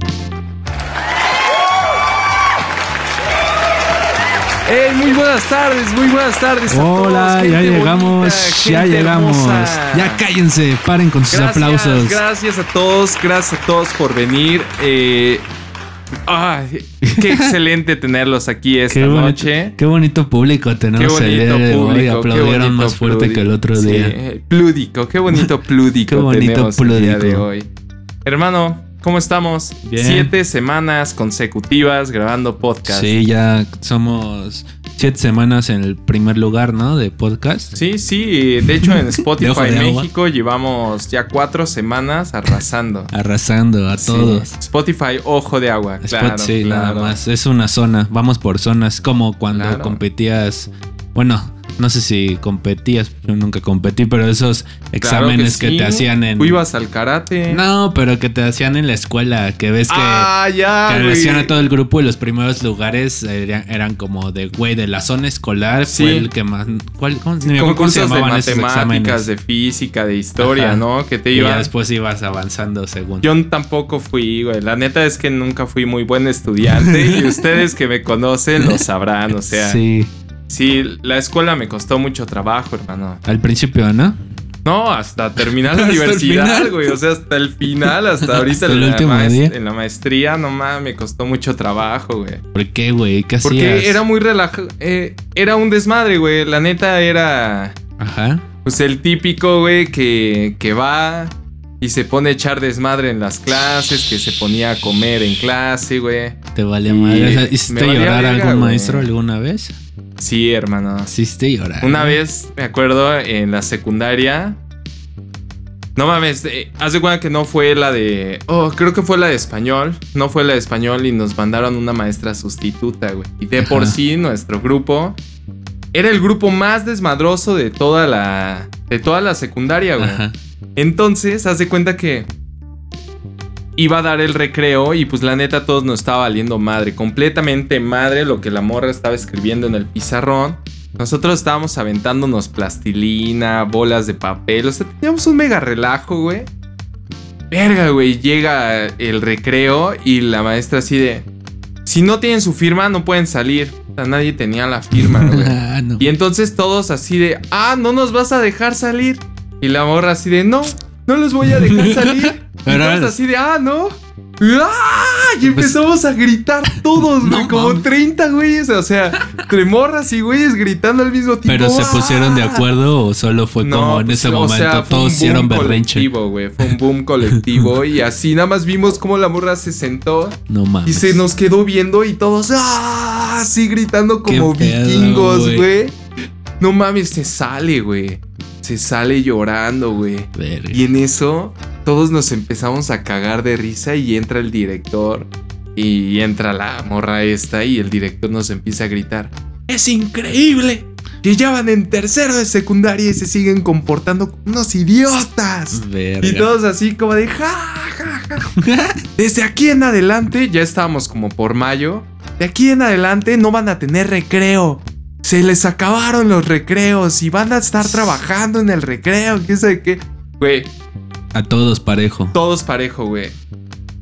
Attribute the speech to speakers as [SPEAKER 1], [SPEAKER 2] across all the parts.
[SPEAKER 1] Hey, Eh, muy buenas tardes, muy buenas tardes. a
[SPEAKER 2] Hola,
[SPEAKER 1] todos,
[SPEAKER 2] ya
[SPEAKER 1] gente
[SPEAKER 2] llegamos,
[SPEAKER 1] bonita,
[SPEAKER 2] ya
[SPEAKER 1] gente
[SPEAKER 2] llegamos.
[SPEAKER 1] hermosa.
[SPEAKER 2] Ya cállense, paren con sus
[SPEAKER 1] Gracias,
[SPEAKER 2] aplausos.
[SPEAKER 1] Gracias a todos, gracias a todos por venir. Eh, ay, qué excelente tenerlos aquí esta
[SPEAKER 2] Qué bonito,
[SPEAKER 1] noche.
[SPEAKER 2] qué bonito público tenemos el día de hoy. Aplaudieron más fuerte
[SPEAKER 1] pludi-
[SPEAKER 2] que el otro
[SPEAKER 1] sí,
[SPEAKER 2] día.
[SPEAKER 1] eh, plúdico, qué bonito plúdico
[SPEAKER 2] Qué bonito
[SPEAKER 1] tenemos el día de
[SPEAKER 2] plúdico.
[SPEAKER 1] hoy. Hermano, ¿cómo estamos?
[SPEAKER 2] Bien.
[SPEAKER 1] Siete semanas consecutivas grabando podcast.
[SPEAKER 2] Sí, ya somos siete semanas en el primer lugar, ¿no? De podcast.
[SPEAKER 1] Sí, sí, de hecho en
[SPEAKER 2] De ojo
[SPEAKER 1] Spotify
[SPEAKER 2] de agua.
[SPEAKER 1] México llevamos ya cuatro semanas arrasando.
[SPEAKER 2] Arrasando a
[SPEAKER 1] Sí,
[SPEAKER 2] todos.
[SPEAKER 1] Spotify Ojo de Agua,
[SPEAKER 2] Spot,
[SPEAKER 1] claro.
[SPEAKER 2] sí, nada
[SPEAKER 1] claro.
[SPEAKER 2] más. Es una zona. Vamos por zonas. Como cuando
[SPEAKER 1] Claro.
[SPEAKER 2] competías. Bueno, no sé si competías. Yo nunca competí, pero esos
[SPEAKER 1] Claro
[SPEAKER 2] exámenes que,
[SPEAKER 1] sí.
[SPEAKER 2] te hacían en.
[SPEAKER 1] Tú ibas al karate.
[SPEAKER 2] No, pero que te hacían en la escuela. Que ves que.
[SPEAKER 1] ah, ya.
[SPEAKER 2] que
[SPEAKER 1] güey.
[SPEAKER 2] hacían a todo el grupo y los primeros lugares eran, eran como de güey de la zona escolar
[SPEAKER 1] Sí.
[SPEAKER 2] fue el que más ¿cuál, cómo, ni me acuerdo cómo se
[SPEAKER 1] Concursos de
[SPEAKER 2] llamaban esos
[SPEAKER 1] matemáticas,
[SPEAKER 2] exámenes
[SPEAKER 1] de física, de historia,
[SPEAKER 2] Ajá.
[SPEAKER 1] ¿no? Que te
[SPEAKER 2] y ya
[SPEAKER 1] iban.
[SPEAKER 2] después ibas avanzando según
[SPEAKER 1] Yo tampoco fui, güey. La neta es que nunca fui muy buen estudiante y ustedes que me conocen lo sabrán, o sea. Sí.
[SPEAKER 2] sí
[SPEAKER 1] la escuela me costó mucho trabajo, hermano.
[SPEAKER 2] al principio no
[SPEAKER 1] No, hasta terminar la
[SPEAKER 2] Hasta el
[SPEAKER 1] universidad,
[SPEAKER 2] final.
[SPEAKER 1] güey. O sea, hasta el final, hasta ahorita
[SPEAKER 2] Hasta
[SPEAKER 1] en,
[SPEAKER 2] el
[SPEAKER 1] la
[SPEAKER 2] último
[SPEAKER 1] maest-
[SPEAKER 2] día.
[SPEAKER 1] en la maestría, nomás me costó mucho trabajo, güey.
[SPEAKER 2] ¿por qué güey qué hacías
[SPEAKER 1] Porque era muy relajado. era un desmadre, güey. La neta era.
[SPEAKER 2] ajá
[SPEAKER 1] Pues el típico, güey, que, que va y se pone a echar desmadre en las clases, que se ponía a comer en clase, güey.
[SPEAKER 2] Te valía
[SPEAKER 1] Y
[SPEAKER 2] madre. O sea,
[SPEAKER 1] me
[SPEAKER 2] ¿Hiciste
[SPEAKER 1] valía
[SPEAKER 2] llorar a
[SPEAKER 1] verga,
[SPEAKER 2] algún
[SPEAKER 1] güey.
[SPEAKER 2] maestro alguna vez?
[SPEAKER 1] Sí, hermano.
[SPEAKER 2] Hiciste llorar.
[SPEAKER 1] Una
[SPEAKER 2] güey.
[SPEAKER 1] vez, me acuerdo, en la secundaria. No mames, eh, haz de cuenta que no fue la de. Oh, creo que fue la de español. No fue la de español y nos mandaron una maestra sustituta, güey. Y de por
[SPEAKER 2] Ajá.
[SPEAKER 1] sí, nuestro grupo. Era el grupo más desmadroso de toda la. De toda la secundaria, güey.
[SPEAKER 2] Ajá.
[SPEAKER 1] Entonces, haz de cuenta que iba a dar el recreo y pues la neta todos nos estaba valiendo madre, completamente madre lo que la morra estaba escribiendo en el pizarrón. Nosotros estábamos aventándonos plastilina, bolas de papel, o sea, teníamos un mega relajo, güey. Verga, güey, llega el recreo y la maestra así de... Si no tienen su firma, no pueden salir. O sea, nadie tenía la firma, güey.
[SPEAKER 2] Ah, no.
[SPEAKER 1] Y entonces todos así de, ah, no nos vas a dejar salir. Y la morra así de, no, no los voy a dejar salir. y
[SPEAKER 2] Pero-
[SPEAKER 1] todos así de, ah, no. ¡Ah! Y empezamos a gritar todos, güey,
[SPEAKER 2] Pues No
[SPEAKER 1] como
[SPEAKER 2] mames.
[SPEAKER 1] 30 güeyes. O sea, entre morras y güeyes gritando al mismo tiempo.
[SPEAKER 2] ¿Pero se
[SPEAKER 1] ¡Ah!
[SPEAKER 2] pusieron de acuerdo o solo fue
[SPEAKER 1] No,
[SPEAKER 2] como en
[SPEAKER 1] pues,
[SPEAKER 2] ese
[SPEAKER 1] o
[SPEAKER 2] momento
[SPEAKER 1] sea, fue un
[SPEAKER 2] todos
[SPEAKER 1] boom
[SPEAKER 2] hicieron berrinche?
[SPEAKER 1] colectivo, güey. Fue un boom colectivo. y así nada más vimos cómo la morra se sentó
[SPEAKER 2] Ah, No mames.
[SPEAKER 1] y se nos quedó viendo y todos ¡ah! así gritando
[SPEAKER 2] Qué
[SPEAKER 1] como
[SPEAKER 2] pedo,
[SPEAKER 1] vikingos,
[SPEAKER 2] güey.
[SPEAKER 1] güey. No mames, se sale, güey. Se sale llorando, güey.
[SPEAKER 2] Verga.
[SPEAKER 1] Y en eso todos nos empezamos a cagar de risa y entra el director y entra la morra esta y el director nos empieza a gritar. ¡Es increíble! Que ya van en tercero de secundaria y se siguen comportando como unos idiotas.
[SPEAKER 2] Verga.
[SPEAKER 1] Y todos así como de ja, ja, ja". Desde aquí en adelante, ya estábamos como por mayo. De aquí en adelante no van a tener recreo. Se les acabaron los recreos y van a estar trabajando en el recreo. ¿Qué sé qué? Güey,
[SPEAKER 2] A todos parejo.
[SPEAKER 1] todos parejo, güey.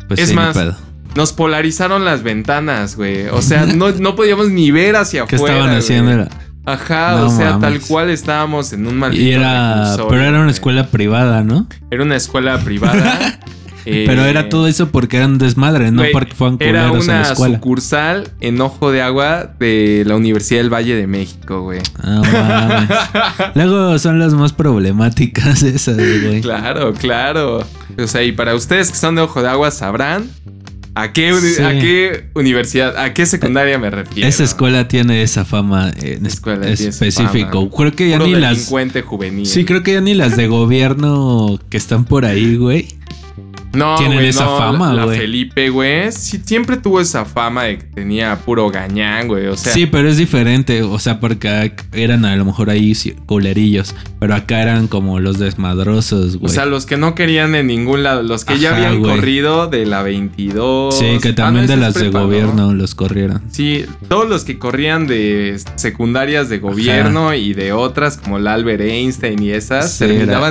[SPEAKER 2] Pues
[SPEAKER 1] Es
[SPEAKER 2] sí, ni
[SPEAKER 1] más,
[SPEAKER 2] pedo.
[SPEAKER 1] Nos polarizaron las ventanas, güey. O sea, no, no podíamos ni ver hacia
[SPEAKER 2] ¿Qué
[SPEAKER 1] afuera.
[SPEAKER 2] estaban
[SPEAKER 1] güey.
[SPEAKER 2] haciendo? Era-
[SPEAKER 1] Ajá,
[SPEAKER 2] No
[SPEAKER 1] o sea, tal
[SPEAKER 2] mames.
[SPEAKER 1] cual estábamos en un maldito.
[SPEAKER 2] Y era.
[SPEAKER 1] reclusorio,
[SPEAKER 2] Pero era una
[SPEAKER 1] güey.
[SPEAKER 2] escuela privada, ¿no?
[SPEAKER 1] Era una escuela privada. eh,
[SPEAKER 2] Pero era todo eso porque eran desmadre, no
[SPEAKER 1] Güey,
[SPEAKER 2] porque fueron
[SPEAKER 1] Era
[SPEAKER 2] culeros en la
[SPEAKER 1] una
[SPEAKER 2] escuela.
[SPEAKER 1] sucursal en Ojo de Agua de la Universidad del Valle de México, güey.
[SPEAKER 2] Ah, mames. Luego son las más problemáticas esas, güey.
[SPEAKER 1] Claro, claro. O sea, y para ustedes que son de Ojo de Agua sabrán a qué, uni-
[SPEAKER 2] Sí.
[SPEAKER 1] a qué universidad, a qué secundaria me refiero.
[SPEAKER 2] Esa escuela tiene esa fama en es-
[SPEAKER 1] Escuela tiene esa
[SPEAKER 2] específico.
[SPEAKER 1] fama.
[SPEAKER 2] Creo que ya
[SPEAKER 1] Puro
[SPEAKER 2] ni las.
[SPEAKER 1] delincuente juvenil.
[SPEAKER 2] Sí, creo que ya ni las de gobierno que están por ahí, güey.
[SPEAKER 1] no,
[SPEAKER 2] tienen
[SPEAKER 1] güey,
[SPEAKER 2] esa
[SPEAKER 1] no,
[SPEAKER 2] fama,
[SPEAKER 1] la
[SPEAKER 2] güey.
[SPEAKER 1] Felipe, güey, sí, siempre tuvo esa fama de que tenía puro gañán, güey. O sea,
[SPEAKER 2] sí, pero es diferente. O sea, porque ac- eran a lo mejor ahí sí, culerillos. Pero acá eran como los desmadrosos,
[SPEAKER 1] O
[SPEAKER 2] güey.
[SPEAKER 1] sea, los que no querían en ningún lado, los que ya
[SPEAKER 2] Ajá,
[SPEAKER 1] habían
[SPEAKER 2] güey.
[SPEAKER 1] corrido de la 22.
[SPEAKER 2] sí, que
[SPEAKER 1] Ah,
[SPEAKER 2] también
[SPEAKER 1] no, esa
[SPEAKER 2] de
[SPEAKER 1] es
[SPEAKER 2] las de
[SPEAKER 1] prepa, ¿no?
[SPEAKER 2] gobierno los corrieron.
[SPEAKER 1] Sí, todos los que corrían de secundarias de gobierno y de otras como la Albert Einstein y esas
[SPEAKER 2] Sí,
[SPEAKER 1] terminaban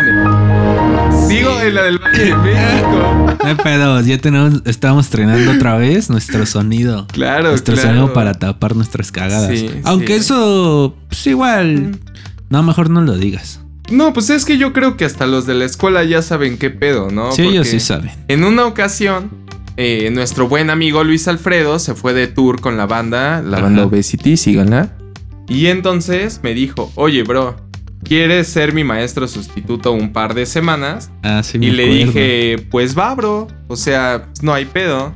[SPEAKER 1] Digo, en la del Valle de México.
[SPEAKER 2] No hay pedos, ya tenemos, estamos estrenando otra vez nuestro sonido.
[SPEAKER 1] Claro,
[SPEAKER 2] nuestro
[SPEAKER 1] claro.
[SPEAKER 2] sonido para tapar nuestras cagadas.
[SPEAKER 1] Sí,
[SPEAKER 2] Aunque
[SPEAKER 1] sí.
[SPEAKER 2] eso, pues igual. No, mejor no lo digas.
[SPEAKER 1] No, pues es que yo creo que hasta los de la escuela ya saben qué pedo, ¿no?
[SPEAKER 2] sí, ellos sí
[SPEAKER 1] Porque-
[SPEAKER 2] saben.
[SPEAKER 1] En una ocasión, eh, nuestro buen amigo Luis Alfredo se fue de tour con la banda, la
[SPEAKER 2] Ajá.
[SPEAKER 1] banda Obesity, síganla. Y entonces me dijo, oye, bro, ¿quieres ser mi maestro sustituto un par de semanas?
[SPEAKER 2] Ah, sí, me
[SPEAKER 1] y le
[SPEAKER 2] acuerdo.
[SPEAKER 1] dije, pues va, bro, o sea, no hay pedo.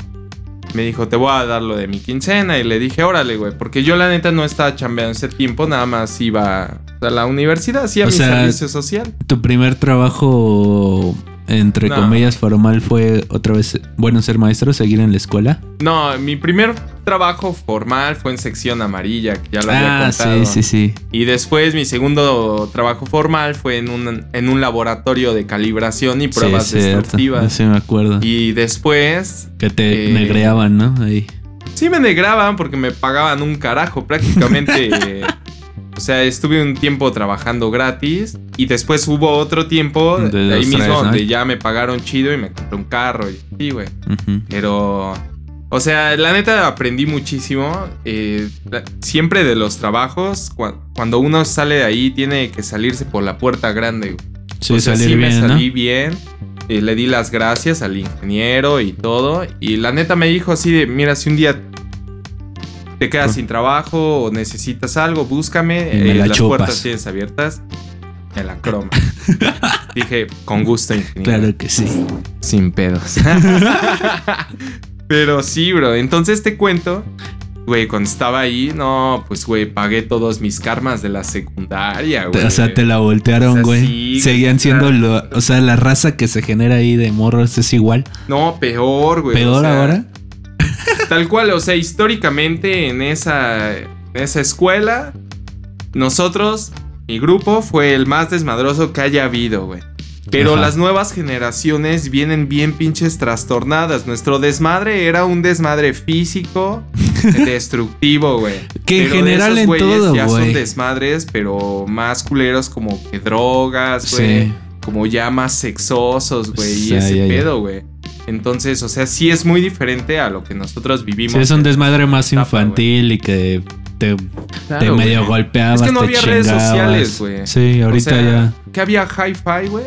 [SPEAKER 1] Me dijo, te voy a dar lo de mi quincena. Y le dije, órale, güey, porque yo la neta no estaba chambeando ese tiempo, nada más iba a la universidad, hacía
[SPEAKER 2] O
[SPEAKER 1] mi
[SPEAKER 2] sea,
[SPEAKER 1] servicio social.
[SPEAKER 2] Tu primer trabajo, entre
[SPEAKER 1] No.
[SPEAKER 2] comillas, formal fue otra vez, bueno, ser maestro, seguir en la escuela.
[SPEAKER 1] No, mi primer trabajo formal fue en sección amarilla, que ya lo había
[SPEAKER 2] Ah,
[SPEAKER 1] contado.
[SPEAKER 2] sí, sí, sí.
[SPEAKER 1] Y después mi segundo trabajo formal fue en un, en un laboratorio de calibración y pruebas
[SPEAKER 2] sí, cierto.
[SPEAKER 1] destructivas.
[SPEAKER 2] Sí, me acuerdo.
[SPEAKER 1] Y después
[SPEAKER 2] que te
[SPEAKER 1] eh,
[SPEAKER 2] negreaban, ¿no? Ahí.
[SPEAKER 1] sí me negraban porque me pagaban un carajo prácticamente. eh, o sea, estuve un tiempo trabajando gratis y después hubo otro tiempo
[SPEAKER 2] De
[SPEAKER 1] de ahí
[SPEAKER 2] dos,
[SPEAKER 1] mismo
[SPEAKER 2] tres, ¿no?
[SPEAKER 1] donde ya me pagaron chido y me compré un carro y sí, güey.
[SPEAKER 2] Ujú.
[SPEAKER 1] Pero, o sea, la neta aprendí muchísimo. eh, la- siempre de los trabajos, cua- cuando uno sale de ahí, tiene que salirse por la puerta grande. güey.
[SPEAKER 2] Sí,
[SPEAKER 1] o sea,
[SPEAKER 2] salir
[SPEAKER 1] sí
[SPEAKER 2] bien,
[SPEAKER 1] pues me
[SPEAKER 2] ¿no?
[SPEAKER 1] salí bien. eh, le di las gracias al ingeniero y todo. Y la neta me dijo así de, mira, si un día te quedas
[SPEAKER 2] Ujú.
[SPEAKER 1] sin trabajo o necesitas algo, búscame.
[SPEAKER 2] Y me
[SPEAKER 1] eh,
[SPEAKER 2] la
[SPEAKER 1] las
[SPEAKER 2] chupas.
[SPEAKER 1] puertas tienes abiertas. Me la croma. Dije, con gusto, ingeniero.
[SPEAKER 2] Claro que sí.
[SPEAKER 1] Sin pedos. Pero sí, bro. Entonces te cuento, güey, cuando estaba ahí, no, pues, güey, pagué todos mis karmas de la secundaria,
[SPEAKER 2] Te-
[SPEAKER 1] güey.
[SPEAKER 2] O sea, te la
[SPEAKER 1] O
[SPEAKER 2] voltearon,
[SPEAKER 1] sea,
[SPEAKER 2] güey.
[SPEAKER 1] sí,
[SPEAKER 2] Seguían
[SPEAKER 1] pues, o sea-
[SPEAKER 2] siendo lo, o sea, la raza que se genera ahí de morros es igual.
[SPEAKER 1] No, peor, güey.
[SPEAKER 2] Peor
[SPEAKER 1] pues, o sea,
[SPEAKER 2] ahora.
[SPEAKER 1] Tal cual, o sea, históricamente en esa, en esa escuela, nosotros, mi grupo, fue el más desmadroso que haya habido, güey. Pero
[SPEAKER 2] Ajá.
[SPEAKER 1] las nuevas generaciones vienen bien pinches trastornadas. Nuestro desmadre era un desmadre físico, destructivo, güey.
[SPEAKER 2] Que
[SPEAKER 1] Pero
[SPEAKER 2] en
[SPEAKER 1] de
[SPEAKER 2] general
[SPEAKER 1] esos
[SPEAKER 2] en
[SPEAKER 1] güeyes
[SPEAKER 2] todo,
[SPEAKER 1] Ya son
[SPEAKER 2] güey.
[SPEAKER 1] desmadres, pero más culeros como que drogas, pues, güey
[SPEAKER 2] Sí.
[SPEAKER 1] como ya más sexosos, güey, y
[SPEAKER 2] Ya,
[SPEAKER 1] ese
[SPEAKER 2] ya, ya.
[SPEAKER 1] pedo, güey. Entonces, o sea, sí es muy diferente a lo que nosotros vivimos.
[SPEAKER 2] Sí, es un desmadre más
[SPEAKER 1] etapa,
[SPEAKER 2] infantil y que te, te
[SPEAKER 1] Claro,
[SPEAKER 2] medio
[SPEAKER 1] güey.
[SPEAKER 2] golpeabas.
[SPEAKER 1] Es que no
[SPEAKER 2] te
[SPEAKER 1] había redes
[SPEAKER 2] chingabas.
[SPEAKER 1] sociales, güey.
[SPEAKER 2] Sí, ahorita
[SPEAKER 1] O sea,
[SPEAKER 2] ya.
[SPEAKER 1] ¿Qué había hi-fi, güey?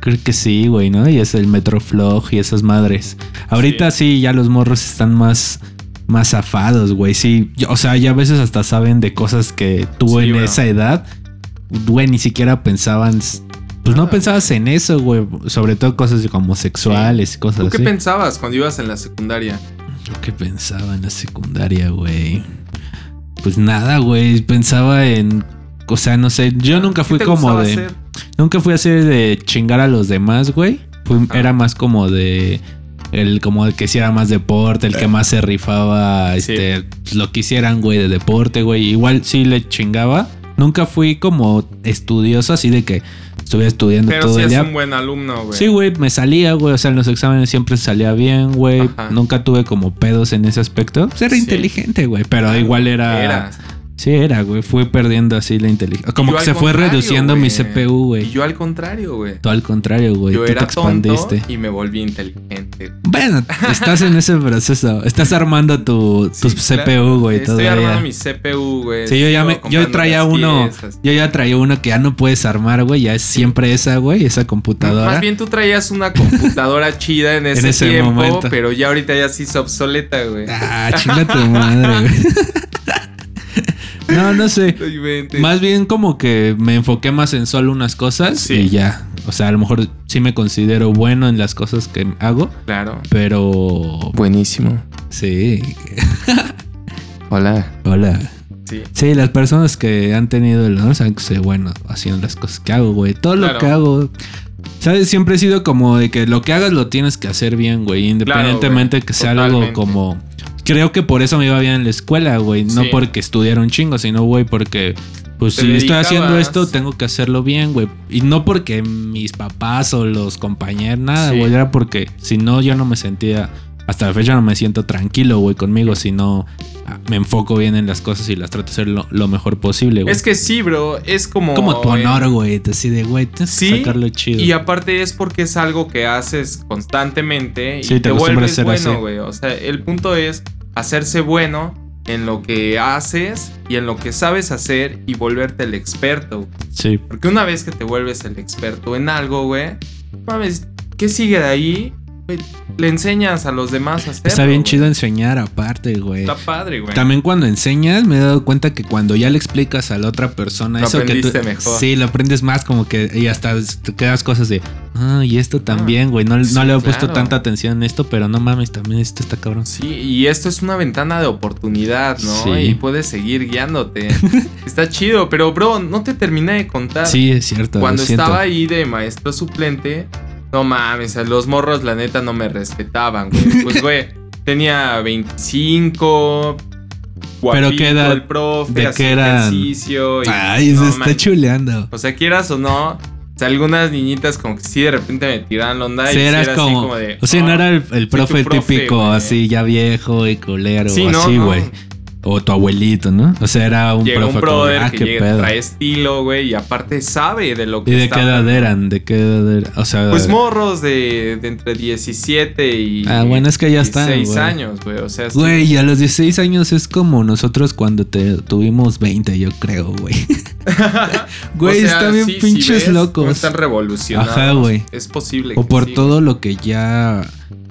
[SPEAKER 2] Creo que sí, güey, ¿no? Y es el Metroflog y esas madres. Ahorita sí, ya los morros están más, más zafados, güey. Sí, Yo- o sea, ya a veces hasta saben de cosas que tú
[SPEAKER 1] Sí,
[SPEAKER 2] en
[SPEAKER 1] güey.
[SPEAKER 2] esa edad, güey, ni siquiera pensaban. s- Pues no
[SPEAKER 1] Nada.
[SPEAKER 2] pensabas en eso, güey. Sobre todo cosas como sexuales y cosas
[SPEAKER 1] ¿Tú qué
[SPEAKER 2] así.
[SPEAKER 1] pensabas cuando ibas en la secundaria?
[SPEAKER 2] Yo qué pensaba en la secundaria, güey. Pues nada, güey. Pensaba en. O sea, no sé. Yo nunca
[SPEAKER 1] ¿Qué
[SPEAKER 2] fui
[SPEAKER 1] te
[SPEAKER 2] como
[SPEAKER 1] gustaba
[SPEAKER 2] de.
[SPEAKER 1] hacer?
[SPEAKER 2] Nunca fui a hacer de chingar a los demás, güey. Fui-
[SPEAKER 1] Ah.
[SPEAKER 2] Era más como de. El como el que hiciera más deporte, el que más se rifaba,
[SPEAKER 1] Eh. Sí.
[SPEAKER 2] este, lo que hicieran, güey, de deporte, güey. Igual sí le chingaba. Nunca fui como estudioso, así de que estuviera estudiando
[SPEAKER 1] Pero
[SPEAKER 2] todo
[SPEAKER 1] sí
[SPEAKER 2] el
[SPEAKER 1] es
[SPEAKER 2] día.
[SPEAKER 1] un buen alumno, güey.
[SPEAKER 2] Sí, güey, me salía, güey. O sea, en los exámenes siempre salía bien, güey.
[SPEAKER 1] Ajá.
[SPEAKER 2] Nunca tuve como pedos en ese aspecto. Pues Era
[SPEAKER 1] Sí.
[SPEAKER 2] inteligente, güey, pero igual era.
[SPEAKER 1] Era.
[SPEAKER 2] Sí, era, güey. Fui perdiendo así la inteligencia. Como
[SPEAKER 1] yo
[SPEAKER 2] que
[SPEAKER 1] al
[SPEAKER 2] se fue
[SPEAKER 1] contrario,
[SPEAKER 2] reduciendo mi
[SPEAKER 1] güey.
[SPEAKER 2] CPU,
[SPEAKER 1] Y
[SPEAKER 2] güey.
[SPEAKER 1] yo al contrario, güey.
[SPEAKER 2] Tú al contrario, güey. Tú
[SPEAKER 1] Yo
[SPEAKER 2] te
[SPEAKER 1] era tonto
[SPEAKER 2] expandiste.
[SPEAKER 1] y me volví inteligente.
[SPEAKER 2] Bueno, estás en ese proceso. Estás armando tu, tu
[SPEAKER 1] Sí, claro.
[SPEAKER 2] CPU, güey,
[SPEAKER 1] Estoy
[SPEAKER 2] todavía.
[SPEAKER 1] armando mi CPU, güey.
[SPEAKER 2] Sí, yo ya
[SPEAKER 1] Sigo
[SPEAKER 2] me- yo
[SPEAKER 1] comprando
[SPEAKER 2] traía
[SPEAKER 1] las
[SPEAKER 2] uno-
[SPEAKER 1] piezas.
[SPEAKER 2] Yo ya traía uno que ya no puedes armar, güey. Ya es siempre esa, güey, esa computadora.
[SPEAKER 1] Más bien tú traías una computadora chida en ese,
[SPEAKER 2] ese
[SPEAKER 1] tiempo,
[SPEAKER 2] momento.
[SPEAKER 1] pero ya ahorita ya se hizo obsoleta, güey.
[SPEAKER 2] Ah, chinga tu madre, güey. No, no sé.
[SPEAKER 1] No inventes.
[SPEAKER 2] Más bien como que me enfoqué más en solo unas cosas
[SPEAKER 1] Sí.
[SPEAKER 2] y ya. O sea, a lo mejor sí me considero bueno en las cosas que hago,
[SPEAKER 1] Claro.
[SPEAKER 2] pero
[SPEAKER 1] Buenísimo.
[SPEAKER 2] sí.
[SPEAKER 1] Hola.
[SPEAKER 2] Hola.
[SPEAKER 1] Sí.
[SPEAKER 2] Sí, las personas que han tenido el honor saben que soy bueno haciendo las cosas que hago, güey. Todo lo
[SPEAKER 1] Claro.
[SPEAKER 2] que hago. ¿Sabes? Siempre he sido como de que lo que hagas lo tienes que hacer bien, güey. Independientemente
[SPEAKER 1] güey.
[SPEAKER 2] que sea
[SPEAKER 1] Totalmente.
[SPEAKER 2] algo como. Creo que por eso me iba bien en la escuela, güey. No
[SPEAKER 1] Sí.
[SPEAKER 2] porque estudiara un chingo, sino, güey, porque. Pues
[SPEAKER 1] Te
[SPEAKER 2] si estoy haciendo
[SPEAKER 1] dedicabas.
[SPEAKER 2] esto, tengo que hacerlo bien, güey. Y no porque mis papás o los compañeros, nada,
[SPEAKER 1] Sí.
[SPEAKER 2] güey. Era porque si no, yo no me sentía hasta la fecha no me siento tranquilo, güey, conmigo, sino ah, me enfoco bien en las cosas y las trato de hacer lo, lo mejor posible, güey.
[SPEAKER 1] Es que sí, bro, es como...
[SPEAKER 2] como tu
[SPEAKER 1] eh,
[SPEAKER 2] honor, güey, así de, güey, tienes que
[SPEAKER 1] Sí,
[SPEAKER 2] sacarlo chido.
[SPEAKER 1] y aparte es porque es algo que haces constantemente y
[SPEAKER 2] Sí, te
[SPEAKER 1] te,
[SPEAKER 2] acostumbras
[SPEAKER 1] vuelves
[SPEAKER 2] a ser
[SPEAKER 1] bueno,
[SPEAKER 2] así.
[SPEAKER 1] güey. O sea, el punto es hacerse bueno en lo que haces y en lo que sabes hacer y volverte el experto. güey.
[SPEAKER 2] sí,
[SPEAKER 1] Porque una vez que te vuelves el experto en algo, güey, mames, ¿qué sigue de ahí? Güey, Le enseñas a los demás a hacerlo.
[SPEAKER 2] está bien
[SPEAKER 1] güey.
[SPEAKER 2] chido enseñar aparte, güey.
[SPEAKER 1] Está padre, güey.
[SPEAKER 2] También cuando enseñas, me he dado cuenta que cuando ya le explicas a la otra persona
[SPEAKER 1] Lo
[SPEAKER 2] eso que tú.
[SPEAKER 1] aprendiste mejor.
[SPEAKER 2] Sí, lo aprendes más, como que y hasta te quedas cosas de. Ah, y esto también, güey. No,
[SPEAKER 1] sí,
[SPEAKER 2] no le he puesto
[SPEAKER 1] claro.
[SPEAKER 2] tanta atención en esto, pero no mames, también esto está cabrón.
[SPEAKER 1] Sí, y esto es una ventana de oportunidad, ¿no?
[SPEAKER 2] Sí.
[SPEAKER 1] Y puedes seguir guiándote. Está chido, pero bro, no te terminé de contar.
[SPEAKER 2] Sí, es cierto. lo
[SPEAKER 1] Ah, Cuando
[SPEAKER 2] siento.
[SPEAKER 1] estaba ahí de maestro suplente, no mames, a los morros la neta no me respetaban, güey. Pues güey, tenía 25, guapito
[SPEAKER 2] qué edad?
[SPEAKER 1] el profe,
[SPEAKER 2] ¿De qué
[SPEAKER 1] hacía
[SPEAKER 2] eran?
[SPEAKER 1] ejercicio y
[SPEAKER 2] Ay,
[SPEAKER 1] no
[SPEAKER 2] se está
[SPEAKER 1] manches.
[SPEAKER 2] chuleando.
[SPEAKER 1] O sea, quieras o no, o sea, algunas niñitas como que sí de repente me tiraban la onda
[SPEAKER 2] O
[SPEAKER 1] y sí
[SPEAKER 2] sea,
[SPEAKER 1] era
[SPEAKER 2] eras
[SPEAKER 1] así
[SPEAKER 2] como,
[SPEAKER 1] como de.
[SPEAKER 2] o sea, no
[SPEAKER 1] "Ah".
[SPEAKER 2] era el, el profe,
[SPEAKER 1] tu profe,
[SPEAKER 2] típico,
[SPEAKER 1] güey.
[SPEAKER 2] así ya viejo y culero,
[SPEAKER 1] Sí,
[SPEAKER 2] o
[SPEAKER 1] no,
[SPEAKER 2] así,
[SPEAKER 1] no.
[SPEAKER 2] güey. O tu abuelito, ¿no? O sea, era un
[SPEAKER 1] Llega
[SPEAKER 2] profe
[SPEAKER 1] un
[SPEAKER 2] como,
[SPEAKER 1] brother
[SPEAKER 2] ah,
[SPEAKER 1] que
[SPEAKER 2] qué
[SPEAKER 1] llega,
[SPEAKER 2] pedo.
[SPEAKER 1] trae estilo, güey, y aparte sabe de lo que
[SPEAKER 2] ¿Y de
[SPEAKER 1] está
[SPEAKER 2] qué edad
[SPEAKER 1] hablando.
[SPEAKER 2] eran? ¿De qué edad eran? O sea,
[SPEAKER 1] Pues morros de, de entre 17 y
[SPEAKER 2] Ah, bueno, es que ya están,
[SPEAKER 1] 16
[SPEAKER 2] güey.
[SPEAKER 1] años, güey, o sea, sí.
[SPEAKER 2] Güey, a los 16 años es como nosotros cuando te tuvimos 20, yo creo, güey.
[SPEAKER 1] O
[SPEAKER 2] Güey,
[SPEAKER 1] sea,
[SPEAKER 2] están bien
[SPEAKER 1] sí, sí
[SPEAKER 2] pinches
[SPEAKER 1] ves, no
[SPEAKER 2] locos.
[SPEAKER 1] Están revolucionados.
[SPEAKER 2] Ajá, güey.
[SPEAKER 1] Es posible
[SPEAKER 2] O
[SPEAKER 1] que
[SPEAKER 2] por
[SPEAKER 1] sí,
[SPEAKER 2] todo lo que ya.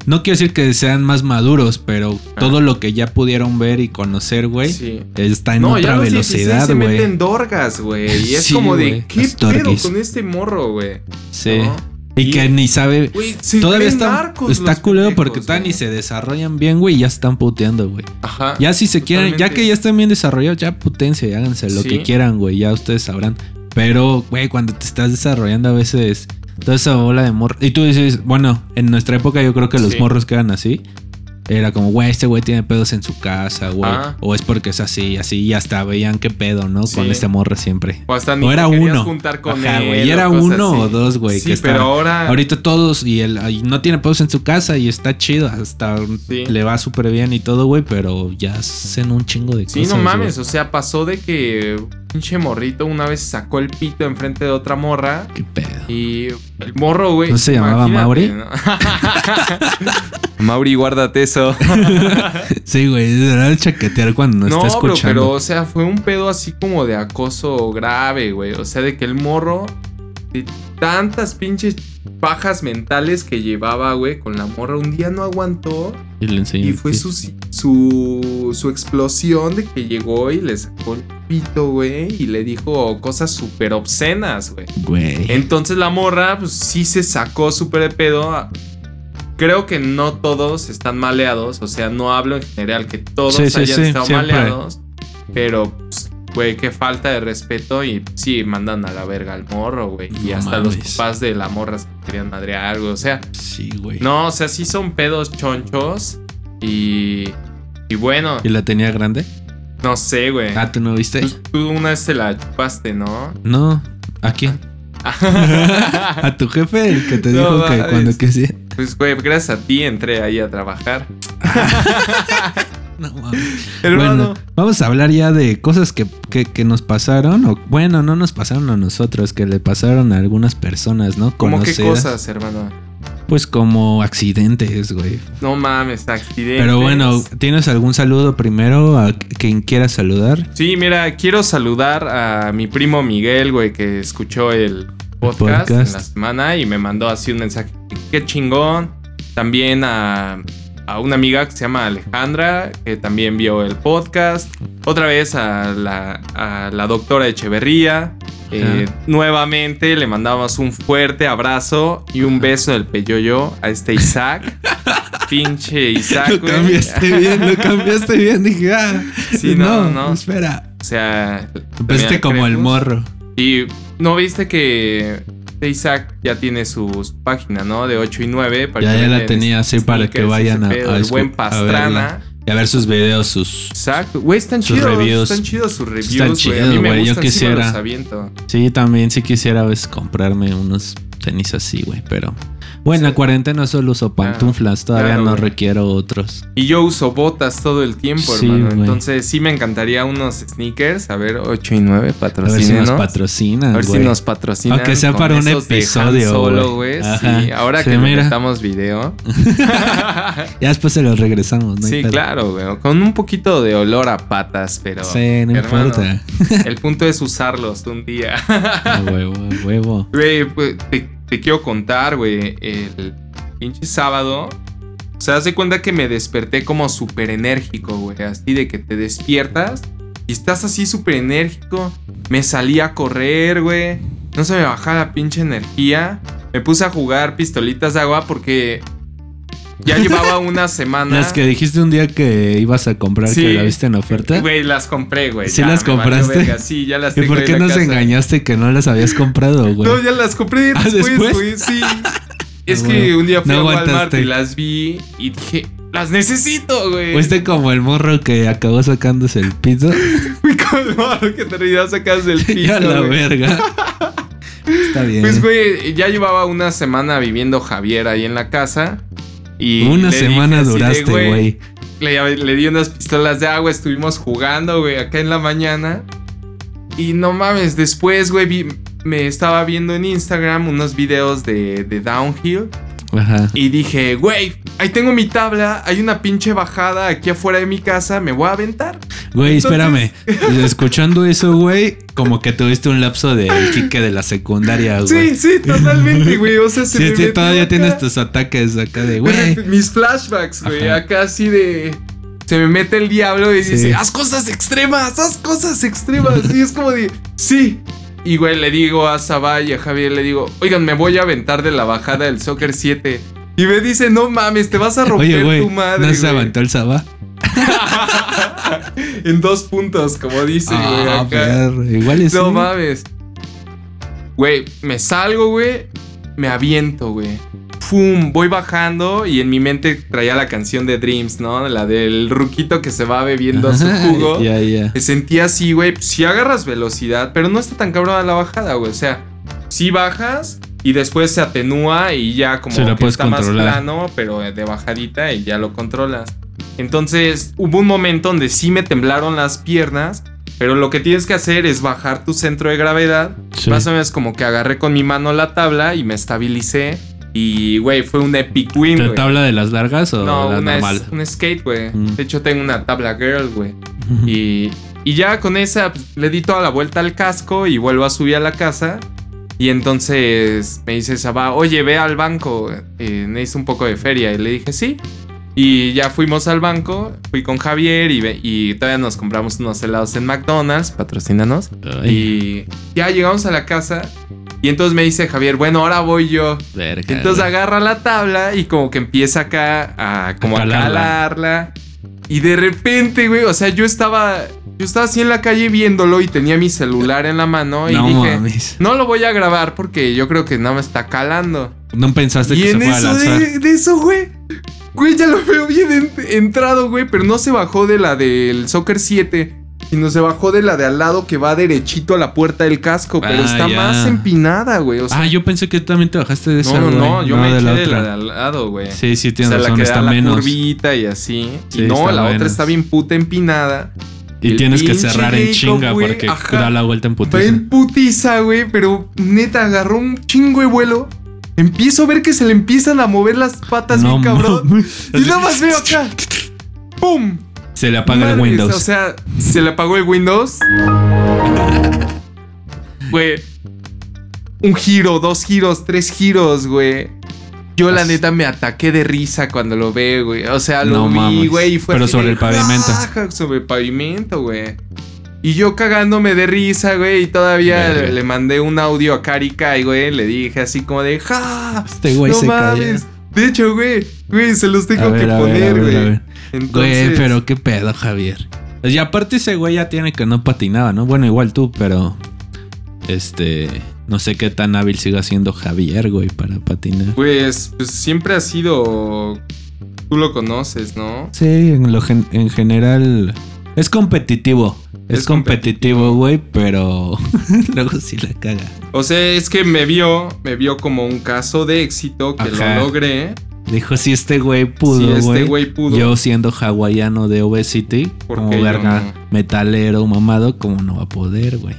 [SPEAKER 2] No quiero decir que sean más maduros, pero
[SPEAKER 1] Ah.
[SPEAKER 2] todo lo que ya pudieron ver y conocer, güey,
[SPEAKER 1] Sí.
[SPEAKER 2] está en
[SPEAKER 1] ya
[SPEAKER 2] otra
[SPEAKER 1] los 16
[SPEAKER 2] velocidad,
[SPEAKER 1] se
[SPEAKER 2] güey.
[SPEAKER 1] meten dorgas, güey. Y es
[SPEAKER 2] Sí,
[SPEAKER 1] como de,
[SPEAKER 2] güey,
[SPEAKER 1] ¿qué
[SPEAKER 2] los
[SPEAKER 1] pedo
[SPEAKER 2] torguis.
[SPEAKER 1] con este morro, güey?
[SPEAKER 2] Sí.
[SPEAKER 1] ¿No?
[SPEAKER 2] Y que ni sabe.
[SPEAKER 1] Güey, se
[SPEAKER 2] Todavía
[SPEAKER 1] creen
[SPEAKER 2] está,
[SPEAKER 1] narcos los
[SPEAKER 2] está culero porque
[SPEAKER 1] pendejos,
[SPEAKER 2] tan y
[SPEAKER 1] güey.
[SPEAKER 2] se desarrollan bien, güey, y ya están puteando, güey.
[SPEAKER 1] Ajá.
[SPEAKER 2] Ya si se quieren, ya
[SPEAKER 1] Totalmente.
[SPEAKER 2] que ya están bien desarrollados, ya putense, háganse lo
[SPEAKER 1] Sí.
[SPEAKER 2] que quieran, güey, ya ustedes sabrán. Pero, güey, cuando te estás desarrollando a veces toda esa bola de morros. Y tú dices, bueno, en nuestra época yo creo que los
[SPEAKER 1] Sí.
[SPEAKER 2] morros que eran así. Era como, güey, este güey tiene pedos en su casa, güey.
[SPEAKER 1] Ah.
[SPEAKER 2] O es porque es así, así, y hasta veían qué pedo, ¿no?
[SPEAKER 1] Sí.
[SPEAKER 2] Con este morro siempre.
[SPEAKER 1] O hasta
[SPEAKER 2] O
[SPEAKER 1] ni
[SPEAKER 2] era
[SPEAKER 1] te querías
[SPEAKER 2] uno.
[SPEAKER 1] juntar con
[SPEAKER 2] Ajá,
[SPEAKER 1] él.
[SPEAKER 2] güey, y era
[SPEAKER 1] cosas
[SPEAKER 2] uno o
[SPEAKER 1] así.
[SPEAKER 2] dos, güey,
[SPEAKER 1] Sí,
[SPEAKER 2] que
[SPEAKER 1] pero
[SPEAKER 2] estaban-
[SPEAKER 1] ahora.
[SPEAKER 2] Ahorita todos y el y no tiene pedos en su casa y está chido, hasta
[SPEAKER 1] Sí.
[SPEAKER 2] le va súper bien y todo, güey, pero ya hacen un chingo de
[SPEAKER 1] Sí,
[SPEAKER 2] cosas.
[SPEAKER 1] no mames.
[SPEAKER 2] güey.
[SPEAKER 1] O sea, pasó de que un pinche morrito una vez sacó el pito enfrente de otra morra.
[SPEAKER 2] Qué pedo.
[SPEAKER 1] Y el morro, güey.
[SPEAKER 2] ¿No se llamaba
[SPEAKER 1] imagínate, ¿no? Mauri, guárdate eso.
[SPEAKER 2] Sí, güey, deberá de chaquetear cuando no,
[SPEAKER 1] No,
[SPEAKER 2] está
[SPEAKER 1] bro,
[SPEAKER 2] escuchando.
[SPEAKER 1] pero, o sea, fue un pedo así como de acoso grave, güey. O sea, de que el morro, de tantas pinches pajas mentales que llevaba, güey, con la morra, un día no aguantó.
[SPEAKER 2] Y le enseñó
[SPEAKER 1] Y
[SPEAKER 2] el
[SPEAKER 1] fue
[SPEAKER 2] pito.
[SPEAKER 1] su, su, su explosión de que llegó y le sacó el pito, güey, y le dijo cosas súper obscenas, güey.
[SPEAKER 2] Güey.
[SPEAKER 1] Entonces la morra, pues sí se sacó súper de pedo. Creo que no todos están maleados. O sea, no hablo en general que todos
[SPEAKER 2] Sí, sí,
[SPEAKER 1] hayan
[SPEAKER 2] sí,
[SPEAKER 1] estado
[SPEAKER 2] siempre.
[SPEAKER 1] maleados. Pero, pues, güey, qué falta de respeto. Y pues, sí, mandan a la verga al morro, güey. Y
[SPEAKER 2] No
[SPEAKER 1] hasta los
[SPEAKER 2] mames.
[SPEAKER 1] papás de la morra se querían madrear, algo. O sea,
[SPEAKER 2] Sí, güey.
[SPEAKER 1] no, o sea, sí son pedos chonchos. Y. Y bueno,
[SPEAKER 2] ¿Y la tenía grande?
[SPEAKER 1] no sé, güey.
[SPEAKER 2] Ah, ¿tú no viste?
[SPEAKER 1] Tú, tú una vez te la chupaste, ¿no?
[SPEAKER 2] No. ¿A quién? ¿A tu jefe? El que te
[SPEAKER 1] No
[SPEAKER 2] dijo que
[SPEAKER 1] mames.
[SPEAKER 2] cuando que sí.
[SPEAKER 1] Pues, güey, gracias a ti entré ahí a trabajar.
[SPEAKER 2] No mames.
[SPEAKER 1] Hermano.
[SPEAKER 2] Bueno, vamos a hablar ya de cosas que, que- que nos pasaron. O, bueno, no nos pasaron a nosotros, que le pasaron a algunas personas, ¿no?
[SPEAKER 1] ¿Cómo qué
[SPEAKER 2] Conocidas.
[SPEAKER 1] cosas, hermano?
[SPEAKER 2] Pues como accidentes, güey.
[SPEAKER 1] No mames, accidentes.
[SPEAKER 2] Pero bueno, ¿tienes algún saludo primero a quien quiera saludar?
[SPEAKER 1] Sí, mira, quiero saludar a mi primo Miguel, güey, que escuchó el podcast, en la
[SPEAKER 2] Podcast.
[SPEAKER 1] semana y me mandó así un mensaje. Qué chingón. También a, a una amiga que se llama Alejandra, que también vio el podcast. Otra vez a la, a la doctora Echeverría. Eh, nuevamente le mandamos un fuerte abrazo y un beso del peyoyo a este Isaac. Pinche Isaac, güey.
[SPEAKER 2] bien, lo cambiaste bien. Dije, ah,
[SPEAKER 1] Sí, no, no.
[SPEAKER 2] espera.
[SPEAKER 1] O sea,
[SPEAKER 2] Viste como el
[SPEAKER 1] morro
[SPEAKER 2] morro.
[SPEAKER 1] Y no viste que Isaac ya tiene su su página, ¿no? De 8 y 9. para
[SPEAKER 2] Ya,
[SPEAKER 1] que
[SPEAKER 2] ya la
[SPEAKER 1] venden
[SPEAKER 2] tenía así
[SPEAKER 1] sneakers,
[SPEAKER 2] para que
[SPEAKER 1] ese
[SPEAKER 2] vayan a,
[SPEAKER 1] pedo,
[SPEAKER 2] a
[SPEAKER 1] El
[SPEAKER 2] escu-
[SPEAKER 1] buen
[SPEAKER 2] a verla.
[SPEAKER 1] Pastrana.
[SPEAKER 2] Y a ver sus videos, sus...
[SPEAKER 1] Exacto. Güey, están
[SPEAKER 2] Sus
[SPEAKER 1] chidos.
[SPEAKER 2] reviews.
[SPEAKER 1] Están chidos sus reviews,
[SPEAKER 2] Están
[SPEAKER 1] güey. A mí
[SPEAKER 2] chidos,
[SPEAKER 1] me
[SPEAKER 2] güey, yo
[SPEAKER 1] gustan, sí me los
[SPEAKER 2] quisiera.
[SPEAKER 1] aviento.
[SPEAKER 2] pues, Sí, también sí quisiera a veces comprarme unos tenis así, güey, pero... Bueno, en la cuarentena solo uso pantuflas, todavía
[SPEAKER 1] claro,
[SPEAKER 2] no
[SPEAKER 1] güey.
[SPEAKER 2] requiero otros.
[SPEAKER 1] Y yo uso botas todo el tiempo,
[SPEAKER 2] Sí,
[SPEAKER 1] hermano.
[SPEAKER 2] güey.
[SPEAKER 1] Entonces sí me encantaría unos sneakers. A ver, 8 y 9
[SPEAKER 2] A ver si nos
[SPEAKER 1] patrocinan.
[SPEAKER 2] patrocinan.
[SPEAKER 1] A ver si
[SPEAKER 2] güey.
[SPEAKER 1] nos patrocinan.
[SPEAKER 2] Aunque sea
[SPEAKER 1] con
[SPEAKER 2] para un
[SPEAKER 1] esos de Han
[SPEAKER 2] episodio,
[SPEAKER 1] Solo,
[SPEAKER 2] güey.
[SPEAKER 1] güey. Sí,
[SPEAKER 2] Ajá.
[SPEAKER 1] ahora
[SPEAKER 2] Sí,
[SPEAKER 1] que
[SPEAKER 2] mira.
[SPEAKER 1] metamos video.
[SPEAKER 2] Ya después se los regresamos, ¿no? hay
[SPEAKER 1] sí,
[SPEAKER 2] pedo.
[SPEAKER 1] claro, güey. Con un poquito de olor a patas, pero.
[SPEAKER 2] Sí, no
[SPEAKER 1] hermano,
[SPEAKER 2] importa.
[SPEAKER 1] El punto es usarlos un día.
[SPEAKER 2] A huevo, a huevo.
[SPEAKER 1] Güey, pues, te, te quiero contar, güey. El pinche sábado. O sea, haz de cuenta que me desperté como súper enérgico, güey. Así de que te despiertas y estás así súper enérgico. Me salí a correr, güey. No se me bajaba la pinche energía. Me puse a jugar pistolitas de agua porque ya llevaba una semana.
[SPEAKER 2] Las que dijiste un día que ibas a comprar,
[SPEAKER 1] Sí.
[SPEAKER 2] que la viste en oferta.
[SPEAKER 1] Güey, las compré, güey.
[SPEAKER 2] ¿Sí
[SPEAKER 1] Ya,
[SPEAKER 2] las
[SPEAKER 1] me valió
[SPEAKER 2] compraste?
[SPEAKER 1] verga. Sí, ya las
[SPEAKER 2] ¿Y
[SPEAKER 1] tengo
[SPEAKER 2] por
[SPEAKER 1] en
[SPEAKER 2] qué
[SPEAKER 1] la
[SPEAKER 2] nos
[SPEAKER 1] casa.
[SPEAKER 2] engañaste que no las habías comprado, güey?
[SPEAKER 1] No, ya las compré
[SPEAKER 2] Ah,
[SPEAKER 1] después,
[SPEAKER 2] ¿después?
[SPEAKER 1] güey, sí. es
[SPEAKER 2] Ah,
[SPEAKER 1] que
[SPEAKER 2] bueno.
[SPEAKER 1] un día fui
[SPEAKER 2] No
[SPEAKER 1] a Walmart
[SPEAKER 2] aguantaste.
[SPEAKER 1] y las vi y dije, las necesito, güey.
[SPEAKER 2] Fuiste como el morro que acabó sacándose el pito.
[SPEAKER 1] Fui con Mark, que en realidad sacas del piso.
[SPEAKER 2] ya la
[SPEAKER 1] güey.
[SPEAKER 2] verga. Está bien.
[SPEAKER 1] Pues, güey, ya llevaba una semana viviendo Javier ahí en la casa. Y
[SPEAKER 2] Una
[SPEAKER 1] le dije
[SPEAKER 2] semana
[SPEAKER 1] así de,
[SPEAKER 2] duraste, güey.
[SPEAKER 1] Le, le di unas pistolas de agua, estuvimos jugando, güey, acá en la mañana. Y no mames, después, güey, vi- me estaba viendo en Instagram unos videos de, de Downhill.
[SPEAKER 2] Ajá.
[SPEAKER 1] Y dije, güey, ahí tengo mi tabla, hay una pinche bajada aquí afuera de mi casa, me voy a aventar.
[SPEAKER 2] Güey,
[SPEAKER 1] Entonces-
[SPEAKER 2] espérame. Escuchando eso, güey, como que tuviste un lapso de Quique de la secundaria,
[SPEAKER 1] Sí,
[SPEAKER 2] güey.
[SPEAKER 1] sí, totalmente, güey. O sea, se
[SPEAKER 2] Sí,
[SPEAKER 1] me
[SPEAKER 2] este-
[SPEAKER 1] metió
[SPEAKER 2] todavía
[SPEAKER 1] acá.
[SPEAKER 2] tienes tus ataques acá de, güey.
[SPEAKER 1] Mis flashbacks, güey,
[SPEAKER 2] Ajá.
[SPEAKER 1] acá así de... Se me mete el diablo y
[SPEAKER 2] Sí.
[SPEAKER 1] dice, haz cosas extremas, haz cosas extremas. Y es como de, sí. Y, güey, le digo a Sabá y a Javier, le digo, oigan, me voy a aventar de la bajada del Soccer 7. Y me dice, no mames, te vas a romper
[SPEAKER 2] Oye, güey,
[SPEAKER 1] tu madre.
[SPEAKER 2] ¿no se
[SPEAKER 1] güey".
[SPEAKER 2] aventó el sabá?
[SPEAKER 1] En dos puntos, como dice, güey,
[SPEAKER 2] Ah,
[SPEAKER 1] acá.
[SPEAKER 2] perro, Igual es.
[SPEAKER 1] No mames. Güey, me salgo, güey. Me aviento, güey. Pum, voy bajando y en mi mente traía la canción de Dreams, ¿no? La del ruquito que se va bebiendo su jugo.
[SPEAKER 2] Ya, ya.
[SPEAKER 1] Me sentí así, güey. Si agarras velocidad, pero no está tan cabrona la bajada, güey. O sea, si bajas y después se atenúa y ya como
[SPEAKER 2] Sí, la
[SPEAKER 1] que
[SPEAKER 2] puedes
[SPEAKER 1] está
[SPEAKER 2] controlar.
[SPEAKER 1] más plano, pero de bajadita y ya lo controlas. Entonces, hubo un momento donde sí me temblaron las piernas, pero lo que tienes que hacer es bajar tu centro de gravedad.
[SPEAKER 2] Sí.
[SPEAKER 1] Más o menos como que agarré con mi mano la tabla y me estabilicé. Y, güey, fue un epic win,
[SPEAKER 2] ¿La
[SPEAKER 1] güey.
[SPEAKER 2] tabla de las largas o
[SPEAKER 1] No,
[SPEAKER 2] la
[SPEAKER 1] una es-
[SPEAKER 2] normal?
[SPEAKER 1] un skate, güey.
[SPEAKER 2] Mm.
[SPEAKER 1] De hecho, tengo una tabla girl, güey. Y, y ya con esa pues, le di toda la vuelta al casco y vuelvo a subir a la casa. Y entonces me dice Saba, oye, ve al banco, eh, necesito un poco de feria. Y le dije, sí. Y ya fuimos al banco, fui con Javier y, ve- y todavía nos compramos unos helados en McDonald's, patrocínanos.
[SPEAKER 2] Ay,
[SPEAKER 1] Y ya llegamos a la casa y entonces me dice Javier, bueno, ahora voy yo.
[SPEAKER 2] verga,
[SPEAKER 1] Entonces
[SPEAKER 2] güey.
[SPEAKER 1] agarra la tabla y como que empieza acá a como a
[SPEAKER 2] calarla.
[SPEAKER 1] calarla. Y de repente, güey, o sea, yo estaba yo estaba así en la calle viéndolo y tenía mi celular en la mano y
[SPEAKER 2] no
[SPEAKER 1] dije,
[SPEAKER 2] mames.
[SPEAKER 1] no lo voy a grabar porque yo creo que no me está calando.
[SPEAKER 2] No pensaste
[SPEAKER 1] Y
[SPEAKER 2] que se
[SPEAKER 1] en
[SPEAKER 2] fuera a
[SPEAKER 1] eso
[SPEAKER 2] lanzar.
[SPEAKER 1] de, de eso, güey, güey, ya lo veo bien en- entrado, güey, pero no se bajó de la del Soccer 7, sino se bajó de la de al lado que va derechito a la puerta del casco, pero
[SPEAKER 2] Ah,
[SPEAKER 1] está
[SPEAKER 2] ya.
[SPEAKER 1] más empinada, güey. O sea,
[SPEAKER 2] Ah, yo pensé que también te bajaste de esa,
[SPEAKER 1] no, no,
[SPEAKER 2] güey.
[SPEAKER 1] no, yo me
[SPEAKER 2] de
[SPEAKER 1] eché
[SPEAKER 2] la
[SPEAKER 1] de la
[SPEAKER 2] otra.
[SPEAKER 1] de al lado, güey.
[SPEAKER 2] Sí, sí,
[SPEAKER 1] o
[SPEAKER 2] tienes
[SPEAKER 1] sea, la
[SPEAKER 2] razón,
[SPEAKER 1] que da
[SPEAKER 2] está
[SPEAKER 1] la
[SPEAKER 2] menos.
[SPEAKER 1] curvita y así.
[SPEAKER 2] Sí,
[SPEAKER 1] y no,
[SPEAKER 2] está
[SPEAKER 1] la otra
[SPEAKER 2] menos.
[SPEAKER 1] está bien puta empinada.
[SPEAKER 2] Y
[SPEAKER 1] El
[SPEAKER 2] tienes que
[SPEAKER 1] pinche
[SPEAKER 2] cerrar en
[SPEAKER 1] Jacob,
[SPEAKER 2] chinga
[SPEAKER 1] güey,
[SPEAKER 2] porque
[SPEAKER 1] ajá.
[SPEAKER 2] da la vuelta en
[SPEAKER 1] Va
[SPEAKER 2] putiza.
[SPEAKER 1] en putiza, güey, pero neta, agarró un chingo de vuelo. Empiezo a ver que se le empiezan a mover las patas
[SPEAKER 2] No
[SPEAKER 1] bien cabrón.
[SPEAKER 2] mames.
[SPEAKER 1] Y nada más veo acá. ¡Pum!
[SPEAKER 2] Se le apaga el
[SPEAKER 1] Madres,
[SPEAKER 2] Windows.
[SPEAKER 1] O sea, se le apagó el Windows. Güey. Un giro, dos giros, tres giros, güey. Yo la
[SPEAKER 2] As-
[SPEAKER 1] neta me ataqué de risa cuando lo ve, güey. O sea, lo
[SPEAKER 2] No
[SPEAKER 1] vi,
[SPEAKER 2] mames.
[SPEAKER 1] güey, y fue
[SPEAKER 2] Pero
[SPEAKER 1] así
[SPEAKER 2] sobre
[SPEAKER 1] de,
[SPEAKER 2] el pavimento.
[SPEAKER 1] "Jaja", sobre el pavimento, güey. Y yo cagándome de risa, güey, y todavía
[SPEAKER 2] Verga.
[SPEAKER 1] le, le mandé un audio a Carica, güey, le dije así como de, ¡ja!
[SPEAKER 2] este güey
[SPEAKER 1] no
[SPEAKER 2] se
[SPEAKER 1] mames.
[SPEAKER 2] cayó.
[SPEAKER 1] De hecho, güey, güey, se los tengo
[SPEAKER 2] A ver,
[SPEAKER 1] que
[SPEAKER 2] a ver, a
[SPEAKER 1] poner,
[SPEAKER 2] ver, a
[SPEAKER 1] güey.
[SPEAKER 2] ver. Güey,
[SPEAKER 1] Entonces-
[SPEAKER 2] pero qué pedo, Javier. Y aparte ese güey ya tiene que no patinaba, ¿no? Bueno, igual tú, pero... Este... No sé qué tan hábil siga siendo Javier, güey, para patinar.
[SPEAKER 1] Pues, pues siempre ha sido. Tú lo conoces, ¿no?
[SPEAKER 2] Sí, en, lo gen- en general Es competitivo. Es,
[SPEAKER 1] Es
[SPEAKER 2] competitivo, güey, pero luego sí la caga.
[SPEAKER 1] O sea, es que me vio, me vio como un caso de éxito que
[SPEAKER 2] Ajá.
[SPEAKER 1] lo logré.
[SPEAKER 2] Dijo, si este güey pudo,
[SPEAKER 1] si
[SPEAKER 2] güey.
[SPEAKER 1] este güey pudo.
[SPEAKER 2] Yo siendo hawaiano de Obesity,
[SPEAKER 1] ¿Por
[SPEAKER 2] como
[SPEAKER 1] qué yo no? eh,
[SPEAKER 2] verga
[SPEAKER 1] Pues eh, pues,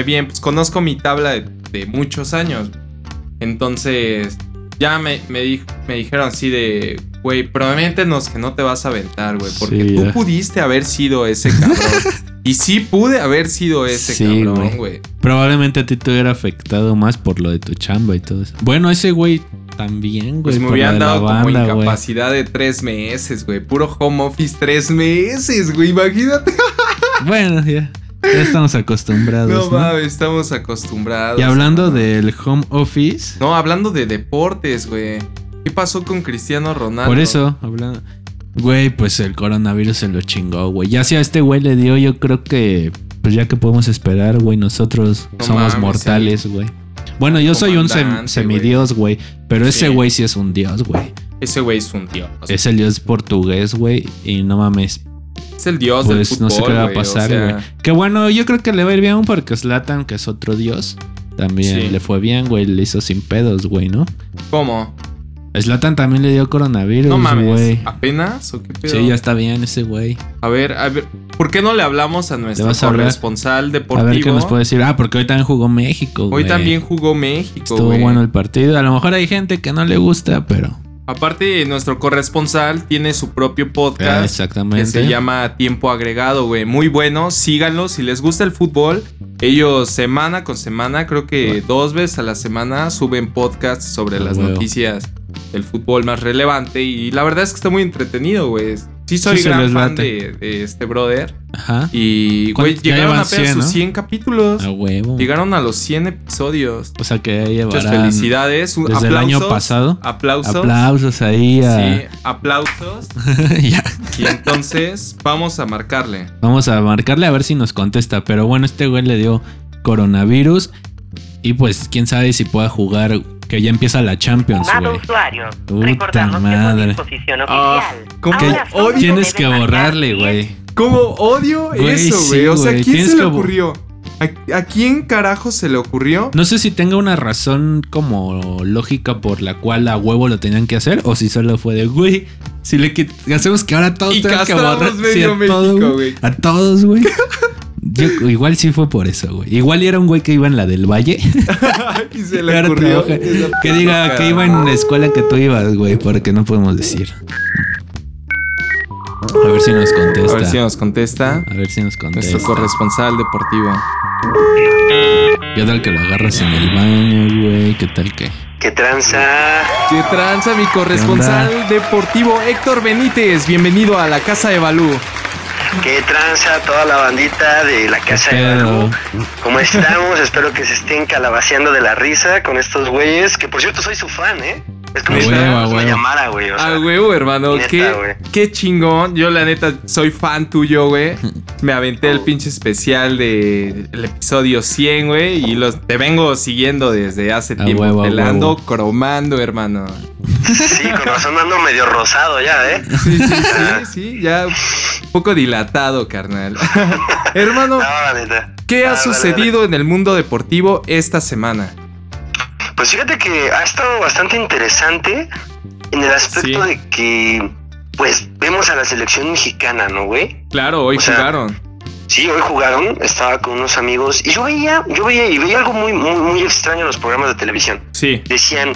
[SPEAKER 1] pues, Pues, Pues Ah, Pues
[SPEAKER 2] Ah, Ah, Este pues este pues Slatan también le dio coronavirus,
[SPEAKER 1] No mames. Ah,
[SPEAKER 2] güey.
[SPEAKER 1] ¿Apenas? ¿O qué pedo?
[SPEAKER 2] Sí, ya está bien ese güey.
[SPEAKER 1] A ver, a ver, ¿por qué no le hablamos a nuestro
[SPEAKER 2] vas a hablar?
[SPEAKER 1] corresponsal
[SPEAKER 2] A
[SPEAKER 1] deportivo?
[SPEAKER 2] ver qué nos puede decir. Ah, porque hoy también jugó México,
[SPEAKER 1] Hoy
[SPEAKER 2] güey.
[SPEAKER 1] también jugó México.
[SPEAKER 2] Estuvo
[SPEAKER 1] güey.
[SPEAKER 2] bueno el partido. A lo mejor hay gente que no le gusta, pero.
[SPEAKER 1] Aparte, nuestro corresponsal tiene su propio
[SPEAKER 2] Ah,
[SPEAKER 1] podcast
[SPEAKER 2] exactamente.
[SPEAKER 1] que se llama Tiempo Agregado, güey. Muy bueno, síganlo. Si les gusta el fútbol, ellos semana con semana, creo que dos veces a la semana, suben podcasts sobre
[SPEAKER 2] Ah,
[SPEAKER 1] las
[SPEAKER 2] huevo.
[SPEAKER 1] noticias del fútbol más relevante. Y la verdad es que está muy entretenido, güey. Sí, soy
[SPEAKER 2] Sí, se
[SPEAKER 1] gran
[SPEAKER 2] les
[SPEAKER 1] fan
[SPEAKER 2] late.
[SPEAKER 1] de, de este brother.
[SPEAKER 2] Ajá.
[SPEAKER 1] Y, güey,
[SPEAKER 2] ¿Cuánto? Ya
[SPEAKER 1] llegaron
[SPEAKER 2] llevan
[SPEAKER 1] apenas
[SPEAKER 2] 100,
[SPEAKER 1] sus
[SPEAKER 2] ¿no?
[SPEAKER 1] 100 capítulos.
[SPEAKER 2] A huevo.
[SPEAKER 1] Llegaron a los 100 episodios.
[SPEAKER 2] O sea que ahí
[SPEAKER 1] Muchas
[SPEAKER 2] llevarán
[SPEAKER 1] felicidades. Un-
[SPEAKER 2] Desde el
[SPEAKER 1] aplausos,
[SPEAKER 2] año pasado.
[SPEAKER 1] Aplausos.
[SPEAKER 2] Aplausos ahí
[SPEAKER 1] Sí,
[SPEAKER 2] a.
[SPEAKER 1] aplausos.
[SPEAKER 2] Ya.
[SPEAKER 1] Y entonces vamos a marcarle.
[SPEAKER 2] Vamos a marcarle a ver si nos contesta. Pero bueno, este güey le dio coronavirus. Y pues quién sabe si pueda jugar. Que ya empieza la Champions,
[SPEAKER 3] Amado
[SPEAKER 2] güey.
[SPEAKER 3] usuario,
[SPEAKER 2] Puta
[SPEAKER 3] recordamos
[SPEAKER 2] madre.
[SPEAKER 3] que es disposición
[SPEAKER 1] Ah,
[SPEAKER 3] oficial.
[SPEAKER 1] ¿cómo
[SPEAKER 2] Que
[SPEAKER 1] Ahora
[SPEAKER 3] Ahora solo
[SPEAKER 2] tienes
[SPEAKER 3] debes
[SPEAKER 2] que
[SPEAKER 3] marcar
[SPEAKER 2] borrarle,
[SPEAKER 3] 10
[SPEAKER 2] güey.
[SPEAKER 1] ¿Cómo odio
[SPEAKER 2] Güey,
[SPEAKER 1] eso,
[SPEAKER 2] sí,
[SPEAKER 1] güey? o sea,
[SPEAKER 2] güey,
[SPEAKER 1] ¿a quién
[SPEAKER 2] tienes
[SPEAKER 1] se le
[SPEAKER 2] que-
[SPEAKER 1] ocurrió? ¿A, a quién carajo se le ocurrió?
[SPEAKER 2] No sé si tenga una razón como lógica por la cual a huevo lo tenían que hacer o si solo fue de, güey, si le quit- hacemos que ahora todos
[SPEAKER 1] Y
[SPEAKER 2] tengan que
[SPEAKER 1] castramos
[SPEAKER 2] borrar sí,
[SPEAKER 1] medio
[SPEAKER 2] a, todo,
[SPEAKER 1] México,
[SPEAKER 2] güey.
[SPEAKER 1] güey.
[SPEAKER 2] a todos, güey. Yo- igual sí fue por eso, güey. Igual era un güey que iba en la del Valle.
[SPEAKER 1] y se
[SPEAKER 2] Y
[SPEAKER 1] le
[SPEAKER 2] ahora
[SPEAKER 1] ocurrió.
[SPEAKER 2] trabaja. Que diga que iba en la escuela que tú ibas, güey, porque no podemos decir. A ver si nos
[SPEAKER 1] A
[SPEAKER 2] contesta.
[SPEAKER 1] ver si nos contesta
[SPEAKER 2] nos contesta.
[SPEAKER 1] nuestro corresponsal deportivo.
[SPEAKER 2] ¿Qué tal que lo agarras en el baño, güey? ¿Qué tal que?
[SPEAKER 3] ¿Qué tranza?
[SPEAKER 1] Que tranza mi corresponsal deportivo Héctor Benítez? Bienvenido a la casa de Balú.
[SPEAKER 3] ¿Qué tranza toda la bandita de la Casa de
[SPEAKER 2] pedo?
[SPEAKER 3] Balú? ¿Cómo estamos? Espero que se estén calabaceando de la risa con estos güeyes, que por cierto soy su fan, ¿eh? Es como
[SPEAKER 2] A
[SPEAKER 3] si
[SPEAKER 2] huevo,
[SPEAKER 3] nada
[SPEAKER 2] a
[SPEAKER 3] más me
[SPEAKER 2] huevo.
[SPEAKER 3] llamara, güey. O sea,
[SPEAKER 1] Ah, huevo, hermano.
[SPEAKER 3] neta,
[SPEAKER 1] qué,
[SPEAKER 3] güey.
[SPEAKER 1] qué chingón. Yo, la neta, soy fan tuyo, güey. Me aventé
[SPEAKER 3] Oh.
[SPEAKER 1] el pinche especial del episodio 100, güey. Y los, te vengo siguiendo desde hace
[SPEAKER 2] A
[SPEAKER 1] tiempo.
[SPEAKER 2] huevo, a
[SPEAKER 1] te la
[SPEAKER 2] huevo.
[SPEAKER 1] ando cromando, hermano.
[SPEAKER 3] sí, con razón ando medio rosado ya, ¿eh?
[SPEAKER 1] Sí, sí, sí, sí. Ya un poco dilatado, carnal. hermano,
[SPEAKER 3] No, la neta.
[SPEAKER 1] ¿qué
[SPEAKER 3] Ah,
[SPEAKER 1] ha
[SPEAKER 3] vale,
[SPEAKER 1] sucedido en el mundo deportivo esta semana?
[SPEAKER 3] Pues fíjate que ha estado bastante interesante en el aspecto
[SPEAKER 1] Sí.
[SPEAKER 3] de que, pues, vemos a la selección mexicana, ¿no, güey?
[SPEAKER 1] Claro, hoy
[SPEAKER 3] O sea,
[SPEAKER 1] jugaron.
[SPEAKER 3] Sí, hoy jugaron, estaba con unos amigos y yo veía, yo veía y veía algo muy, muy, muy extraño en los programas de televisión.
[SPEAKER 1] Sí.
[SPEAKER 3] Decían,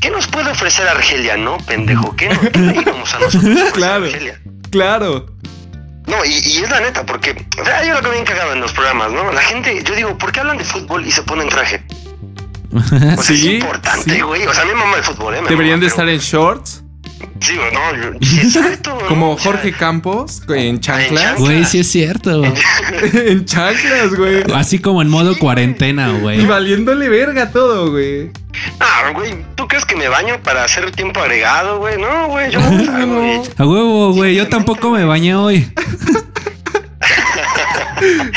[SPEAKER 3] ¿qué nos puede ofrecer Argelia? No, pendejo, ¿qué, no, qué le íbamos a nosotros ofrecer
[SPEAKER 1] Claro.
[SPEAKER 3] Argelia?
[SPEAKER 1] Claro.
[SPEAKER 3] No, y, y es la neta, porque o sea, hay algo bien cagado en los programas, ¿no? La gente, yo digo, ¿por qué hablan de fútbol y se ponen traje? O sea,
[SPEAKER 1] Sí,
[SPEAKER 3] es importante,
[SPEAKER 1] sí.
[SPEAKER 3] güey. O sea, a mí me mama el fútbol, ¿eh? Me
[SPEAKER 1] Deberían
[SPEAKER 3] mama,
[SPEAKER 1] de
[SPEAKER 3] pero-
[SPEAKER 1] estar en shorts.
[SPEAKER 3] Sí, güey, no, yo- sí, exacto. ¿no?
[SPEAKER 1] Como
[SPEAKER 3] O sea,
[SPEAKER 1] Jorge Campos en chanclas.
[SPEAKER 2] Güey, sí es cierto.
[SPEAKER 1] en chanclas, güey.
[SPEAKER 2] Así como en modo cuarentena, güey.
[SPEAKER 1] Y valiéndole verga todo, güey.
[SPEAKER 3] Ah, güey, ¿tú crees que me baño para hacer tiempo agregado, güey? No, güey, yo
[SPEAKER 1] No.
[SPEAKER 3] no. güey.
[SPEAKER 2] A huevo, güey. Yo tampoco me bañé hoy.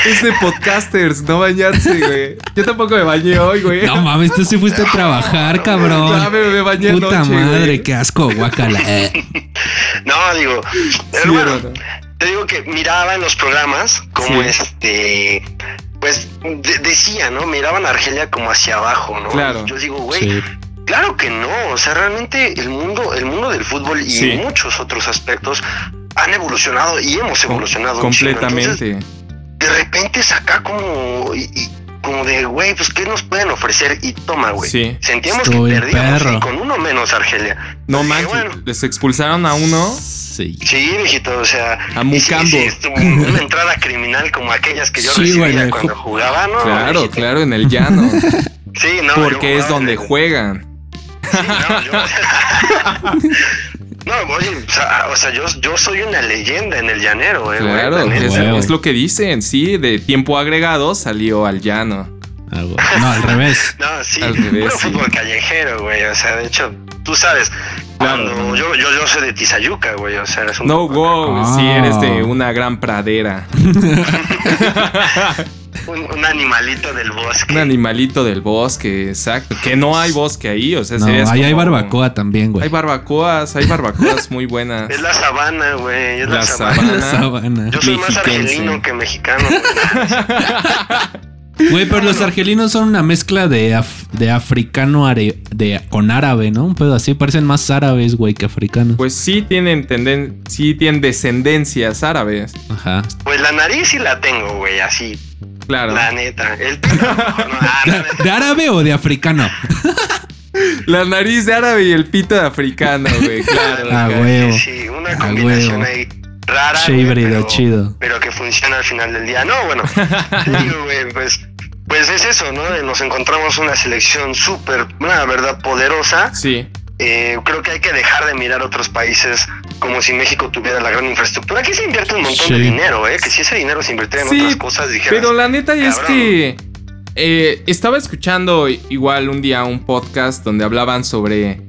[SPEAKER 1] Es de podcasters, no bañarse, güey. Yo tampoco me bañé hoy, güey.
[SPEAKER 2] No mames, tú sí fuiste a trabajar,
[SPEAKER 1] Ya
[SPEAKER 2] cabrón.
[SPEAKER 1] me, me bañé
[SPEAKER 2] Puta
[SPEAKER 1] anoche,
[SPEAKER 2] madre,
[SPEAKER 1] güey.
[SPEAKER 2] qué asco, Eh, guacala.
[SPEAKER 3] No, digo, pero
[SPEAKER 1] Sí,
[SPEAKER 3] bueno,
[SPEAKER 1] hermano.
[SPEAKER 3] te digo que miraba en los programas como
[SPEAKER 1] Sí.
[SPEAKER 3] este, pues de- decía, ¿no? Miraban a Argelia como hacia abajo, ¿no?
[SPEAKER 1] Claro.
[SPEAKER 3] Y yo digo, güey,
[SPEAKER 2] Sí.
[SPEAKER 3] claro que no, o sea, realmente el mundo, el mundo del fútbol y
[SPEAKER 1] Sí.
[SPEAKER 3] muchos otros aspectos han evolucionado y hemos
[SPEAKER 1] Com-
[SPEAKER 3] evolucionado un chingo. Entonces,
[SPEAKER 1] completamente.
[SPEAKER 3] de repente saca como y- y como de, güey, pues qué nos pueden ofrecer y toma, güey.
[SPEAKER 1] Sí.
[SPEAKER 3] Sentíamos
[SPEAKER 2] Estuvo
[SPEAKER 3] que
[SPEAKER 2] bien
[SPEAKER 3] perdíamos
[SPEAKER 2] perro.
[SPEAKER 3] y con uno menos Argelia.
[SPEAKER 1] No
[SPEAKER 3] Sí,
[SPEAKER 1] manches,
[SPEAKER 3] bueno.
[SPEAKER 1] les expulsaron a uno.
[SPEAKER 2] Sí.
[SPEAKER 3] Sí, viejito, o sea,
[SPEAKER 1] A
[SPEAKER 3] y
[SPEAKER 1] Mucambo.
[SPEAKER 3] sí, sí, estuvo una entrada criminal como aquellas que yo
[SPEAKER 2] Sí,
[SPEAKER 3] recibía
[SPEAKER 2] güey,
[SPEAKER 3] cuando
[SPEAKER 2] ju-
[SPEAKER 3] jugaba, ¿no?
[SPEAKER 1] Claro,
[SPEAKER 3] Viejito.
[SPEAKER 1] claro, en el llano.
[SPEAKER 3] Sí, no,
[SPEAKER 1] Porque
[SPEAKER 3] yo
[SPEAKER 1] es
[SPEAKER 3] jugaba
[SPEAKER 1] donde
[SPEAKER 3] en el-
[SPEAKER 1] juegan.
[SPEAKER 3] Sí, no, yo- No, oye, o sea, o sea, yo, yo soy una leyenda en el llanero, eh, güey, la
[SPEAKER 1] Claro,
[SPEAKER 3] neta.
[SPEAKER 1] es,
[SPEAKER 2] Huevo.
[SPEAKER 1] es lo que dicen, sí. De tiempo agregado salió al llano.
[SPEAKER 2] Ah, güey. No, al revés.
[SPEAKER 3] No, sí,
[SPEAKER 1] Al revés,
[SPEAKER 3] bueno,
[SPEAKER 1] sí.
[SPEAKER 3] fútbol callejero, güey, o sea, de hecho, tú sabes,
[SPEAKER 1] Claro,
[SPEAKER 3] cuando
[SPEAKER 1] no.
[SPEAKER 3] yo, yo, yo soy de Tizayuca, güey, o sea, es un...
[SPEAKER 1] No, wow,
[SPEAKER 2] Ah.
[SPEAKER 1] sí, eres de una gran pradera.
[SPEAKER 3] Un, un animalito del bosque.
[SPEAKER 1] Un animalito del bosque, exacto. Que no hay bosque ahí, o sea,
[SPEAKER 2] No,
[SPEAKER 1] serías
[SPEAKER 2] ahí hay pues.
[SPEAKER 1] como-
[SPEAKER 2] barbacoa también,
[SPEAKER 1] Hay
[SPEAKER 2] güey.
[SPEAKER 1] barbacoas, hay barbacoas muy buenas.
[SPEAKER 3] Es la sabana, güey, es la,
[SPEAKER 1] La
[SPEAKER 3] sabana.
[SPEAKER 1] sabana.
[SPEAKER 2] La sabana.
[SPEAKER 3] Yo soy más
[SPEAKER 1] Mexiquense.
[SPEAKER 3] argelino que mexicano. güey.
[SPEAKER 2] Güey, pero los argelinos son una mezcla de, af- de africano are- de, con árabe, ¿no? Un pedo así. Parecen más árabes, güey, que africanos.
[SPEAKER 1] Pues sí tienen tenden- sí tienen descendencias árabes.
[SPEAKER 2] Ajá.
[SPEAKER 3] Pues la nariz sí la tengo, güey, así.
[SPEAKER 1] Claro.
[SPEAKER 3] La neta. El pelo. no, ah, no,
[SPEAKER 2] ¿De, de árabe o de africano?
[SPEAKER 1] La nariz de árabe y el pito de africano, güey. Claro.
[SPEAKER 2] Ah,
[SPEAKER 1] güey.
[SPEAKER 2] huevo.
[SPEAKER 3] Sí, una
[SPEAKER 2] Ah,
[SPEAKER 3] combinación
[SPEAKER 2] huevo.
[SPEAKER 3] ahí rara.
[SPEAKER 2] Che,
[SPEAKER 3] güey,
[SPEAKER 2] híbrido, chido.
[SPEAKER 3] Pero que funciona al final del día. No, bueno. te digo, güey, pues, pues es eso, ¿no? Nos encontramos una selección súper, una verdad, poderosa.
[SPEAKER 1] Sí.
[SPEAKER 3] Eh, creo que hay que dejar de mirar otros países como si México tuviera la gran infraestructura. Aquí se invierte un montón de
[SPEAKER 2] Sí.
[SPEAKER 3] dinero, ¿eh? Que si ese dinero se invirtiera en
[SPEAKER 1] Sí,
[SPEAKER 3] otras cosas, dijeras.
[SPEAKER 1] Pero la neta es
[SPEAKER 3] Cabrón.
[SPEAKER 1] que eh, estaba escuchando igual un día un podcast donde hablaban sobre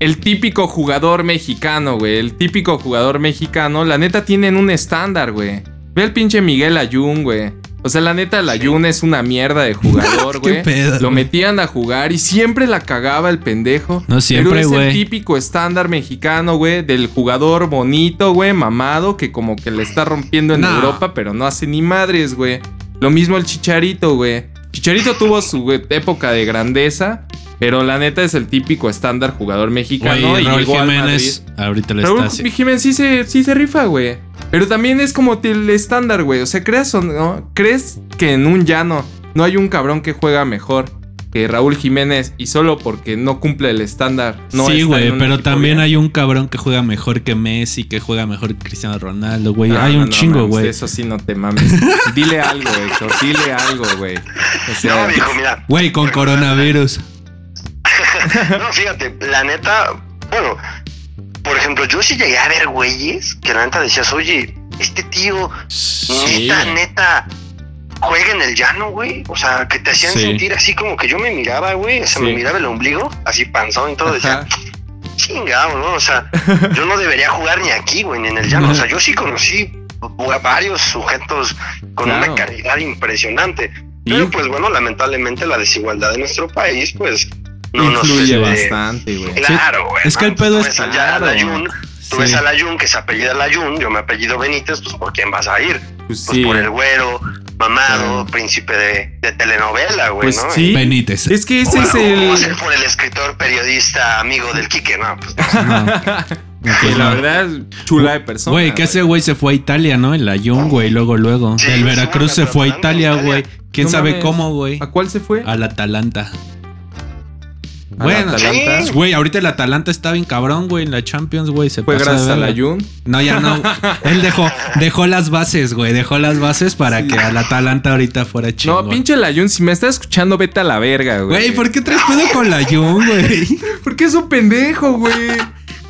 [SPEAKER 1] el típico jugador mexicano, güey. El típico jugador mexicano, la neta tienen un estándar, güey. Ve al pinche Miguel Ayun, güey. O sea, la neta, el Ayun es una mierda de jugador,
[SPEAKER 2] Qué
[SPEAKER 1] güey.
[SPEAKER 2] pedo,
[SPEAKER 1] Lo
[SPEAKER 2] güey.
[SPEAKER 1] metían a jugar y siempre la cagaba el pendejo.
[SPEAKER 2] No siempre,
[SPEAKER 1] Pero es el
[SPEAKER 2] güey.
[SPEAKER 1] típico estándar mexicano, güey, del jugador bonito, güey, mamado, que como que le está rompiendo en
[SPEAKER 2] No.
[SPEAKER 1] Europa, pero no hace ni madres, güey. Lo mismo el Chicharito, güey. Chicharito tuvo su güey, época de grandeza, pero la neta es el típico estándar jugador mexicano
[SPEAKER 2] Güey,
[SPEAKER 1] y
[SPEAKER 2] Raúl
[SPEAKER 1] llegó al
[SPEAKER 2] Jiménez ahorita lo
[SPEAKER 1] Madrid.
[SPEAKER 2] está
[SPEAKER 1] Raúl
[SPEAKER 2] haciendo.
[SPEAKER 1] Jiménez sí se, sí se rifa, güey. Pero también es como el estándar, güey. O sea, creas o no, crees que en un llano no hay un cabrón que juega mejor que Raúl Jiménez y solo porque no cumple el estándar. No
[SPEAKER 2] sí,
[SPEAKER 1] está en
[SPEAKER 2] güey,
[SPEAKER 1] un
[SPEAKER 2] pero
[SPEAKER 1] equipo
[SPEAKER 2] también
[SPEAKER 1] bien.
[SPEAKER 2] hay un cabrón que juega mejor que Messi, que juega mejor que Cristiano Ronaldo, güey.
[SPEAKER 1] No,
[SPEAKER 2] hay
[SPEAKER 1] no,
[SPEAKER 2] un
[SPEAKER 1] no,
[SPEAKER 2] chingo,
[SPEAKER 1] mames,
[SPEAKER 2] güey.
[SPEAKER 1] Eso sí, no te mames. Dile algo, Héctor. Dile algo, güey. O sea,
[SPEAKER 3] No, viejo, mira.
[SPEAKER 2] Güey, con coronavirus.
[SPEAKER 3] No, fíjate, la neta, bueno, por ejemplo, yo sí llegué a ver güeyes que la neta decías, oye, este tío,
[SPEAKER 1] Sí,
[SPEAKER 3] neta,
[SPEAKER 1] güey.
[SPEAKER 3] neta, juega en el llano, güey. O sea, que te hacían
[SPEAKER 2] Sí.
[SPEAKER 3] sentir así como que yo me miraba, güey. O sea,
[SPEAKER 1] Sí.
[SPEAKER 3] me miraba el ombligo, así panzón y todo. Decía,
[SPEAKER 1] ajá.
[SPEAKER 3] chingado, ¿no? O sea, yo no debería jugar ni aquí, güey, ni en el llano. O sea, yo sí conocí a varios sujetos con
[SPEAKER 1] Claro.
[SPEAKER 3] una calidad impresionante.
[SPEAKER 1] Sí.
[SPEAKER 3] Pero pues bueno, lamentablemente la desigualdad de nuestro país, pues, no
[SPEAKER 1] influye
[SPEAKER 3] nos... este,
[SPEAKER 1] bastante, güey.
[SPEAKER 3] Claro, güey.
[SPEAKER 2] Es que el
[SPEAKER 3] ¿no? Pues
[SPEAKER 2] pedo
[SPEAKER 3] tú
[SPEAKER 2] es
[SPEAKER 3] ves allá a la
[SPEAKER 1] claro.
[SPEAKER 3] Jun,
[SPEAKER 2] Sí.
[SPEAKER 3] Tú ves Pues a la Jun, que se apellida la Jun, yo me apellido Benítez, pues ¿por quién vas a ir?
[SPEAKER 1] Pues
[SPEAKER 3] Pues
[SPEAKER 1] sí.
[SPEAKER 3] por el güero, mamado,
[SPEAKER 1] Claro.
[SPEAKER 3] príncipe de, de telenovela, güey,
[SPEAKER 1] Pues
[SPEAKER 3] ¿no?
[SPEAKER 1] sí.
[SPEAKER 2] Benítez.
[SPEAKER 1] Es que
[SPEAKER 3] Y-
[SPEAKER 1] ese
[SPEAKER 3] o-
[SPEAKER 1] es
[SPEAKER 3] o va a ser
[SPEAKER 1] el.
[SPEAKER 3] por el escritor, periodista, amigo del Quique, ¿no? Pues,
[SPEAKER 2] No, no, pues
[SPEAKER 1] que la
[SPEAKER 2] no.
[SPEAKER 1] verdad, chula de persona.
[SPEAKER 2] Güey, que ese güey se fue a Italia, ¿no? El Ayun, güey, luego, luego.
[SPEAKER 3] Sí,
[SPEAKER 2] el
[SPEAKER 3] sí,
[SPEAKER 2] Veracruz
[SPEAKER 3] sí,
[SPEAKER 2] se fue a
[SPEAKER 3] Atalanta,
[SPEAKER 2] Italia,
[SPEAKER 3] Italia.
[SPEAKER 2] güey. ¿Quién
[SPEAKER 1] No
[SPEAKER 2] sabe
[SPEAKER 1] mames.
[SPEAKER 2] cómo, güey?
[SPEAKER 1] ¿A cuál se fue?
[SPEAKER 2] Al Atalanta.
[SPEAKER 1] ¿Al
[SPEAKER 2] Bueno,
[SPEAKER 1] Atalanta.
[SPEAKER 3] Sí.
[SPEAKER 2] güey, ahorita el Atalanta está bien cabrón, güey, en la Champions, güey. Se
[SPEAKER 1] Fue
[SPEAKER 2] pasó de
[SPEAKER 1] gracias al
[SPEAKER 2] verga.
[SPEAKER 1] Ayun.
[SPEAKER 2] No, ya no. Él dejó, dejó las bases, güey. Dejó las bases para
[SPEAKER 1] Sí.
[SPEAKER 2] que al Atalanta ahorita fuera chido.
[SPEAKER 1] No, pinche el Ayun, si me está escuchando, vete a la verga, güey.
[SPEAKER 2] Güey, ¿por qué traes pedo con la Jun, güey?
[SPEAKER 1] ¿Por qué es un pendejo, güey?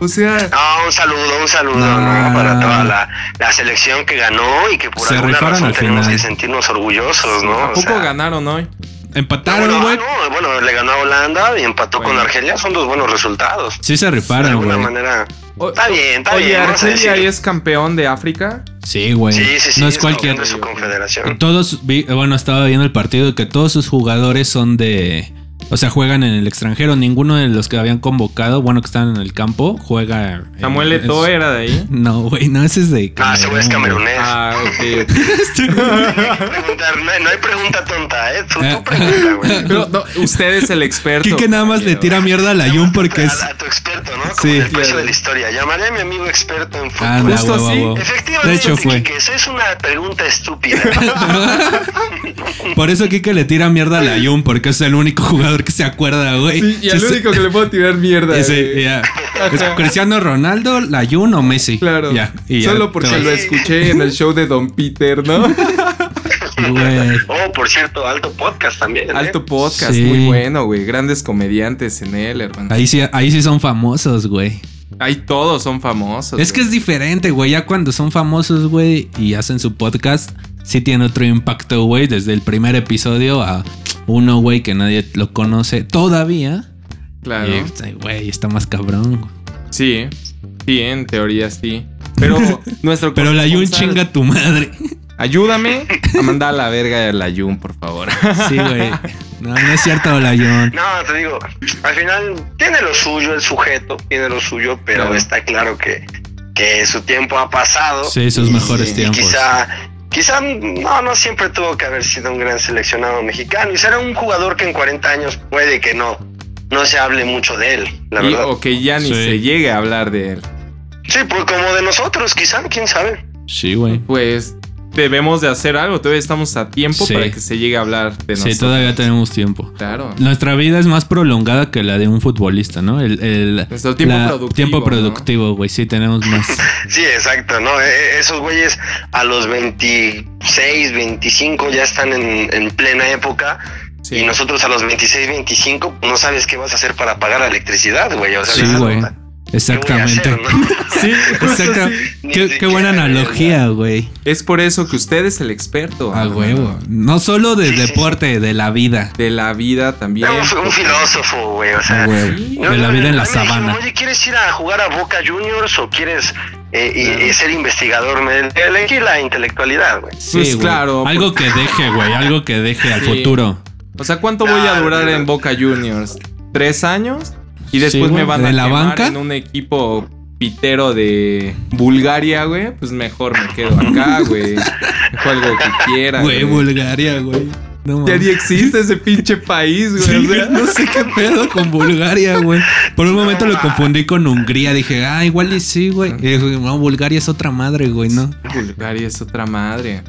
[SPEAKER 1] O sea,
[SPEAKER 3] no, un saludo, un saludo,
[SPEAKER 2] Nah.
[SPEAKER 3] ¿no? Para toda la, la selección que ganó y que por
[SPEAKER 2] Se
[SPEAKER 3] alguna
[SPEAKER 2] rifaron
[SPEAKER 3] razón
[SPEAKER 2] al
[SPEAKER 3] tenemos
[SPEAKER 2] final.
[SPEAKER 3] que sentirnos orgullosos, Pues ¿no?
[SPEAKER 1] ¿a
[SPEAKER 3] O
[SPEAKER 1] poco
[SPEAKER 3] sea,
[SPEAKER 1] ganaron hoy?
[SPEAKER 2] Empataron,
[SPEAKER 3] bueno,
[SPEAKER 2] güey.
[SPEAKER 3] ah, no, bueno, le ganó a Holanda y empató
[SPEAKER 1] Bueno.
[SPEAKER 3] con Argelia, son dos buenos resultados.
[SPEAKER 2] Sí se
[SPEAKER 3] de
[SPEAKER 2] rifaron,
[SPEAKER 3] alguna
[SPEAKER 2] güey.
[SPEAKER 3] manera.
[SPEAKER 1] O-
[SPEAKER 3] Está bien, está
[SPEAKER 1] Oye,
[SPEAKER 3] bien. vamos a
[SPEAKER 1] Argelia
[SPEAKER 3] decirlo.
[SPEAKER 1] es campeón de África.
[SPEAKER 2] Sí, güey.
[SPEAKER 3] Sí, sí, sí.
[SPEAKER 2] no es cualquier.
[SPEAKER 3] De su confederación.
[SPEAKER 2] Todos, vi- bueno, estaba viendo el partido y que todos sus jugadores son de. O sea, juegan en el extranjero. Ninguno de los que habían convocado, bueno, que están en el campo, juega. en-
[SPEAKER 1] Samuel
[SPEAKER 2] en-
[SPEAKER 1] Eto'o era de ahí.
[SPEAKER 2] No, güey, no, ese es de.
[SPEAKER 3] Ah, ese güey es
[SPEAKER 2] Camerún,
[SPEAKER 3] camerunés.
[SPEAKER 1] Ah, ok. ok.
[SPEAKER 3] Preguntar, no, hay- no hay pregunta tonta, ¿eh? Tú,
[SPEAKER 2] Ah.
[SPEAKER 3] tú pregunta, güey.
[SPEAKER 1] Pero, no, usted es el experto.
[SPEAKER 2] Quique nada más le tira mierda a la Jun porque es.
[SPEAKER 3] A, a tu experto, ¿no? Como
[SPEAKER 2] Sí,
[SPEAKER 3] en el precio
[SPEAKER 1] claro.
[SPEAKER 3] de la historia. Llamaré a mi amigo experto en fútbol.
[SPEAKER 2] Ah, la
[SPEAKER 1] Justo
[SPEAKER 2] huevo,
[SPEAKER 1] así.
[SPEAKER 2] huevo.
[SPEAKER 3] Efectivamente,
[SPEAKER 2] De hecho, fue.
[SPEAKER 3] Quique, eso es una pregunta estúpida.
[SPEAKER 2] Por eso Kike le tira mierda a la Jun, porque es el único jugador que se acuerda, güey.
[SPEAKER 1] Sí, y al
[SPEAKER 2] Sí,
[SPEAKER 1] único que le puedo tirar mierda. eh.
[SPEAKER 2] ese-
[SPEAKER 1] güey.
[SPEAKER 2] ya. Es Cristiano Ronaldo, la Jun o Messi.
[SPEAKER 1] Claro.
[SPEAKER 2] Ya, y ya,
[SPEAKER 1] Solo porque
[SPEAKER 2] te
[SPEAKER 1] lo
[SPEAKER 2] vas.
[SPEAKER 1] escuché en el show de Don Peter, ¿no?
[SPEAKER 2] Güey.
[SPEAKER 3] oh, por cierto, alto podcast también. ¿eh?
[SPEAKER 1] Alto podcast,
[SPEAKER 2] Sí.
[SPEAKER 1] muy bueno, güey. Grandes comediantes en él, hermano.
[SPEAKER 2] Ahí sí, ahí sí son famosos, güey.
[SPEAKER 1] Ahí todos son famosos.
[SPEAKER 2] Es que es
[SPEAKER 1] güey.
[SPEAKER 2] diferente, güey. Ya cuando son famosos, güey, y hacen su podcast, sí tiene otro impacto, güey. Desde el primer episodio a uno, güey, que nadie lo conoce todavía.
[SPEAKER 1] Claro.
[SPEAKER 2] Y, ay, güey, está más cabrón. güey.
[SPEAKER 1] Sí. Sí, en teoría sí. Pero nuestro
[SPEAKER 2] Pero la Jun
[SPEAKER 1] corresponsal-
[SPEAKER 2] chinga tu madre.
[SPEAKER 1] Ayúdame a mandar a la verga a la Jun, por favor.
[SPEAKER 2] Sí, güey. No, no es cierto, la Jun.
[SPEAKER 3] No, te digo, al final tiene lo suyo el sujeto, tiene lo suyo, pero
[SPEAKER 1] Claro.
[SPEAKER 3] está claro que, que su tiempo ha pasado.
[SPEAKER 2] Sí, sus
[SPEAKER 3] Y-
[SPEAKER 2] mejores
[SPEAKER 3] y
[SPEAKER 2] tiempos.
[SPEAKER 3] Quizá, Quizá no, no siempre tuvo que haber sido un gran seleccionado mexicano. Y será un jugador que en 40 años puede que no, no se hable mucho de él, la
[SPEAKER 1] Y-
[SPEAKER 3] verdad.
[SPEAKER 1] o que ya ni
[SPEAKER 2] Sí.
[SPEAKER 1] se llegue a hablar de él.
[SPEAKER 3] Sí, pues como de nosotros, quizá, quién sabe.
[SPEAKER 2] Sí, güey.
[SPEAKER 1] Pues debemos de hacer algo. Todavía estamos a tiempo
[SPEAKER 2] Sí.
[SPEAKER 1] para que se llegue a hablar de nosotros.
[SPEAKER 2] Sí, todavía tenemos tiempo.
[SPEAKER 1] Claro.
[SPEAKER 2] Nuestra vida es más prolongada que la de un futbolista, ¿no? El, el
[SPEAKER 1] Nuestro tiempo
[SPEAKER 2] la-
[SPEAKER 1] productivo,
[SPEAKER 2] tiempo
[SPEAKER 1] ¿no?
[SPEAKER 2] productivo, güey. Sí, tenemos más.
[SPEAKER 3] Sí, exacto, ¿no? E- e- Esos güeyes a los 26, 25 ya están en, en plena época.
[SPEAKER 1] Sí.
[SPEAKER 3] Y nosotros a los 26, 25 no sabes qué vas a hacer para pagar la electricidad, güey. O sea,
[SPEAKER 2] Sí,
[SPEAKER 3] ¿qué
[SPEAKER 2] güey.
[SPEAKER 3] voy a
[SPEAKER 2] Exactamente.
[SPEAKER 3] hacer, no?
[SPEAKER 1] Sí, exacto.
[SPEAKER 3] Ni
[SPEAKER 2] Qué, qué
[SPEAKER 3] siquiera
[SPEAKER 2] buena
[SPEAKER 3] de
[SPEAKER 2] analogía, güey.
[SPEAKER 1] Es por eso que usted es el experto.
[SPEAKER 2] A
[SPEAKER 1] hermano.
[SPEAKER 2] huevo. No solo de
[SPEAKER 3] Sí, sí.
[SPEAKER 2] deporte, de la vida.
[SPEAKER 1] De la vida también.
[SPEAKER 3] Un, fi- un filósofo, güey. O sea,
[SPEAKER 2] A huevo.
[SPEAKER 1] Sí.
[SPEAKER 3] No,
[SPEAKER 2] De la
[SPEAKER 3] no,
[SPEAKER 2] vida
[SPEAKER 3] no,
[SPEAKER 2] en la
[SPEAKER 3] a mí me dijeron,
[SPEAKER 2] sabana.
[SPEAKER 3] Oye, ¿quieres ir a jugar a Boca Juniors o quieres eh, y- y ser investigador? Me elegí la intelectualidad, güey.
[SPEAKER 2] Sí,
[SPEAKER 1] Pues
[SPEAKER 2] güey.
[SPEAKER 1] claro,
[SPEAKER 2] Algo que deje, güey. Algo que deje al
[SPEAKER 1] Sí.
[SPEAKER 2] futuro.
[SPEAKER 1] O sea, ¿cuánto voy a
[SPEAKER 3] Ah,
[SPEAKER 1] durar
[SPEAKER 3] mira.
[SPEAKER 1] en Boca Juniors? ¿Tres años? Y después
[SPEAKER 2] Sí,
[SPEAKER 1] me
[SPEAKER 2] güey,
[SPEAKER 1] van a
[SPEAKER 2] ¿de la
[SPEAKER 1] quemar
[SPEAKER 2] banca?
[SPEAKER 1] en un equipo pitero de Bulgaria, güey. Pues mejor me quedo acá, güey. Dejo algo que quiera.
[SPEAKER 2] Güey,
[SPEAKER 1] güey.
[SPEAKER 2] Bulgaria, güey. No
[SPEAKER 1] Ya ni
[SPEAKER 2] mames.
[SPEAKER 1] existe ese pinche país, güey.
[SPEAKER 2] Sí,
[SPEAKER 1] o sea.
[SPEAKER 2] güey, no sé qué pedo con Bulgaria, güey. Por un momento lo confundí con Hungría. Dije, ah, igual y sí, güey. Y dije, no, Bulgaria es otra madre, güey, ¿no?
[SPEAKER 1] Bulgaria es otra madre.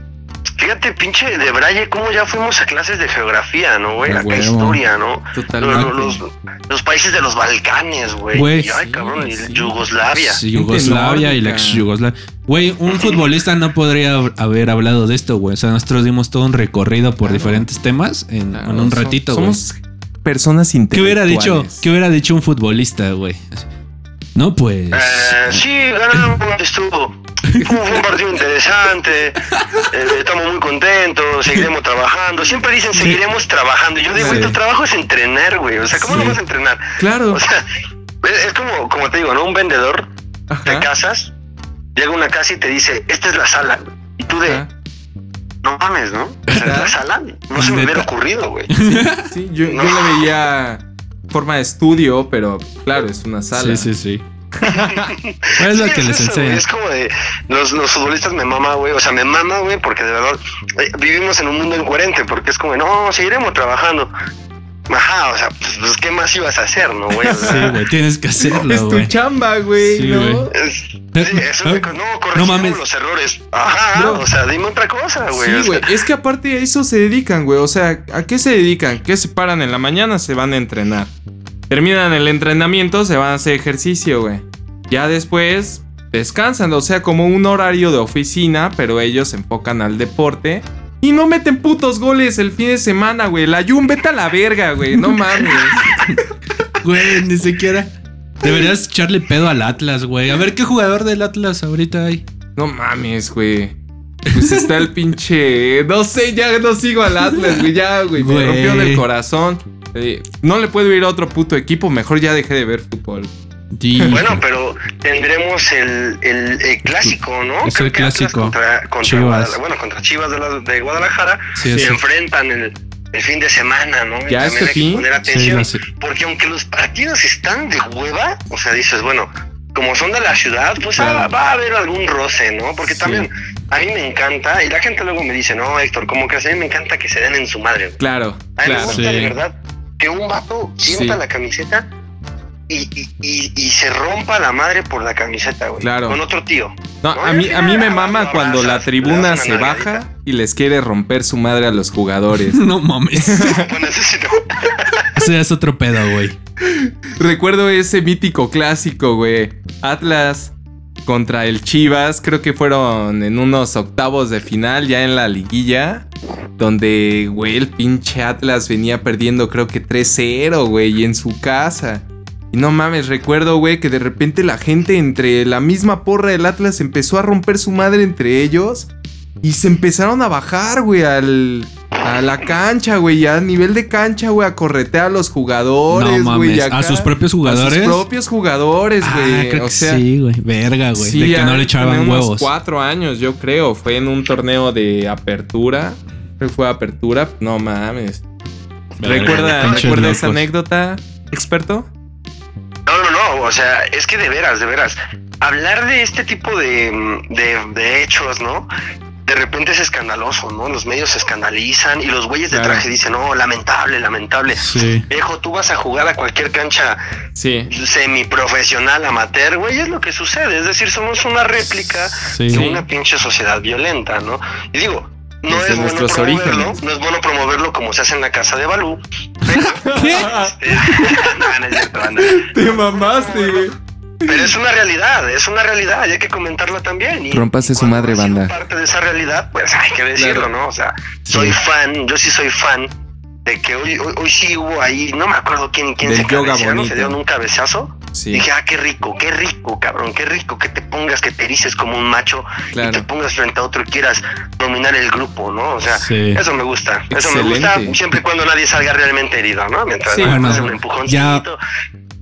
[SPEAKER 3] Fíjate, pinche de Braille, cómo ya fuimos a clases de geografía, ¿no, güey?
[SPEAKER 2] A
[SPEAKER 3] Acá
[SPEAKER 2] huevo.
[SPEAKER 3] historia, ¿no?
[SPEAKER 1] Totalmente.
[SPEAKER 3] Lo- lo- Los, los países de los Balcanes, güey.
[SPEAKER 2] Güey,
[SPEAKER 3] Y, Ay,
[SPEAKER 1] sí,
[SPEAKER 3] cabrón, y
[SPEAKER 1] sí.
[SPEAKER 3] Yugoslavia.
[SPEAKER 2] Sí, Yugoslavia y la ex Yugoslavia. Güey, un futbolista no podría hab- haber hablado de esto, güey. O sea, nosotros dimos todo un recorrido por
[SPEAKER 1] Claro.
[SPEAKER 2] diferentes temas en,
[SPEAKER 1] Claro,
[SPEAKER 2] en un
[SPEAKER 1] so-
[SPEAKER 2] ratito, güey.
[SPEAKER 1] Somos personas
[SPEAKER 2] ¿Qué
[SPEAKER 1] intelectuales.
[SPEAKER 2] hubiera dicho? ¿Qué hubiera dicho un futbolista, güey? No, pues.
[SPEAKER 3] Eh, sí, ganamos, estuvo. Fue un partido interesante, eh, estamos muy contentos, seguiremos trabajando. Siempre dicen seguiremos trabajando. Yo digo,
[SPEAKER 1] Sí.
[SPEAKER 3] güey, tu trabajo es entrenar, güey. O sea, ¿cómo
[SPEAKER 1] Sí.
[SPEAKER 3] no vas a entrenar?
[SPEAKER 1] Claro.
[SPEAKER 3] O sea, es, es como, como te digo, ¿no? Un vendedor, te
[SPEAKER 1] Ajá,
[SPEAKER 3] casas, llega a una casa y te dice, esta es la sala. Y tú de,
[SPEAKER 1] ajá.
[SPEAKER 3] no mames, ¿no? O sea,
[SPEAKER 1] Ajá.
[SPEAKER 3] la sala no se me
[SPEAKER 2] Neta.
[SPEAKER 3] hubiera ocurrido, güey.
[SPEAKER 1] Sí, yo, yo
[SPEAKER 3] No.
[SPEAKER 1] le veía forma de estudio, pero claro, es una sala.
[SPEAKER 2] sí, sí, sí. Pues es lo
[SPEAKER 3] Sí,
[SPEAKER 2] que les
[SPEAKER 3] eso, güey,
[SPEAKER 2] enseña.
[SPEAKER 3] Es como de. Los, los futbolistas me mama, güey. O sea, me mama, güey, porque de verdad eh, vivimos en un mundo incoherente, porque es como, de, no, seguiremos trabajando. Ajá, o sea, pues, pues, ¿qué más ibas a hacer, no, güey? O sea,
[SPEAKER 2] Sí, güey, tienes que hacerlo,
[SPEAKER 1] es tu
[SPEAKER 2] güey.
[SPEAKER 1] chamba, güey.
[SPEAKER 2] Sí,
[SPEAKER 1] ¿no?
[SPEAKER 2] güey. Eh,
[SPEAKER 3] es- sí, eso es de- no,
[SPEAKER 2] No
[SPEAKER 3] corregimos
[SPEAKER 2] mames.
[SPEAKER 3] los errores. Ajá,
[SPEAKER 1] Bro.
[SPEAKER 3] o sea, dime otra cosa, güey. o
[SPEAKER 1] Sí,
[SPEAKER 3] sea,
[SPEAKER 1] Ah, güey. Es que aparte a eso se dedican, güey. O sea, ¿a qué se dedican? ¿Qué se paran en la mañana? Se van a entrenar. Terminan el entrenamiento, se van a hacer ejercicio, güey. Ya después descansan, o sea, como un horario de oficina, pero ellos se enfocan al deporte. Y no meten putos goles el fin de semana, güey. La Jun, vete a la verga, güey. No mames.
[SPEAKER 2] Güey, ni siquiera. Deberías echarle pedo al Atlas, güey. A ver qué jugador del Atlas ahorita hay.
[SPEAKER 1] No mames, güey. Pues está el pinche. No sé, ya no sigo al Atlas, güey. Ya, güey. Me
[SPEAKER 2] Güey.
[SPEAKER 1] rompió del corazón. Eh, no le puedo ir a otro puto equipo. Mejor ya dejé de ver fútbol.
[SPEAKER 2] Di-
[SPEAKER 3] Bueno, pero tendremos el, el, el clásico, ¿no?
[SPEAKER 2] Es el
[SPEAKER 3] que Atlas
[SPEAKER 2] clásico.
[SPEAKER 3] Contra, contra
[SPEAKER 2] Chivas.
[SPEAKER 3] Guadalajara- bueno, contra Chivas de, la- de Guadalajara.
[SPEAKER 2] Sí,
[SPEAKER 3] se
[SPEAKER 2] sí.
[SPEAKER 3] enfrentan el, el fin de semana, ¿no? Y
[SPEAKER 1] Ya
[SPEAKER 3] también
[SPEAKER 1] este
[SPEAKER 3] hay que
[SPEAKER 1] fin,
[SPEAKER 3] poner
[SPEAKER 2] sí,
[SPEAKER 3] atención.
[SPEAKER 2] no sé.
[SPEAKER 3] Porque aunque los partidos están de hueva, o sea, dices, bueno, como son de la ciudad, pues ah,
[SPEAKER 1] Claro.
[SPEAKER 3] va a haber algún roce, ¿no? Porque
[SPEAKER 1] Sí.
[SPEAKER 3] también a mí me encanta, y la gente luego me dice, no, Héctor, como que a mí me encanta que se den en su madre. güey.
[SPEAKER 1] Claro,
[SPEAKER 3] A mí me
[SPEAKER 1] claro.
[SPEAKER 3] gusta
[SPEAKER 2] Sí.
[SPEAKER 3] de verdad que un vato sienta
[SPEAKER 1] Sí.
[SPEAKER 3] la camiseta y, y, y, y se rompa la madre por la camiseta, güey.
[SPEAKER 1] Claro.
[SPEAKER 3] Con otro tío.
[SPEAKER 1] No, a mí, a mí me mama cuando la tribuna se baja y les quiere romper su madre a los jugadores.
[SPEAKER 2] No mames.
[SPEAKER 3] Bueno, eso sí, no.
[SPEAKER 2] Ese es otro pedo, güey.
[SPEAKER 1] Recuerdo ese mítico clásico, güey. Atlas contra el Chivas. Creo que fueron en unos octavos de final, ya en la liguilla. Donde, güey, el pinche Atlas venía perdiendo, creo que 3-0, güey, y en su casa. Y no mames, recuerdo, güey, que de repente la gente entre la misma porra del Atlas empezó a romper su madre entre ellos. Y se empezaron a bajar, güey, al. A la cancha, güey, y a nivel de cancha, güey, a corretear a los jugadores,
[SPEAKER 2] No
[SPEAKER 1] güey. y
[SPEAKER 2] mames, ¿a
[SPEAKER 1] acá-
[SPEAKER 2] sus propios
[SPEAKER 1] A
[SPEAKER 2] jugadores?
[SPEAKER 1] sus propios jugadores,
[SPEAKER 2] Ah,
[SPEAKER 1] güey.
[SPEAKER 2] creo
[SPEAKER 1] o
[SPEAKER 2] que
[SPEAKER 1] sea,
[SPEAKER 2] sí, güey. Verga, güey.
[SPEAKER 1] sí,
[SPEAKER 2] de que no
[SPEAKER 1] ya
[SPEAKER 2] le echaban
[SPEAKER 1] tenía unos
[SPEAKER 2] huevos.
[SPEAKER 1] cuatro años, yo creo. Fue en un torneo de apertura. Creo que fue apertura. No mames.
[SPEAKER 2] Verga,
[SPEAKER 1] ¿Recuerda,
[SPEAKER 2] pinches
[SPEAKER 1] ¿recuerda esa
[SPEAKER 2] locos.
[SPEAKER 1] anécdota, experto?
[SPEAKER 3] No, no, no, o sea, es que de veras, de veras, hablar de este tipo de, de, de hechos, ¿no? de repente es escandaloso, ¿no? Los medios se escandalizan y los güeyes de
[SPEAKER 1] Claro.
[SPEAKER 3] traje dicen, no, lamentable, lamentable.
[SPEAKER 2] Sí.
[SPEAKER 3] Viejo, tú vas a jugar a cualquier cancha
[SPEAKER 1] Sí.
[SPEAKER 3] semiprofesional, amateur, güey, es lo que sucede. Es decir, somos una réplica
[SPEAKER 2] Sí.
[SPEAKER 3] de una pinche sociedad violenta, ¿no? Y digo, no
[SPEAKER 1] Desde
[SPEAKER 3] es bueno
[SPEAKER 1] nuestros
[SPEAKER 3] promoverlo,
[SPEAKER 1] orígenes.
[SPEAKER 3] no es bueno promoverlo como se hace en la casa de Balú. pero- No, no es cierto, banda.
[SPEAKER 1] Te mamaste, güey.
[SPEAKER 3] Pero es una realidad, es una realidad, y hay que comentarla también. Y,
[SPEAKER 1] Rómpase
[SPEAKER 3] y
[SPEAKER 1] su
[SPEAKER 3] cuando
[SPEAKER 1] madre,
[SPEAKER 3] has sido
[SPEAKER 1] banda.
[SPEAKER 3] parte de esa realidad, pues hay que decirlo,
[SPEAKER 1] Claro.
[SPEAKER 3] ¿no? O sea, soy fan, yo sí soy fan de que hoy, hoy, hoy sí hubo ahí, no me acuerdo quién, quién
[SPEAKER 1] Del
[SPEAKER 3] se
[SPEAKER 1] yoga
[SPEAKER 3] cabecearon,
[SPEAKER 1] bonito.
[SPEAKER 3] se dieron un cabezazo.
[SPEAKER 1] Sí,
[SPEAKER 3] Dije, ah, qué rico, qué rico, cabrón, qué rico que te pongas, que te erices como un macho y te
[SPEAKER 1] claro.
[SPEAKER 3] pongas frente a otro y quieras dominar el grupo, ¿no? O sea,
[SPEAKER 2] Sí.
[SPEAKER 3] eso me gusta, eso me
[SPEAKER 1] Excelente.
[SPEAKER 3] gusta siempre y cuando nadie salga realmente herido, ¿no? Mientras
[SPEAKER 1] Sí,
[SPEAKER 3] no
[SPEAKER 2] bueno,
[SPEAKER 3] hagas un empujoncito.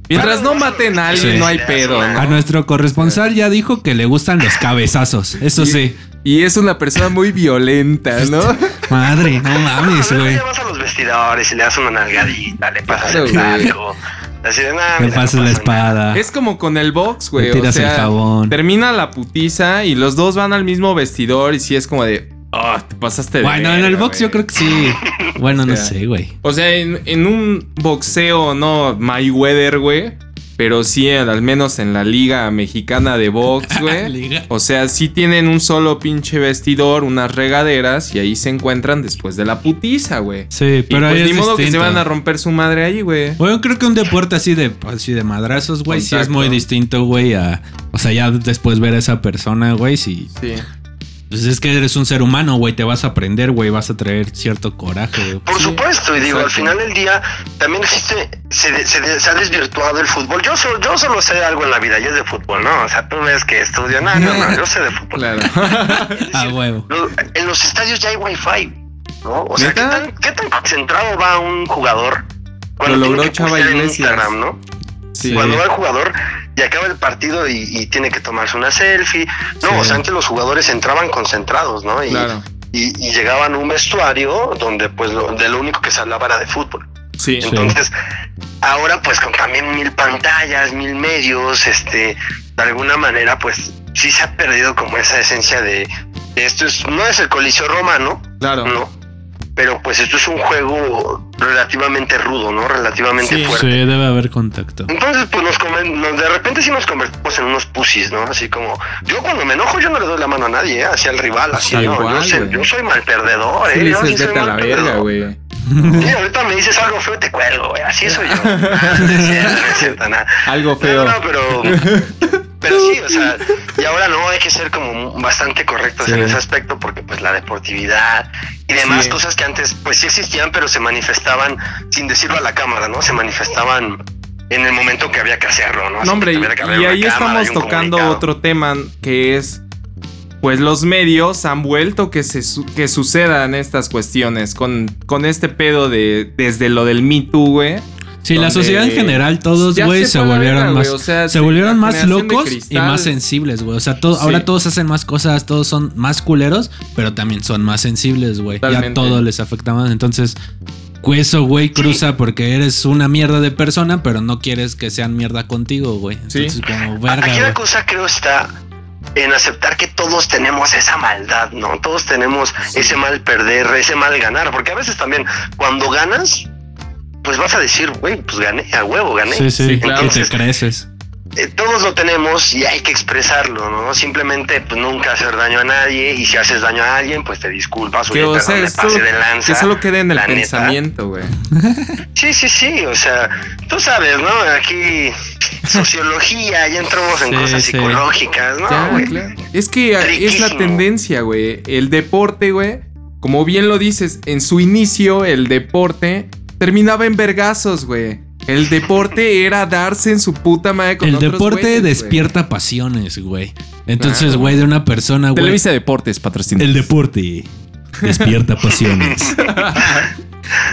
[SPEAKER 1] Mientras no maten a alguien,
[SPEAKER 2] Sí. Ah,
[SPEAKER 1] no hay pedo,
[SPEAKER 2] A
[SPEAKER 1] ¿no?
[SPEAKER 2] nuestro corresponsal ya dijo que le gustan los cabezazos. Eso sí.
[SPEAKER 1] Y es una persona muy violenta, ¿no?
[SPEAKER 2] Madre, no mames,
[SPEAKER 3] luego
[SPEAKER 2] güey.
[SPEAKER 3] Ah, ya vas a los vestidores y le das una nalgadita, le pasas
[SPEAKER 1] Claro,
[SPEAKER 3] el
[SPEAKER 1] güey.
[SPEAKER 3] taco. Así de nada.
[SPEAKER 2] Le pasas la espada.
[SPEAKER 1] Es como con el box, güey.
[SPEAKER 2] Le
[SPEAKER 1] O
[SPEAKER 2] Ah. tiras
[SPEAKER 1] sea,
[SPEAKER 2] el jabón.
[SPEAKER 1] termina la putiza y los dos van al mismo vestidor y sí es como de, ah, te pasaste de
[SPEAKER 2] Bueno, en el
[SPEAKER 1] verga,
[SPEAKER 2] box
[SPEAKER 1] güey".
[SPEAKER 2] yo creo que sí. Bueno,
[SPEAKER 1] O
[SPEAKER 2] no
[SPEAKER 1] sea,
[SPEAKER 2] sé, güey.
[SPEAKER 1] O sea, en, en un boxeo, no Mayweather, güey. Pero sí, al al menos en la liga mexicana de box, güey.
[SPEAKER 2] Liga.
[SPEAKER 1] O sea, sí tienen un solo pinche vestidor, unas regaderas y ahí se encuentran después de la putiza, güey.
[SPEAKER 2] Sí,
[SPEAKER 1] y
[SPEAKER 2] pero ahí
[SPEAKER 1] pues
[SPEAKER 2] es
[SPEAKER 1] ni modo que se
[SPEAKER 2] distinto.
[SPEAKER 1] van a romper su madre ahí, güey.
[SPEAKER 2] Bueno, creo que un deporte así de así de madrazos, güey, sí es
[SPEAKER 1] Contacto.
[SPEAKER 2] muy distinto, güey, a o sea, ya después ver a esa persona, güey, si
[SPEAKER 1] Sí.
[SPEAKER 2] pues es que eres un ser humano, güey, te vas a aprender, güey, vas a traer cierto coraje. güey.
[SPEAKER 3] Por
[SPEAKER 1] Sí,
[SPEAKER 3] supuesto, y digo, al
[SPEAKER 1] exacto.
[SPEAKER 3] final del día también existe, se, de- se, de- se ha desvirtuado el fútbol. Yo, so- yo solo sé algo en la vida, yo es de fútbol, ¿no? O sea, tú ves que estudio, no, no, no, yo sé de fútbol.
[SPEAKER 1] Claro.
[SPEAKER 2] Ah, huevo.
[SPEAKER 3] Lo- En los estadios ya hay wifi, ¿no? O sea, ¿qué
[SPEAKER 1] ¿Neta?
[SPEAKER 3] tan, ¿qué tan concentrado va un jugador?
[SPEAKER 1] Lo
[SPEAKER 3] tiene
[SPEAKER 1] logró
[SPEAKER 3] que
[SPEAKER 1] Chava
[SPEAKER 3] postear en
[SPEAKER 1] Iglesias.
[SPEAKER 3] Instagram, ¿no?
[SPEAKER 1] Sí.
[SPEAKER 3] Cuando va el jugador y acaba el partido y, y tiene que tomarse una selfie. No,
[SPEAKER 2] Sí.
[SPEAKER 3] o sea, antes los jugadores entraban concentrados, ¿no? Y,
[SPEAKER 1] Claro.
[SPEAKER 3] y, y llegaban a un vestuario donde pues lo- de lo único que se hablaba era de fútbol.
[SPEAKER 1] Sí.
[SPEAKER 2] Sí.
[SPEAKER 3] Entonces, ahora pues con también mil pantallas, mil medios, este, de alguna manera pues sí se ha perdido como esa esencia de, de esto es, no es el coliseo romano,
[SPEAKER 1] Claro.
[SPEAKER 3] no, pero pues esto es un juego relativamente rudo, ¿no? Relativamente
[SPEAKER 1] Sí.
[SPEAKER 3] fuerte.
[SPEAKER 2] Sí, debe haber contacto.
[SPEAKER 3] Entonces, pues nos, comen- nos- de repente sí nos convertimos en unos pusis, ¿no? Así como, yo cuando me enojo yo no le doy la mano a nadie, ¿eh? hacia el rival, así,
[SPEAKER 1] Tal
[SPEAKER 3] no, yo,
[SPEAKER 1] cual,
[SPEAKER 3] sé-
[SPEAKER 1] güey.
[SPEAKER 3] yo soy mal perdedor,
[SPEAKER 1] Sí,
[SPEAKER 3] ¿eh?
[SPEAKER 1] le
[SPEAKER 3] yo sí
[SPEAKER 1] dices,
[SPEAKER 3] soy
[SPEAKER 1] vete a
[SPEAKER 3] mal
[SPEAKER 1] la
[SPEAKER 3] perdedor".
[SPEAKER 1] verga, güey.
[SPEAKER 3] Sí, ahorita me dices algo feo, te cuelgo, güey, así soy yo. Ah, no es cierto, no es cierto, nada.
[SPEAKER 1] Algo
[SPEAKER 3] No,
[SPEAKER 1] feo.
[SPEAKER 3] no, pero, pero sí, o sea, y ahora no, hay que ser como bastante correctos
[SPEAKER 2] Sí.
[SPEAKER 3] en ese aspecto porque pues la deportividad y demás
[SPEAKER 1] Sí.
[SPEAKER 3] cosas que antes pues sí existían, pero se manifestaban sin decirlo a la cámara, ¿no? Se manifestaestaban en el momento que había que hacerlo, ¿no? Así
[SPEAKER 1] No, hombre,
[SPEAKER 3] Pues que
[SPEAKER 1] y,
[SPEAKER 3] tuviera que haber
[SPEAKER 1] y
[SPEAKER 3] una
[SPEAKER 1] ahí
[SPEAKER 3] cámara
[SPEAKER 1] estamos
[SPEAKER 3] y un
[SPEAKER 1] tocando
[SPEAKER 3] comunicado.
[SPEAKER 1] otro tema que es, pues los medios han vuelto que, se su- que sucedan estas cuestiones con, con este pedo de desde lo del Me Too, güey.
[SPEAKER 2] Sí, la
[SPEAKER 1] donde
[SPEAKER 2] sociedad en general, todos,
[SPEAKER 1] ya
[SPEAKER 2] güey,
[SPEAKER 1] se
[SPEAKER 2] se
[SPEAKER 1] fue a la verga,
[SPEAKER 2] volvieron
[SPEAKER 1] güey,
[SPEAKER 2] más.
[SPEAKER 1] o sea,
[SPEAKER 2] se
[SPEAKER 1] sí,
[SPEAKER 2] volvieron
[SPEAKER 1] la
[SPEAKER 2] más
[SPEAKER 1] generación de
[SPEAKER 2] locos y
[SPEAKER 1] cristal.
[SPEAKER 2] más sensibles, güey. O sea, todo,
[SPEAKER 1] Sí.
[SPEAKER 2] ahora todos hacen más cosas, todos son más culeros, pero también son más sensibles, güey. Ya
[SPEAKER 1] Totalmente.
[SPEAKER 2] todo les afecta más. Entonces, güey, eso, güey, cruza porque eres una mierda de persona, pero no quieres que sean mierda contigo, güey.
[SPEAKER 1] Sí.
[SPEAKER 2] Entonces, como verga,
[SPEAKER 3] Aquí la
[SPEAKER 2] güey.
[SPEAKER 3] cosa creo está en aceptar que todos tenemos esa maldad, ¿no? Todos tenemos ese mal perder, ese mal ganar, porque a veces también cuando ganas, pues vas a decir, güey, pues gané, a huevo gané.
[SPEAKER 2] Sí, sí,
[SPEAKER 1] Sí, claro.
[SPEAKER 2] y te creces.
[SPEAKER 3] Eh, todos lo tenemos y hay que expresarlo, ¿no? Simplemente pues nunca hacer daño a nadie y si haces daño a alguien, pues te disculpas,
[SPEAKER 1] Que,
[SPEAKER 3] oye,
[SPEAKER 1] o
[SPEAKER 3] perdón,
[SPEAKER 1] sea,
[SPEAKER 3] me
[SPEAKER 1] esto-
[SPEAKER 3] pasé de lanza.
[SPEAKER 1] que solo quede en el
[SPEAKER 3] la neta.
[SPEAKER 1] pensamiento, güey.
[SPEAKER 3] Sí, sí, sí, o sea, tú sabes, ¿no? Aquí sociología, ya entramos en
[SPEAKER 2] Sí,
[SPEAKER 3] cosas
[SPEAKER 2] sí.
[SPEAKER 3] psicológicas, ¿no?
[SPEAKER 1] Ya,
[SPEAKER 3] Ah, güey?
[SPEAKER 1] claro. Es que a- es la
[SPEAKER 3] Riquísimo.
[SPEAKER 1] tendencia, güey. El deporte, güey. Como bien lo dices, en su inicio el deporte terminaba en vergazos, güey. El deporte era darse en su puta madre con
[SPEAKER 2] El
[SPEAKER 1] otros
[SPEAKER 2] deporte
[SPEAKER 1] güeyes, güey.
[SPEAKER 2] despierta pasiones, güey. Entonces,
[SPEAKER 1] Claro.
[SPEAKER 2] güey, de una persona, güey.
[SPEAKER 1] Televisa Deportes patrocina.
[SPEAKER 2] El deporte despierta pasiones.
[SPEAKER 3] Sí,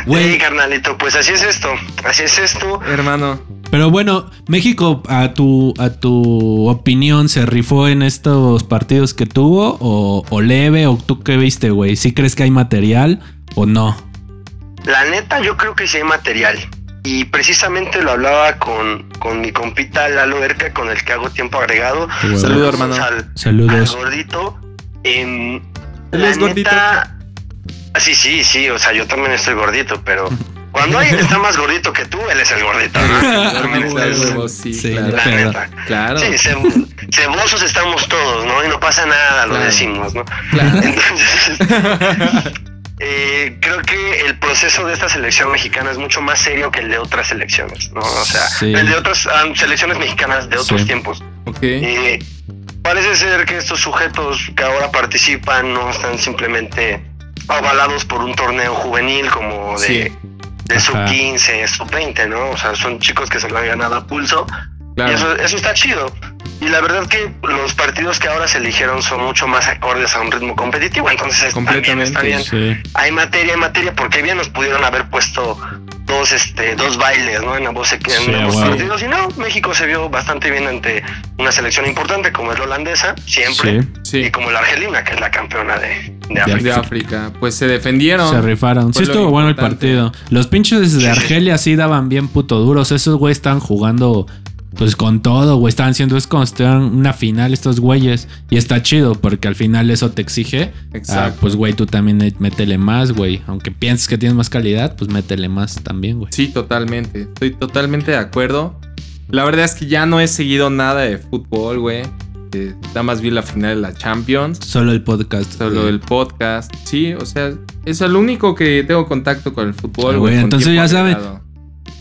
[SPEAKER 2] Güey,
[SPEAKER 3] carnalito, pues así es esto, así es esto.
[SPEAKER 1] Hermano,
[SPEAKER 2] pero bueno, México, a tu, a tu opinión, ¿se rifó en estos partidos que tuvo? ¿O, o leve? ¿O tú qué viste, güey? ¿Sí crees que hay material o no?
[SPEAKER 3] La neta, yo creo que sí hay material. Y precisamente lo hablaba con, con mi compita Lalo Erca, con el que hago tiempo agregado.
[SPEAKER 2] Qué huevo.
[SPEAKER 1] Saludo, hermano.
[SPEAKER 3] Al, al
[SPEAKER 2] Saludos.
[SPEAKER 3] gordito. Em,
[SPEAKER 1] Él
[SPEAKER 3] la
[SPEAKER 1] es gordito.
[SPEAKER 3] neta- Ah, Sí, sí, sí, o sea, yo también estoy gordito, pero cuando alguien está más gordito que tú, él es el gordito, ¿no? También
[SPEAKER 1] Huevo,
[SPEAKER 3] estás-
[SPEAKER 1] huevo, Sí,
[SPEAKER 2] Sí,
[SPEAKER 1] claro.
[SPEAKER 3] la
[SPEAKER 2] Pero-
[SPEAKER 3] neta.
[SPEAKER 2] Ah,
[SPEAKER 1] Claro,
[SPEAKER 3] Sí, ce- cebosos estamos todos, ¿no? Y no pasa nada, lo
[SPEAKER 1] Claro.
[SPEAKER 3] decimos, ¿no?
[SPEAKER 1] claro.
[SPEAKER 3] Entonces, eh, creo que el proceso de esta selección mexicana es mucho más serio que el de otras selecciones, ¿no? O sea,
[SPEAKER 2] Sí.
[SPEAKER 3] el de otras ah, selecciones mexicanas de otros
[SPEAKER 2] Sí.
[SPEAKER 3] tiempos.
[SPEAKER 1] Ok.
[SPEAKER 3] Eh, parece ser que estos sujetos que ahora participan no están simplemente avalados por un torneo juvenil como de,
[SPEAKER 1] Sí.
[SPEAKER 3] de sub
[SPEAKER 2] Ajá.
[SPEAKER 3] 15, sub 20, ¿no? O sea, son chicos que se lo han ganado a pulso y
[SPEAKER 1] Claro.
[SPEAKER 3] eso, eso está chido. Y la verdad que los partidos que ahora se eligieron son mucho más acordes a un ritmo competitivo, entonces está bien, está
[SPEAKER 1] Completamente,
[SPEAKER 3] bien.
[SPEAKER 2] Sí.
[SPEAKER 3] Hay materia, hay materia, porque bien nos pudieron haber puesto dos este dos bailes, ¿no? En ambos, se- en
[SPEAKER 2] Sí,
[SPEAKER 3] ambos
[SPEAKER 2] a huevo.
[SPEAKER 3] partidos. Y no, México se vio bastante bien ante una selección importante como es la holandesa, siempre,
[SPEAKER 2] Sí.
[SPEAKER 1] Sí,
[SPEAKER 3] y como la argelina, que es la campeona de, de
[SPEAKER 2] Ya.
[SPEAKER 3] África.
[SPEAKER 1] de África. Pues se defendieron.
[SPEAKER 2] Se rifaron.
[SPEAKER 1] Fue
[SPEAKER 2] Sí
[SPEAKER 1] lo
[SPEAKER 2] estuvo bueno el
[SPEAKER 1] importante.
[SPEAKER 2] partido. Los pinches
[SPEAKER 3] Sí, sí.
[SPEAKER 2] de Argelia sí daban bien puto duros. Esos güey están jugando pues con todo, güey. Estaban haciendo es como si estuvieran en una final estos güeyes. Y está chido porque al final eso te exige. Ah,
[SPEAKER 1] Exacto.
[SPEAKER 2] pues güey, tú también eh, métele más, güey. Aunque pienses que tienes más calidad, pues métele más también, güey.
[SPEAKER 1] Sí, totalmente. Estoy totalmente de acuerdo. La verdad es que ya no he seguido nada de fútbol, güey. Eh, nada más vi la final de la Champions.
[SPEAKER 2] Solo el podcast. Eh,
[SPEAKER 1] Solo
[SPEAKER 2] güey.
[SPEAKER 1] el podcast. Sí, o sea, es el único que tengo contacto con el fútbol, güey.
[SPEAKER 2] Ah, güey,
[SPEAKER 1] con
[SPEAKER 2] entonces
[SPEAKER 1] tiempo
[SPEAKER 2] ya saben.
[SPEAKER 1] agregado.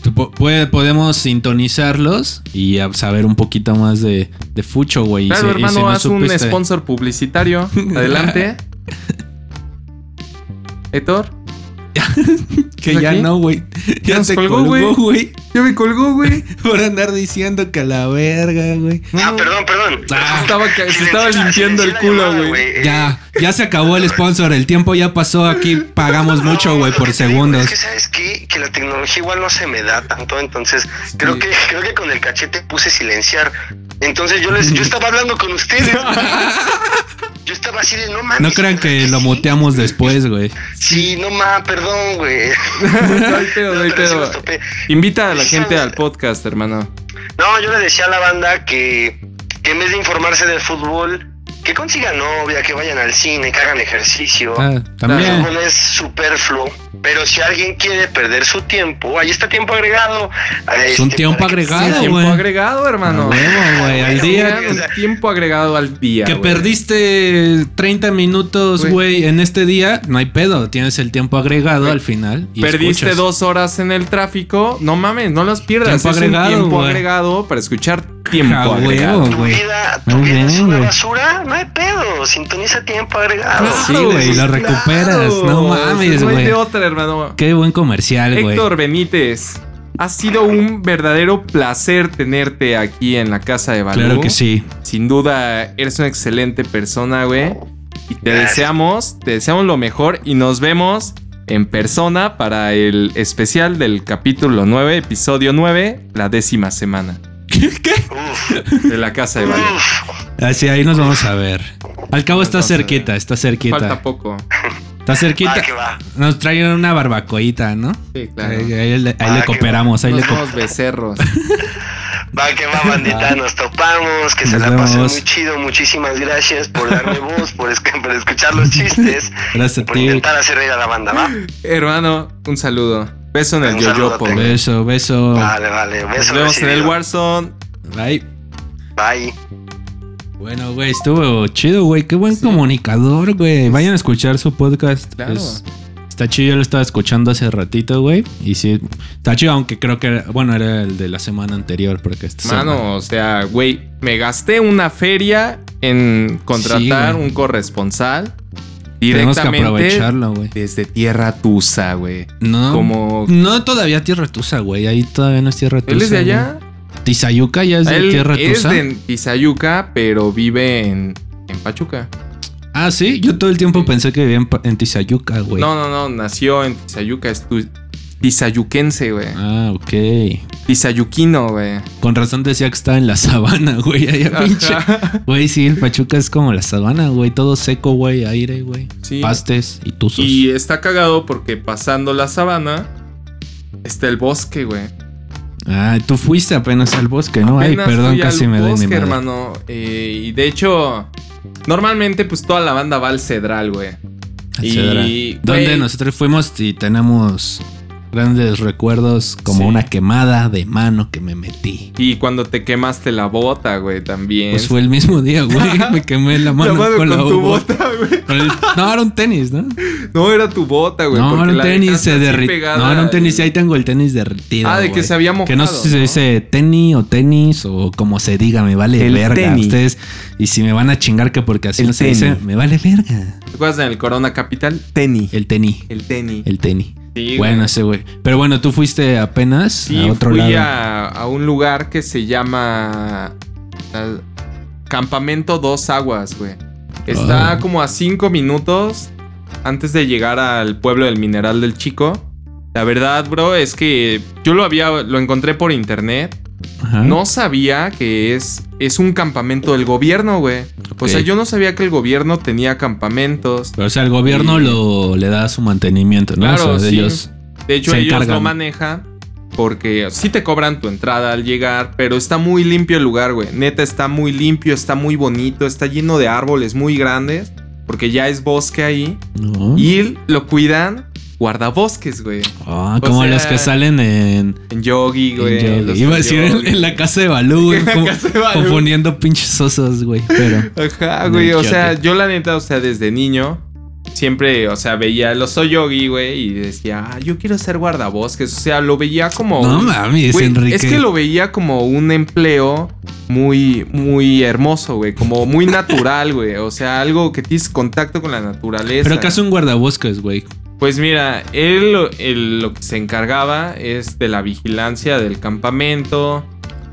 [SPEAKER 2] Tú po- puede- podemos sintonizarlos y a- saber un poquito más de, de Fucho, güey. Y
[SPEAKER 1] Claro,
[SPEAKER 2] si- y
[SPEAKER 1] hermano,
[SPEAKER 2] si no
[SPEAKER 1] haz un
[SPEAKER 2] supiste-
[SPEAKER 1] sponsor publicitario. Adelante. Héctor.
[SPEAKER 2] Que
[SPEAKER 1] ¿Está
[SPEAKER 2] ya
[SPEAKER 1] aquí?
[SPEAKER 2] no, güey.
[SPEAKER 1] Ya
[SPEAKER 2] Ya
[SPEAKER 1] nos
[SPEAKER 2] se
[SPEAKER 1] colgó,
[SPEAKER 2] colgó,
[SPEAKER 1] güey.
[SPEAKER 2] güey.
[SPEAKER 1] Ya me colgó, güey.
[SPEAKER 2] Por andar diciendo que a la verga, güey.
[SPEAKER 3] Ah, perdón, perdón.
[SPEAKER 2] Ah,
[SPEAKER 1] estaba ca- se estaba
[SPEAKER 3] Silencio-
[SPEAKER 1] sintiendo el
[SPEAKER 3] silencio la
[SPEAKER 1] culo,
[SPEAKER 3] llamada,
[SPEAKER 1] güey.
[SPEAKER 3] Eh,
[SPEAKER 2] Ya, ya se acabó el sponsor. El tiempo ya pasó. Aquí pagamos mucho,
[SPEAKER 3] No,
[SPEAKER 2] güey,
[SPEAKER 3] lo
[SPEAKER 2] por
[SPEAKER 3] que te digo
[SPEAKER 2] segundos.
[SPEAKER 3] Es que sabes qué? que la tecnología igual no se me da tanto, entonces creo que creo que con el cachete puse silenciar. Entonces yo les yo estaba hablando con ustedes. yo estaba así de no mames.
[SPEAKER 2] No crean que lo
[SPEAKER 3] sí".
[SPEAKER 2] muteamos después, güey.
[SPEAKER 3] Sí, no mames, perdón, güey.
[SPEAKER 1] no hay pedo, no hay
[SPEAKER 3] Pero sí me
[SPEAKER 1] pedo.
[SPEAKER 3] estopé.
[SPEAKER 1] Invita a la
[SPEAKER 3] Sí,
[SPEAKER 1] gente
[SPEAKER 3] sabes.
[SPEAKER 1] al podcast, hermano.
[SPEAKER 3] No, yo le decía a la banda que, que en vez de informarse del fútbol, que consigan novia, que vayan al cine, que hagan ejercicio.
[SPEAKER 2] Ah,
[SPEAKER 3] El
[SPEAKER 2] también.
[SPEAKER 3] fútbol es superfluo, pero si alguien quiere perder su tiempo, ahí está tiempo agregado.
[SPEAKER 2] Es un
[SPEAKER 3] Este,
[SPEAKER 2] tiempo
[SPEAKER 3] para que-
[SPEAKER 1] Sí,
[SPEAKER 2] agregado,
[SPEAKER 1] tiempo
[SPEAKER 2] güey.
[SPEAKER 1] agregado, hermano.
[SPEAKER 2] A huevo, güey, al
[SPEAKER 1] Bueno,
[SPEAKER 2] día.
[SPEAKER 1] güey, o sea, tiempo agregado al día.
[SPEAKER 2] Que
[SPEAKER 1] güey.
[SPEAKER 2] perdiste 30 minutos,
[SPEAKER 1] Güey.
[SPEAKER 2] güey, en este día. No hay pedo. Tienes el tiempo agregado
[SPEAKER 1] Güey.
[SPEAKER 2] al final. y
[SPEAKER 1] Perdiste
[SPEAKER 2] escuchas.
[SPEAKER 1] dos horas en el tráfico. No mames, no las pierdas.
[SPEAKER 2] Tiempo
[SPEAKER 1] es un
[SPEAKER 2] agregado,
[SPEAKER 1] tiempo
[SPEAKER 2] güey.
[SPEAKER 1] agregado para escuchar tiempo
[SPEAKER 2] Ja, huevo.
[SPEAKER 1] agregado.
[SPEAKER 3] Tu
[SPEAKER 2] güey.
[SPEAKER 3] vida, tu
[SPEAKER 2] Muy
[SPEAKER 3] vida
[SPEAKER 2] bien,
[SPEAKER 3] es una
[SPEAKER 2] güey.
[SPEAKER 3] basura, no hay pedo, sintoniza tiempo agregado.
[SPEAKER 2] Claro, Sí, güey, lo recuperas, no mames,
[SPEAKER 1] No hay
[SPEAKER 2] güey.
[SPEAKER 1] de otra, hermano.
[SPEAKER 2] Qué buen comercial, güey.
[SPEAKER 1] Héctor Benítez, ha sido un verdadero placer tenerte aquí en la casa de Balú.
[SPEAKER 2] Claro que sí.
[SPEAKER 1] Sin duda, eres una excelente persona, güey. Y te
[SPEAKER 3] Gracias.
[SPEAKER 1] deseamos, te deseamos lo mejor y nos vemos en persona para el especial del capítulo 9, episodio 9, la décima semana
[SPEAKER 3] Uf,
[SPEAKER 1] de la casa de Balú.
[SPEAKER 3] uf.
[SPEAKER 2] Así ahí nos vamos a ver. Al cabo está
[SPEAKER 1] Entonces,
[SPEAKER 2] cerquita, está
[SPEAKER 1] Falta
[SPEAKER 2] cerquita.
[SPEAKER 1] poco.
[SPEAKER 2] Está
[SPEAKER 3] Va
[SPEAKER 2] cerquita.
[SPEAKER 3] que va.
[SPEAKER 2] Nos traen una barbacoita, ¿no?
[SPEAKER 1] Sí, claro.
[SPEAKER 2] Ahí, ahí le, ahí
[SPEAKER 3] Ah,
[SPEAKER 2] le
[SPEAKER 3] qué
[SPEAKER 2] cooperamos, ahí le
[SPEAKER 1] Unos
[SPEAKER 2] co-
[SPEAKER 1] nuevos becerros.
[SPEAKER 3] Va que va, bandita, nos topamos, que se
[SPEAKER 2] Nos
[SPEAKER 3] la pasen
[SPEAKER 2] vemos.
[SPEAKER 3] muy chido. Muchísimas gracias por darme voz, por, es- por escuchar los chistes,
[SPEAKER 2] Gracias a
[SPEAKER 3] por
[SPEAKER 2] ti.
[SPEAKER 3] intentar hacer reír a la banda, ¿va?
[SPEAKER 1] Hermano, un saludo. Beso en el
[SPEAKER 3] Un saludo,
[SPEAKER 1] yoyopo.
[SPEAKER 3] te-
[SPEAKER 1] Nos
[SPEAKER 2] Beso, beso.
[SPEAKER 3] Vale, vale. Beso
[SPEAKER 1] vemos en el
[SPEAKER 3] recibido.
[SPEAKER 1] Warzone.
[SPEAKER 2] Bye.
[SPEAKER 3] Bye.
[SPEAKER 2] Bueno, güey, estuvo chido, güey. Qué buen
[SPEAKER 1] Sí.
[SPEAKER 2] comunicador, güey. Vayan a escuchar su podcast.
[SPEAKER 1] Claro.
[SPEAKER 2] Es- está chido, yo lo estaba escuchando hace ratito, güey. Y sí, está chido, aunque creo que, era- bueno, era el de la semana anterior, porque este esta semana-
[SPEAKER 1] Mano, o sea, güey, me gasté una feria en contratar
[SPEAKER 2] Sí, güey.
[SPEAKER 1] un corresponsal
[SPEAKER 2] Tenemos que
[SPEAKER 1] directamente
[SPEAKER 2] aprovecharlo, güey.
[SPEAKER 1] desde Tierra Tusa, güey.
[SPEAKER 2] No,
[SPEAKER 1] Como
[SPEAKER 2] no todavía Tierra Tusa, güey. Ahí todavía no es Tierra mm, Tusa.
[SPEAKER 1] él es de
[SPEAKER 2] güey.
[SPEAKER 1] allá,
[SPEAKER 2] Tizayuca ya es de
[SPEAKER 1] él
[SPEAKER 2] Tierra
[SPEAKER 1] es
[SPEAKER 2] Tusa.
[SPEAKER 1] de Tizayuca, pero vive en, en Pachuca.
[SPEAKER 2] Ah, sí, yo todo el tiempo pensé que vivía en, Pa- en Tizayuca, güey.
[SPEAKER 1] No, no, no, nació en Tizayuca, es tu- tizayuquense, güey.
[SPEAKER 2] Ah, ok.
[SPEAKER 1] Tizayuquino, güey.
[SPEAKER 2] Con razón decía que estaba en la sabana, güey. Allá pinche.
[SPEAKER 1] Ajá.
[SPEAKER 2] Güey, sí, el Pachuca es como la sabana, güey. Todo seco, güey. Aire, güey.
[SPEAKER 1] Sí.
[SPEAKER 2] Pastes y tuzos.
[SPEAKER 1] Y eh, está cagado porque pasando la sabana está el bosque, güey.
[SPEAKER 2] Ah, tú fuiste apenas al bosque, ¿no? Ay,
[SPEAKER 1] Apenas
[SPEAKER 2] perdón,
[SPEAKER 1] fui al
[SPEAKER 2] casi me doy mi
[SPEAKER 1] bosque,
[SPEAKER 2] madre.
[SPEAKER 1] hermano. Eh, y de hecho, Normalmente, pues toda la banda va al Cedral, güey.
[SPEAKER 2] etcétera.
[SPEAKER 1] Y,
[SPEAKER 2] Donde
[SPEAKER 1] güey,
[SPEAKER 2] nosotros fuimos y tenemos grandes recuerdos como
[SPEAKER 1] Sí.
[SPEAKER 2] una quemada de mano que me metí.
[SPEAKER 1] Y cuando te quemaste la bota, güey, también.
[SPEAKER 2] Pues fue el mismo día, güey. Me quemé la mano
[SPEAKER 1] Llamado
[SPEAKER 2] con,
[SPEAKER 1] con,
[SPEAKER 2] la
[SPEAKER 1] tu
[SPEAKER 2] bota.
[SPEAKER 1] bota, güey.
[SPEAKER 2] Con el- No, era un tenis, ¿no?
[SPEAKER 1] No, era tu bota, güey.
[SPEAKER 2] no,
[SPEAKER 1] porque
[SPEAKER 2] era un
[SPEAKER 1] la
[SPEAKER 2] tenis,
[SPEAKER 1] dejaste
[SPEAKER 2] se
[SPEAKER 1] así
[SPEAKER 2] derritió.
[SPEAKER 1] pegada
[SPEAKER 2] No, era un tenis,
[SPEAKER 1] al-
[SPEAKER 2] ahí tengo el tenis derretido.
[SPEAKER 1] Ah, de que
[SPEAKER 2] güey.
[SPEAKER 1] se había mojado.
[SPEAKER 2] Que no sé si se dice tenis o tenis o como se diga, me vale
[SPEAKER 4] El
[SPEAKER 2] verga.
[SPEAKER 4] tenis.
[SPEAKER 2] Ustedes, y si me van a chingar que porque así
[SPEAKER 4] El
[SPEAKER 2] no se dice,
[SPEAKER 4] tenis.
[SPEAKER 2] me vale verga.
[SPEAKER 1] ¿Te acuerdas del Corona Capital?
[SPEAKER 4] Tenis.
[SPEAKER 2] El tenis,
[SPEAKER 1] El tenis.
[SPEAKER 2] el tenis.
[SPEAKER 1] Sí,
[SPEAKER 2] Bueno,
[SPEAKER 1] güey.
[SPEAKER 2] ese güey. Pero bueno, tú fuiste apenas
[SPEAKER 1] Sí,
[SPEAKER 2] a otro
[SPEAKER 1] fui
[SPEAKER 2] lado.
[SPEAKER 1] A, a un lugar que se llama al- Campamento Dos Aguas, güey. Está
[SPEAKER 2] Ah.
[SPEAKER 1] como a cinco minutos antes de llegar al pueblo del Mineral del Chico. La verdad, bro, es que yo lo había, lo encontré por internet.
[SPEAKER 2] Ajá.
[SPEAKER 1] No sabía que es, es un campamento del gobierno, güey. O
[SPEAKER 2] Ok.
[SPEAKER 1] sea, yo no sabía que el gobierno tenía campamentos.
[SPEAKER 2] Pero, o sea, el gobierno
[SPEAKER 1] Y-
[SPEAKER 2] lo, le da su mantenimiento, ¿no?
[SPEAKER 1] Claro,
[SPEAKER 2] O sea,
[SPEAKER 1] sí.
[SPEAKER 2] ellos.
[SPEAKER 1] De hecho,
[SPEAKER 2] Se
[SPEAKER 1] ellos lo
[SPEAKER 2] encargan.
[SPEAKER 1] manejan porque sí te cobran tu entrada al llegar, pero está muy limpio el lugar, güey. Neta, está muy limpio, está muy bonito, está lleno de árboles muy grandes, porque ya es bosque ahí.
[SPEAKER 2] No.
[SPEAKER 1] Y lo cuidan guardabosques, güey.
[SPEAKER 2] Ah,
[SPEAKER 1] o
[SPEAKER 2] como
[SPEAKER 1] sea,
[SPEAKER 2] los que salen en.
[SPEAKER 1] En yogi,
[SPEAKER 2] en
[SPEAKER 1] güey.
[SPEAKER 2] Yogi.
[SPEAKER 1] los
[SPEAKER 2] Iba a decir en,
[SPEAKER 1] yogi.
[SPEAKER 2] en la casa de Balú, güey.
[SPEAKER 1] En la
[SPEAKER 2] como-
[SPEAKER 1] casa de Balú.
[SPEAKER 2] Componiendo pinches osos, güey. Pero.
[SPEAKER 1] Ajá,
[SPEAKER 2] En
[SPEAKER 1] güey.
[SPEAKER 2] el
[SPEAKER 1] O sea,
[SPEAKER 2] yogi.
[SPEAKER 1] yo la neta, o sea, desde niño. Siempre, o sea, veía el oso yogi, güey, y decía, ah, yo quiero ser guardabosques. O sea, lo veía como.
[SPEAKER 2] No
[SPEAKER 1] un-
[SPEAKER 2] mames,
[SPEAKER 1] Güey,
[SPEAKER 2] Enrique.
[SPEAKER 1] Es que lo veía como un empleo muy, muy hermoso, güey. Como muy natural, güey. O sea, algo que tienes contacto con la naturaleza.
[SPEAKER 2] Pero acaso un guardabosques, güey.
[SPEAKER 1] Pues mira, él lo- él lo que se encargaba es de la vigilancia del campamento,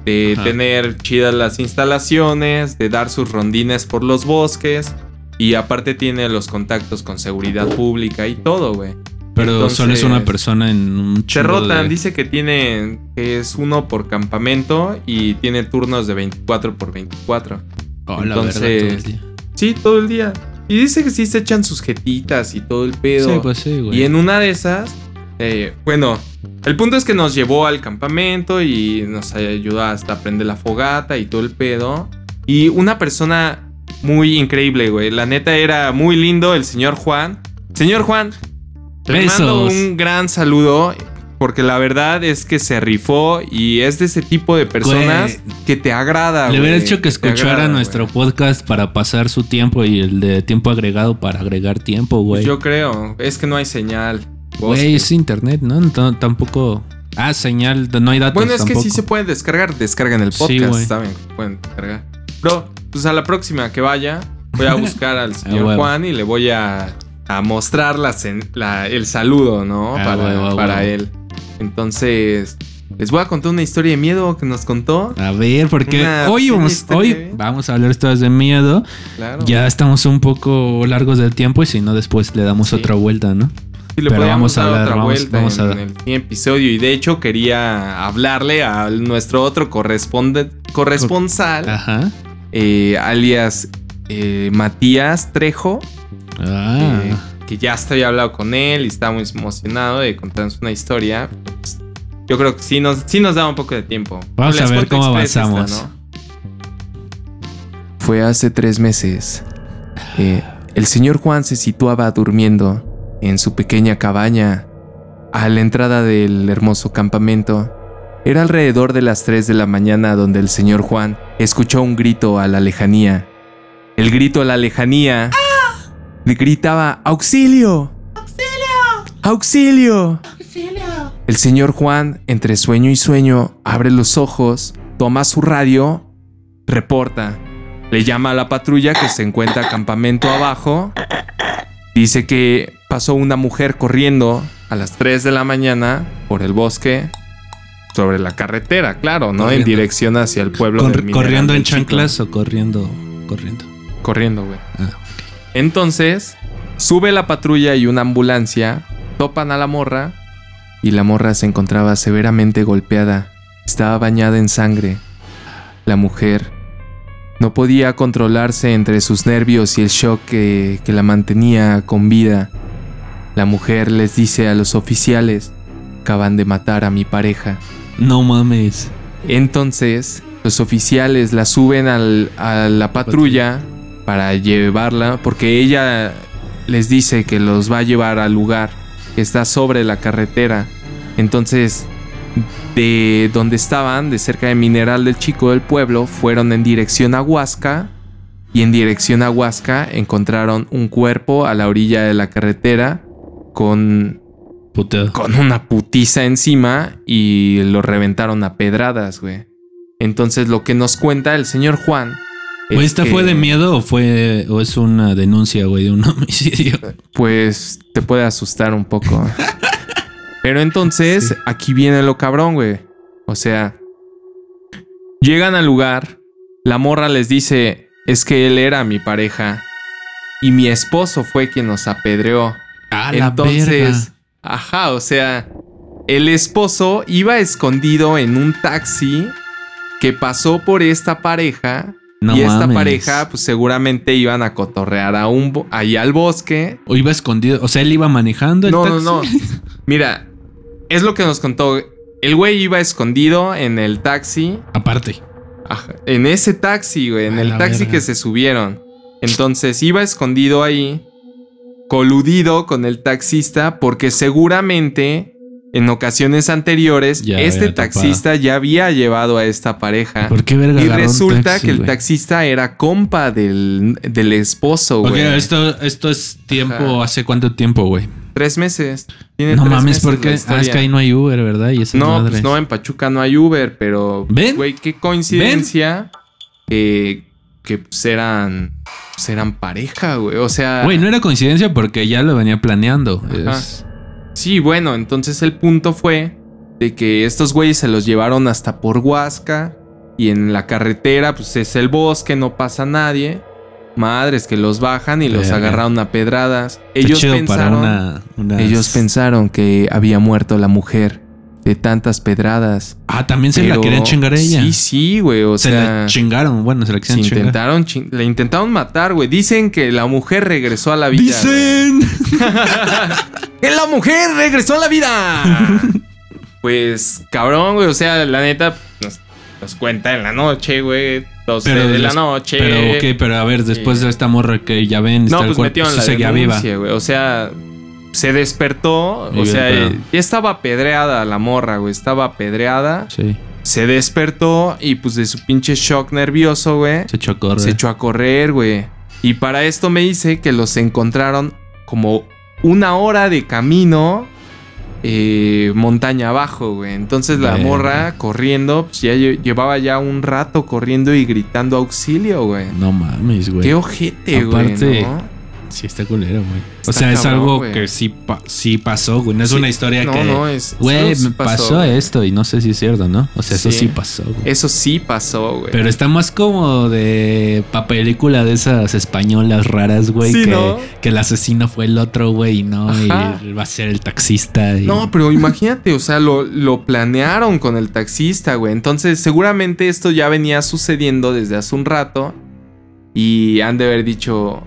[SPEAKER 1] de
[SPEAKER 2] Ajá.
[SPEAKER 1] tener chidas las instalaciones, de dar sus rondines por los bosques. Y aparte tiene los contactos con seguridad pública y todo, güey.
[SPEAKER 2] Pero solo es una
[SPEAKER 1] Entonces-
[SPEAKER 2] persona en un
[SPEAKER 1] Se
[SPEAKER 2] chingo
[SPEAKER 1] rotan,
[SPEAKER 2] de-
[SPEAKER 1] dice que tiene que es uno por campamento y tiene turnos de 24 por 24.
[SPEAKER 2] Oh, la verga, todo el
[SPEAKER 1] entonces-
[SPEAKER 2] día.
[SPEAKER 1] Sí, todo el día. Y dice que sí se echan sus jetitas y todo el pedo.
[SPEAKER 2] Sí, pues sí, güey.
[SPEAKER 1] y en una de esas, eh, bueno, el punto es que nos llevó al campamento y nos ayudó hasta prender la fogata y todo el pedo. Y una persona muy increíble, güey. La neta era muy lindo el señor Juan. Señor Juan, le mando
[SPEAKER 2] Besos.
[SPEAKER 1] un gran saludo porque la verdad es que se rifó y es de ese tipo de personas que te agrada.
[SPEAKER 2] Le hubiera
[SPEAKER 1] güey,
[SPEAKER 2] hecho que
[SPEAKER 1] te
[SPEAKER 2] escuchara
[SPEAKER 1] agrada,
[SPEAKER 2] nuestro
[SPEAKER 1] güey.
[SPEAKER 2] podcast para pasar su tiempo y el de tiempo agregado para agregar tiempo, güey.
[SPEAKER 1] Pues Yo creo, es que no hay señal.
[SPEAKER 2] Güey,
[SPEAKER 1] Bosque.
[SPEAKER 2] es internet, ¿no? No, tampoco. Ah, señal, no hay datos.
[SPEAKER 1] Bueno, es que sí
[SPEAKER 2] tampoco.
[SPEAKER 1] se pueden descargar. Descargan el
[SPEAKER 2] Sí,
[SPEAKER 1] podcast,
[SPEAKER 2] güey.
[SPEAKER 1] saben que pueden descargar. Pero, pues a la próxima que vaya, voy a buscar al señor
[SPEAKER 2] huevo.
[SPEAKER 1] Juan y le voy a, a mostrar la sen- la- el saludo, ¿no?
[SPEAKER 2] A
[SPEAKER 1] para
[SPEAKER 2] huevo, a
[SPEAKER 1] para
[SPEAKER 2] huevo.
[SPEAKER 1] él. Entonces, les voy a contar una historia de miedo que nos contó.
[SPEAKER 2] A ver, porque
[SPEAKER 1] Una
[SPEAKER 2] hoy
[SPEAKER 1] pequeña
[SPEAKER 2] vamos,
[SPEAKER 1] historia de
[SPEAKER 2] hoy
[SPEAKER 1] vida.
[SPEAKER 2] vamos a hablar todas de miedo.
[SPEAKER 1] Claro.
[SPEAKER 2] Ya estamos un poco largos del tiempo y si no, después le damos
[SPEAKER 1] Sí.
[SPEAKER 2] otra vuelta, ¿no?
[SPEAKER 1] Sí, le
[SPEAKER 2] Pero
[SPEAKER 1] podríamos
[SPEAKER 2] vamos a
[SPEAKER 1] dar
[SPEAKER 2] hablar,
[SPEAKER 1] otra
[SPEAKER 2] vamos-
[SPEAKER 1] vuelta
[SPEAKER 2] vamos
[SPEAKER 1] en,
[SPEAKER 2] a-
[SPEAKER 1] en el siguiente episodio. Y de hecho quería hablarle a nuestro otro corresponde, corresponsal,
[SPEAKER 2] Ajá.
[SPEAKER 1] eh, alias eh, Matías Trejo,
[SPEAKER 2] Ah.
[SPEAKER 1] eh, que ya hasta había hablado con él y estaba muy emocionado de contarnos una historia. Pues, yo creo que sí nos, sí nos daba un poco de tiempo.
[SPEAKER 2] Vamos
[SPEAKER 1] Les
[SPEAKER 2] a ver
[SPEAKER 1] cuento
[SPEAKER 2] cómo
[SPEAKER 1] express esta,
[SPEAKER 2] avanzamos.
[SPEAKER 1] ¿no? Fue hace tres meses. Eh, el señor Juan se situaba durmiendo en su pequeña cabaña a la entrada del hermoso campamento. Era alrededor de las 3 de la mañana donde el señor Juan escuchó un grito a la lejanía. El grito a la lejanía le gritaba ¡Auxilio! ¡Auxilio! ¡Auxilio! El señor Juan, entre sueño y sueño, abre los ojos, toma su radio, reporta. Le llama a la patrulla que se encuentra campamento abajo. Dice que pasó una mujer corriendo a las 3 de la mañana por el bosque sobre la carretera, claro, ¿no? En
[SPEAKER 2] Corriendo.
[SPEAKER 1] dirección hacia el pueblo.
[SPEAKER 2] Cor-
[SPEAKER 1] del Mineral
[SPEAKER 2] ¿Corriendo
[SPEAKER 1] del
[SPEAKER 2] en
[SPEAKER 1] Chico.
[SPEAKER 2] chanclas o corriendo? Corriendo.
[SPEAKER 1] Corriendo, güey.
[SPEAKER 2] Ah,
[SPEAKER 1] Entonces, sube la patrulla y una ambulancia, topan a la morra y la morra se encontraba severamente golpeada. Estaba bañada en sangre. La mujer no podía controlarse entre sus nervios y el shock que, que la mantenía con vida. La mujer les dice a los oficiales, acaban de matar a mi pareja.
[SPEAKER 2] No mames.
[SPEAKER 1] Entonces, los oficiales la suben al- a la patrulla para llevarla, porque ella les dice que los va a llevar al lugar que está sobre la carretera. Entonces, de donde estaban, de cerca de Mineral del Chico del Pueblo, fueron en dirección a Huasca y en dirección a Huasca encontraron un cuerpo a la orilla de la carretera con
[SPEAKER 2] Puta.
[SPEAKER 1] con una putiza encima y lo reventaron a pedradas, güey. Entonces lo que nos cuenta el señor Juan.
[SPEAKER 2] Güey,
[SPEAKER 1] es
[SPEAKER 2] ¿esta
[SPEAKER 1] que,
[SPEAKER 2] fue de miedo o fue o es una denuncia, güey, de un homicidio?
[SPEAKER 1] Pues te puede asustar un poco. Pero entonces
[SPEAKER 2] Sí.
[SPEAKER 1] aquí viene lo cabrón, güey. O sea, llegan al lugar, la morra les dice, es que él era mi pareja y mi esposo fue quien nos apedreó.
[SPEAKER 2] A
[SPEAKER 1] Ah, Entonces, ajá, o sea, el esposo iba escondido en un taxi que pasó por esta pareja
[SPEAKER 2] No
[SPEAKER 1] y esta
[SPEAKER 2] mames.
[SPEAKER 1] pareja pues seguramente iban a cotorrear a un bo- ahí al bosque.
[SPEAKER 2] O iba escondido, o sea, él iba manejando el
[SPEAKER 1] No,
[SPEAKER 2] taxi?
[SPEAKER 1] no, no. Mira, es lo que nos contó. El güey iba escondido en el taxi,
[SPEAKER 2] Aparte.
[SPEAKER 1] ajá, en ese taxi, güey, en
[SPEAKER 2] A
[SPEAKER 1] el
[SPEAKER 2] la
[SPEAKER 1] taxi
[SPEAKER 2] verga.
[SPEAKER 1] que se subieron. Entonces iba escondido ahí, coludido con el taxista, porque seguramente en ocasiones anteriores
[SPEAKER 2] Ya
[SPEAKER 1] este
[SPEAKER 2] había topado.
[SPEAKER 1] taxista ya había llevado a esta pareja.
[SPEAKER 2] ¿Por qué verga
[SPEAKER 1] Ah. Y
[SPEAKER 2] agarró un
[SPEAKER 1] resulta
[SPEAKER 2] taxi,
[SPEAKER 1] que el
[SPEAKER 2] güey?
[SPEAKER 1] taxista era compa del, del esposo,
[SPEAKER 2] Ok,
[SPEAKER 1] güey.
[SPEAKER 2] esto, esto es tiempo,
[SPEAKER 1] Ajá.
[SPEAKER 2] ¿hace cuánto tiempo, güey?
[SPEAKER 1] Tres meses. Tiene
[SPEAKER 2] No
[SPEAKER 1] tres
[SPEAKER 2] mames,
[SPEAKER 1] meses la
[SPEAKER 2] porque ah, es
[SPEAKER 1] historia.
[SPEAKER 2] que ahí no hay Uber, ¿verdad? Y esas
[SPEAKER 1] No,
[SPEAKER 2] madres.
[SPEAKER 1] pues no, en Pachuca no hay Uber, pero.
[SPEAKER 2] ¿Ven?
[SPEAKER 1] Güey, qué coincidencia que. Que pues, eran. pues, eran pareja, güey. O sea.
[SPEAKER 2] Güey, no era coincidencia porque ya lo venía planeando.
[SPEAKER 1] Ajá.
[SPEAKER 2] Es-
[SPEAKER 1] Sí, bueno, entonces el punto fue. De que estos güeyes se los llevaron hasta por Huasca. Y en la carretera, pues es el bosque, no pasa nadie. Madres que los bajan y los
[SPEAKER 2] Verga.
[SPEAKER 1] agarraron a pedradas.
[SPEAKER 2] está
[SPEAKER 1] Ellos
[SPEAKER 2] chido
[SPEAKER 1] pensaron.
[SPEAKER 2] para una, unas-
[SPEAKER 1] Ellos pensaron que había muerto la mujer de tantas pedradas.
[SPEAKER 2] Ah, también se la
[SPEAKER 1] Pero-
[SPEAKER 2] querían chingar a ella.
[SPEAKER 1] Sí, sí, güey. O
[SPEAKER 2] se
[SPEAKER 1] sea,
[SPEAKER 2] la chingaron, bueno, se la
[SPEAKER 1] se
[SPEAKER 2] querían chingar.
[SPEAKER 1] intentaron chin- le intentaron matar, güey. Dicen que la mujer regresó a la vida.
[SPEAKER 2] Dicen.
[SPEAKER 1] güey. ¡Que la mujer regresó a la vida! pues, cabrón, güey. O sea, la neta nos, nos cuenta en la noche, güey. 12
[SPEAKER 2] Pero
[SPEAKER 1] de la
[SPEAKER 2] des-
[SPEAKER 1] noche.
[SPEAKER 2] Pero, ok, pero a ver, después
[SPEAKER 1] Sí.
[SPEAKER 2] de esta morra que ya ven,
[SPEAKER 1] no,
[SPEAKER 2] está el
[SPEAKER 1] pues
[SPEAKER 2] cuerpo,
[SPEAKER 1] metieron
[SPEAKER 2] sí
[SPEAKER 1] la
[SPEAKER 2] seguía viva.
[SPEAKER 1] denuncia, güey. O sea, se despertó.
[SPEAKER 2] Viva
[SPEAKER 1] o
[SPEAKER 2] el
[SPEAKER 1] sea,
[SPEAKER 2] pedo.
[SPEAKER 1] eh, ya estaba apedreada la morra, güey. Estaba apedreada.
[SPEAKER 2] Sí,
[SPEAKER 1] Se despertó y pues de su pinche shock nervioso, güey.
[SPEAKER 2] se echó a correr.
[SPEAKER 1] Se echó a correr, güey. Y para esto me dice que los encontraron como una hora de camino eh, montaña abajo, güey. Entonces la
[SPEAKER 2] Verga.
[SPEAKER 1] morra corriendo, pues ya lle- llevaba ya un rato corriendo y gritando auxilio, güey.
[SPEAKER 2] No mames, güey.
[SPEAKER 1] Qué ojete, güey.
[SPEAKER 2] Aparte,
[SPEAKER 1] ¿no?
[SPEAKER 2] Sí, está culero, güey.
[SPEAKER 1] Está
[SPEAKER 2] O sea, es
[SPEAKER 1] cabrón,
[SPEAKER 2] algo
[SPEAKER 1] güey.
[SPEAKER 2] que sí, pa- sí pasó, güey. No es
[SPEAKER 1] Sí.
[SPEAKER 2] una historia
[SPEAKER 1] no,
[SPEAKER 2] que.
[SPEAKER 1] no, es.
[SPEAKER 2] Güey,
[SPEAKER 1] eso
[SPEAKER 2] me pasó eh.
[SPEAKER 1] güey.
[SPEAKER 2] esto y no sé si es cierto, ¿no? O sea, eso
[SPEAKER 1] Sí.
[SPEAKER 2] sí pasó, güey.
[SPEAKER 1] Eso sí pasó, güey.
[SPEAKER 2] Pero está más como de pa película de esas españolas raras, güey,
[SPEAKER 1] Sí,
[SPEAKER 2] que,
[SPEAKER 1] ¿no?
[SPEAKER 2] que el asesino fue el otro, güey, y no,
[SPEAKER 1] Ajá.
[SPEAKER 2] y va a ser el taxista. y-
[SPEAKER 1] No, pero imagínate, o sea, lo, lo planearon con el taxista, güey. Entonces, seguramente esto ya venía sucediendo desde hace un rato. Y han de haber dicho,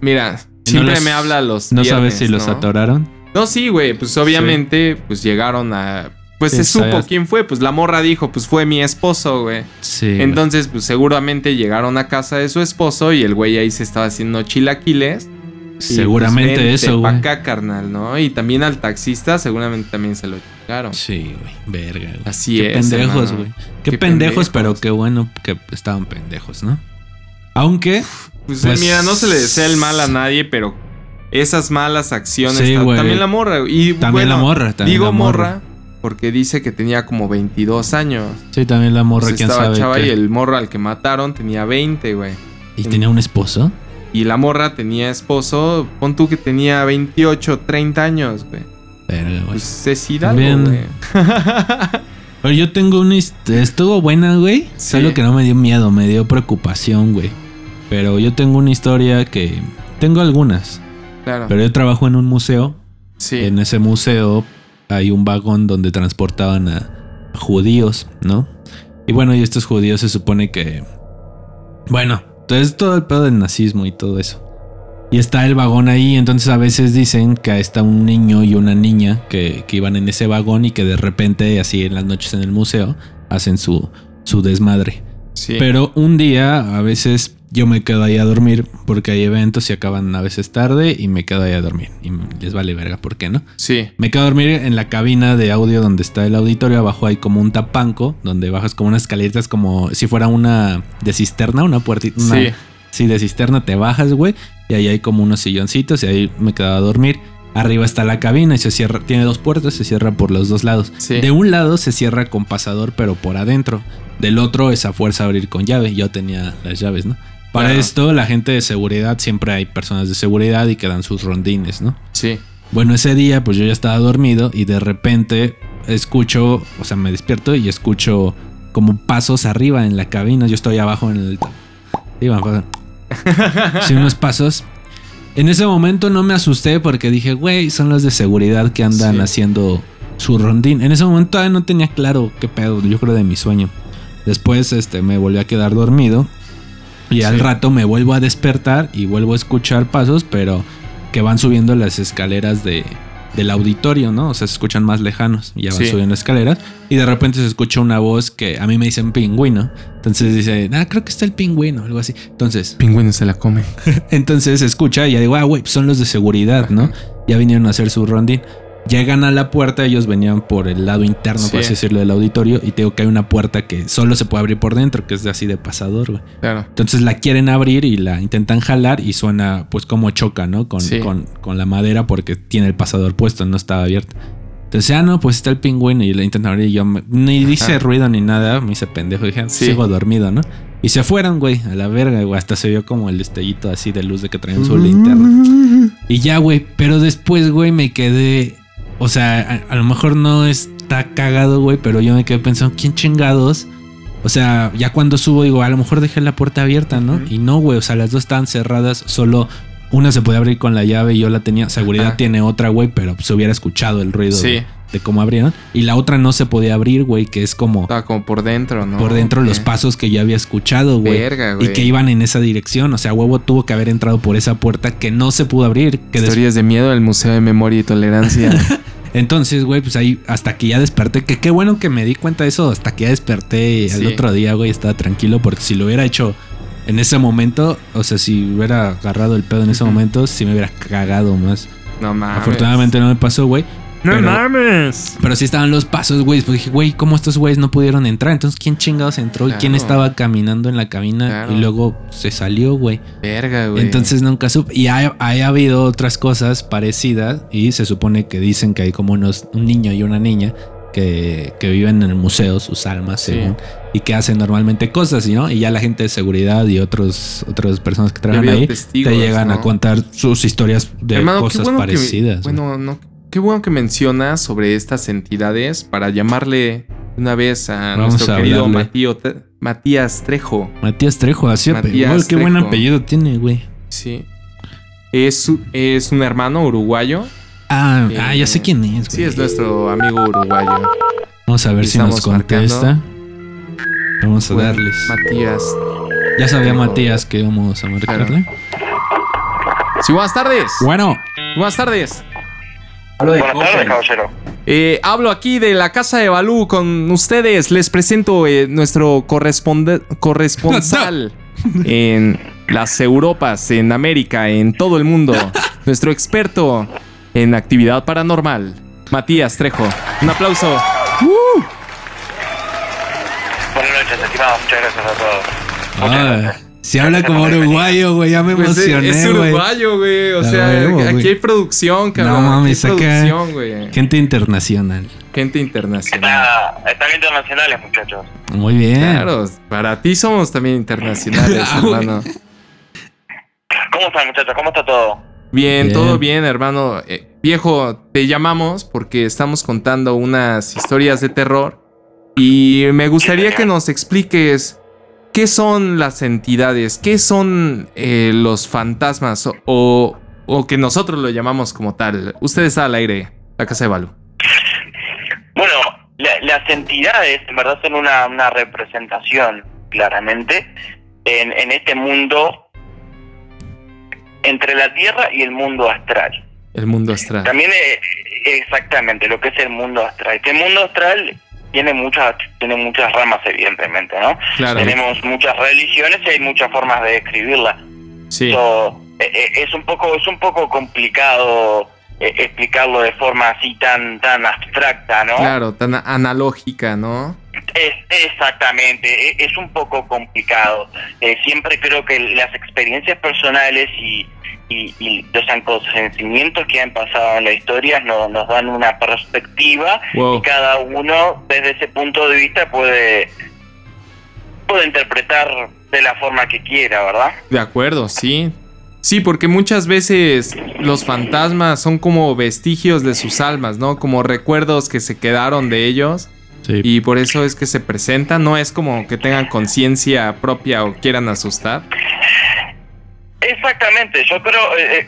[SPEAKER 1] mira,
[SPEAKER 2] Y no
[SPEAKER 1] siempre
[SPEAKER 2] los-
[SPEAKER 1] me habla los...
[SPEAKER 2] no sabes
[SPEAKER 1] viernes,
[SPEAKER 2] si los
[SPEAKER 1] ¿no?".
[SPEAKER 2] atoraron.
[SPEAKER 1] No, sí, güey, pues obviamente, pues llegaron a... Pues
[SPEAKER 2] Sí,
[SPEAKER 1] se supo
[SPEAKER 2] sabías.
[SPEAKER 1] quién fue, pues la morra dijo, pues fue mi esposo, güey.
[SPEAKER 2] Sí. güey.
[SPEAKER 1] Entonces, pues seguramente llegaron a casa de su esposo y el güey ahí se estaba haciendo chilaquiles. Y,
[SPEAKER 2] seguramente
[SPEAKER 1] pues, vente
[SPEAKER 2] eso,
[SPEAKER 1] pa'
[SPEAKER 2] güey.
[SPEAKER 1] acá, carnal, ¿no? Y también al taxista seguramente también se lo llegaron.
[SPEAKER 2] Sí, güey. Verga, güey.
[SPEAKER 1] Así
[SPEAKER 2] Qué
[SPEAKER 1] es.
[SPEAKER 2] pendejos,
[SPEAKER 1] hermano.
[SPEAKER 2] güey. Qué,
[SPEAKER 1] Qué
[SPEAKER 2] pendejos,
[SPEAKER 1] pendejos.
[SPEAKER 2] pero qué bueno que estaban pendejos, ¿no? Aunque,
[SPEAKER 1] Pues,
[SPEAKER 2] Pues-
[SPEAKER 1] mira, no se le desea el mal a nadie, pero esas malas acciones.
[SPEAKER 2] Sí,
[SPEAKER 1] ta-
[SPEAKER 2] güey.
[SPEAKER 1] también la morra. güey. Y
[SPEAKER 2] también
[SPEAKER 1] bueno,
[SPEAKER 2] la morra. También
[SPEAKER 1] digo
[SPEAKER 2] la
[SPEAKER 1] morra porque dice que tenía como 22 años.
[SPEAKER 2] Sí, también la morra,
[SPEAKER 1] Pues
[SPEAKER 2] quién
[SPEAKER 1] estaba
[SPEAKER 2] sabe.
[SPEAKER 1] chava
[SPEAKER 2] qué.
[SPEAKER 1] y el morro al que mataron tenía 20, güey.
[SPEAKER 2] ¿Y tenía un esposo?
[SPEAKER 1] Y la morra tenía esposo, pon tú que tenía 28, 30 años, güey.
[SPEAKER 2] Verga, güey.
[SPEAKER 1] Pues es Hidalgo,
[SPEAKER 2] También-
[SPEAKER 1] güey.
[SPEAKER 2] Pero yo tengo un... hist- Estuvo buena, güey.
[SPEAKER 1] Sí.
[SPEAKER 2] Solo que no me dio miedo, me dio preocupación, güey. Pero yo tengo una historia que... Tengo algunas.
[SPEAKER 1] Claro.
[SPEAKER 2] Pero eh, yo trabajo en un museo.
[SPEAKER 1] sí.
[SPEAKER 2] En ese museo hay un vagón donde transportaban a judíos, ¿no? Y bueno, y estos judíos se supone que... Bueno, entonces todo el pedo del nazismo y todo eso. Y está el vagón ahí, entonces a veces dicen que ahí está un niño y una niña que, que iban en ese vagón y que de repente, así en las noches en el museo, hacen su, su desmadre.
[SPEAKER 1] Sí.
[SPEAKER 2] Pero un día, a veces yo me quedo ahí a dormir porque hay eventos y acaban a veces tarde y me quedo ahí a dormir. Y les vale verga, ¿por qué no?
[SPEAKER 1] Sí.
[SPEAKER 2] Me quedo a dormir en la cabina de audio donde está el auditorio. Abajo hay como un tapanco donde bajas como unas escaleritas, como si fuera una de cisterna, una puertita. una-
[SPEAKER 1] Sí.
[SPEAKER 2] Sí, de cisterna te bajas, güey. Y ahí hay como unos silloncitos y ahí me quedaba a dormir. Arriba está la cabina y se cierra. Tiene dos puertas, se cierra por los dos lados.
[SPEAKER 1] Sí.
[SPEAKER 2] De un lado se cierra con pasador, pero por adentro. Del otro es a fuerza abrir con llave. Yo tenía las llaves, ¿no? Para
[SPEAKER 1] Claro.
[SPEAKER 2] esto, la gente de seguridad, siempre hay personas de seguridad y que dan sus rondines, ¿no?
[SPEAKER 1] Sí.
[SPEAKER 2] Bueno, ese día pues yo ya estaba dormido y de repente escucho, o sea, me despierto y escucho como pasos arriba en la cabina. Yo estoy abajo en el... Sí, van pasando. Sí, unos pasos. En ese momento no me asusté porque dije, güey, son los de seguridad que andan
[SPEAKER 1] Sí.
[SPEAKER 2] haciendo su rondín. En ese momento todavía no tenía claro qué pedo, yo creo de mi sueño. Después este, me volví a quedar dormido y al
[SPEAKER 1] Sí.
[SPEAKER 2] rato me vuelvo a despertar y vuelvo a escuchar pasos, pero que van subiendo las escaleras de, del auditorio, ¿no? O sea, se escuchan más lejanos, ya van
[SPEAKER 1] Sí.
[SPEAKER 2] subiendo escaleras y de repente se escucha una voz que a mí me dicen pingüino. Entonces dice, ah, creo que está el pingüino, algo así. Entonces,
[SPEAKER 1] Pingüino se la come.
[SPEAKER 2] entonces se escucha y ya digo, ah, güey, pues son los de seguridad, ¿no?
[SPEAKER 1] Ajá.
[SPEAKER 2] Ya vinieron a hacer su rondín. Llegan a la puerta, ellos venían por el lado interno,
[SPEAKER 1] Sí.
[SPEAKER 2] por así decirlo, del auditorio. Y te digo que hay una puerta que solo se puede abrir por dentro, que es de así de pasador, güey.
[SPEAKER 1] Claro.
[SPEAKER 2] Entonces la quieren abrir y la intentan jalar y suena pues como choca, ¿no? Con,
[SPEAKER 1] Sí.
[SPEAKER 2] con, con la madera porque tiene el pasador puesto, no estaba abierta. Entonces, ah, no, pues está el pingüino y la intentan abrir y yo me- ni hice
[SPEAKER 1] Ajá.
[SPEAKER 2] ruido ni nada, me hice pendejo, dije, "Ah, pues
[SPEAKER 1] Sí.
[SPEAKER 2] sigo dormido, ¿no? Y se fueron, güey, a la verga, güey, hasta se vio como el destellito así de luz de que traían
[SPEAKER 1] Mm.
[SPEAKER 2] su linterna. Y ya, güey, pero después, güey, me quedé. O sea, a, a lo mejor no está cagado, güey, pero yo me quedé pensando, ¿quién chingados? O sea, ya cuando subo, digo, a lo mejor dejé la puerta abierta, ¿no?
[SPEAKER 1] Ujú.
[SPEAKER 2] Y no, güey, o sea, las dos estaban cerradas, solo una se podía abrir con la llave y yo la tenía. Seguridad
[SPEAKER 1] Ajá.
[SPEAKER 2] tiene otra, güey, pero se hubiera escuchado el ruido
[SPEAKER 1] Sí.
[SPEAKER 2] de, de cómo abrieron. Y la otra no se podía abrir, güey, que es como
[SPEAKER 1] Estaba como por dentro, Ah, ¿no?
[SPEAKER 2] por dentro los
[SPEAKER 1] Eh,
[SPEAKER 2] pasos que yo había escuchado, güey.
[SPEAKER 1] Verga, güey.
[SPEAKER 2] Y que iban en esa dirección, o sea, huevo tuvo que haber entrado por esa puerta que no se pudo abrir, que después
[SPEAKER 1] Historias de miedo del Museo de Memoria y Tolerancia.
[SPEAKER 2] Entonces, güey, pues ahí hasta que ya desperté, que qué bueno que me di cuenta de eso, hasta que ya desperté y al
[SPEAKER 1] Sí.
[SPEAKER 2] otro día, güey, estaba tranquilo porque si lo hubiera hecho en ese momento, o sea, si hubiera agarrado el pedo en ese
[SPEAKER 1] Ujú. Ah,
[SPEAKER 2] momento, sí me hubiera cagado más.
[SPEAKER 1] No mames.
[SPEAKER 2] Afortunadamente no me pasó, güey,
[SPEAKER 1] No
[SPEAKER 2] pero-
[SPEAKER 1] mames.
[SPEAKER 2] pero sí estaban los pasos, güey, pues dije, güey, ¿cómo estos güeyes no pudieron entrar? Entonces, ¿quién chingados entró? ¿Y ¿Quién
[SPEAKER 1] Claro.
[SPEAKER 2] estaba caminando en la cabina
[SPEAKER 1] Claro.
[SPEAKER 2] y luego se salió, güey?
[SPEAKER 1] Verga, güey.
[SPEAKER 2] Entonces nunca supe. Y hay, hay habido otras cosas parecidas. Y se supone que dicen que hay como unos, un niño y una niña que, que viven en el museo, sus almas,
[SPEAKER 1] Sí.
[SPEAKER 2] según, y que hacen normalmente cosas, ¿no? Y ya la gente de seguridad y otros, otras personas que
[SPEAKER 1] Ya ha
[SPEAKER 2] trabajan
[SPEAKER 1] habido
[SPEAKER 2] ahí
[SPEAKER 1] testigos,
[SPEAKER 2] te llegan a
[SPEAKER 1] ¿no?
[SPEAKER 2] contar sus historias de
[SPEAKER 1] Hermano, qué
[SPEAKER 2] cosas
[SPEAKER 1] bueno que-
[SPEAKER 2] parecidas. güey.
[SPEAKER 1] bueno, no. Qué bueno que mencionas sobre estas entidades para llamarle una vez a
[SPEAKER 2] Vamos
[SPEAKER 1] nuestro
[SPEAKER 2] a
[SPEAKER 1] querido
[SPEAKER 2] hablarle.
[SPEAKER 1] Matío Te- Matías Trejo.
[SPEAKER 2] Matías Trejo, así ape-
[SPEAKER 1] Matías
[SPEAKER 2] güey, qué buen
[SPEAKER 1] Trejo.
[SPEAKER 2] apellido tiene, güey.
[SPEAKER 1] Sí. Es, su- es un hermano uruguayo.
[SPEAKER 2] Ah,
[SPEAKER 1] Eh,
[SPEAKER 2] ah, ya sé quién es,
[SPEAKER 1] Sí,
[SPEAKER 2] güey.
[SPEAKER 1] es nuestro amigo uruguayo.
[SPEAKER 2] Vamos a ver si
[SPEAKER 1] Estamos
[SPEAKER 2] nos contesta. Vamos a
[SPEAKER 1] Bueno,
[SPEAKER 2] darles.
[SPEAKER 1] Matías.
[SPEAKER 2] Ya sabía
[SPEAKER 1] Trejo.
[SPEAKER 2] Matías que íbamos a marcarle.
[SPEAKER 1] Sí, buenas tardes.
[SPEAKER 2] Bueno,
[SPEAKER 1] Buenas tardes.
[SPEAKER 3] Buenas tardes, caballero.
[SPEAKER 1] Eh, hablo aquí de la casa de Balú con ustedes. Les presento eh, nuestro corresponde- corresponsal en las Europas, en América, en todo el mundo. Nuestro experto en actividad paranormal, Matías Trejo. Un aplauso.
[SPEAKER 3] Buenas noches, estimados. Muchas gracias a todos. Muchas
[SPEAKER 2] Ah,
[SPEAKER 3] gracias.
[SPEAKER 2] si habla como uruguayo, güey, ya me
[SPEAKER 1] Pues es-
[SPEAKER 2] emocioné,
[SPEAKER 1] es,
[SPEAKER 2] güey.
[SPEAKER 1] uruguayo, güey. O
[SPEAKER 2] La
[SPEAKER 1] sea,
[SPEAKER 2] huevo,
[SPEAKER 1] aquí
[SPEAKER 2] güey.
[SPEAKER 1] hay producción, cabrón.
[SPEAKER 2] No
[SPEAKER 1] aquí hay
[SPEAKER 2] mames, acá-
[SPEAKER 1] producción, güey.
[SPEAKER 2] Gente internacional.
[SPEAKER 1] Gente internacional.
[SPEAKER 3] Está- están internacionales, muchachos.
[SPEAKER 2] Muy bien.
[SPEAKER 1] Claro, para ti somos también internacionales,
[SPEAKER 2] Eh. Ah, güey.
[SPEAKER 1] hermano.
[SPEAKER 3] ¿Cómo están, muchachos? ¿Cómo está todo?
[SPEAKER 1] Bien,
[SPEAKER 2] Bien.
[SPEAKER 1] todo bien, hermano. Eh, viejo, te llamamos porque estamos contando unas historias de terror y me gustaría que nos expliques qué son las entidades, qué son eh, los fantasmas o- o, o que nosotros lo llamamos como tal. Ustedes al aire, la casa de Balú.
[SPEAKER 3] Bueno, la- las entidades en verdad son una, una representación, claramente, en, en este mundo entre la Tierra y el mundo astral.
[SPEAKER 1] El mundo astral.
[SPEAKER 4] eh,
[SPEAKER 3] También eh, exactamente lo que es el mundo astral. Este mundo astral
[SPEAKER 4] tiene muchas tiene muchas ramas evidentemente no
[SPEAKER 1] Claro.
[SPEAKER 4] tenemos muchas religiones y hay muchas formas de escribirla
[SPEAKER 1] Sí.
[SPEAKER 4] So, eh, eh, es un poco es un poco complicado eh, explicarlo de forma así tan tan abstracta no
[SPEAKER 1] Claro, tan a- analógica, ¿no?
[SPEAKER 4] Es, exactamente, e- es un poco complicado. Eh, siempre creo que las experiencias personales y, y- y los acontecimientos que han pasado en la historia no- nos dan una perspectiva
[SPEAKER 1] Wow.
[SPEAKER 4] y cada uno desde ese punto de vista puede, puede interpretar de la forma que quiera, ¿verdad?
[SPEAKER 1] De acuerdo, sí. Sí, porque muchas veces los fantasmas son como vestigios de sus almas, ¿no? Como recuerdos que se quedaron de ellos
[SPEAKER 2] Sí.
[SPEAKER 1] y por eso es que se presentan, no es como que tengan conciencia propia o quieran asustar.
[SPEAKER 4] Exactamente, yo creo, eh,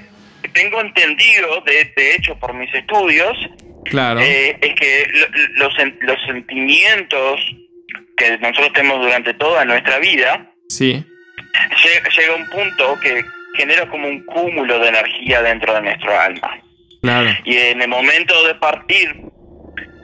[SPEAKER 4] eh, tengo entendido, de- de hecho, por mis estudios,
[SPEAKER 1] Claro.
[SPEAKER 4] Eh, es que lo- los, sen- los sentimientos que nosotros tenemos durante toda nuestra vida,
[SPEAKER 1] Sí.
[SPEAKER 4] lle- llega un punto que genera como un cúmulo de energía dentro de nuestro alma.
[SPEAKER 1] Claro.
[SPEAKER 4] Y en el momento de partir,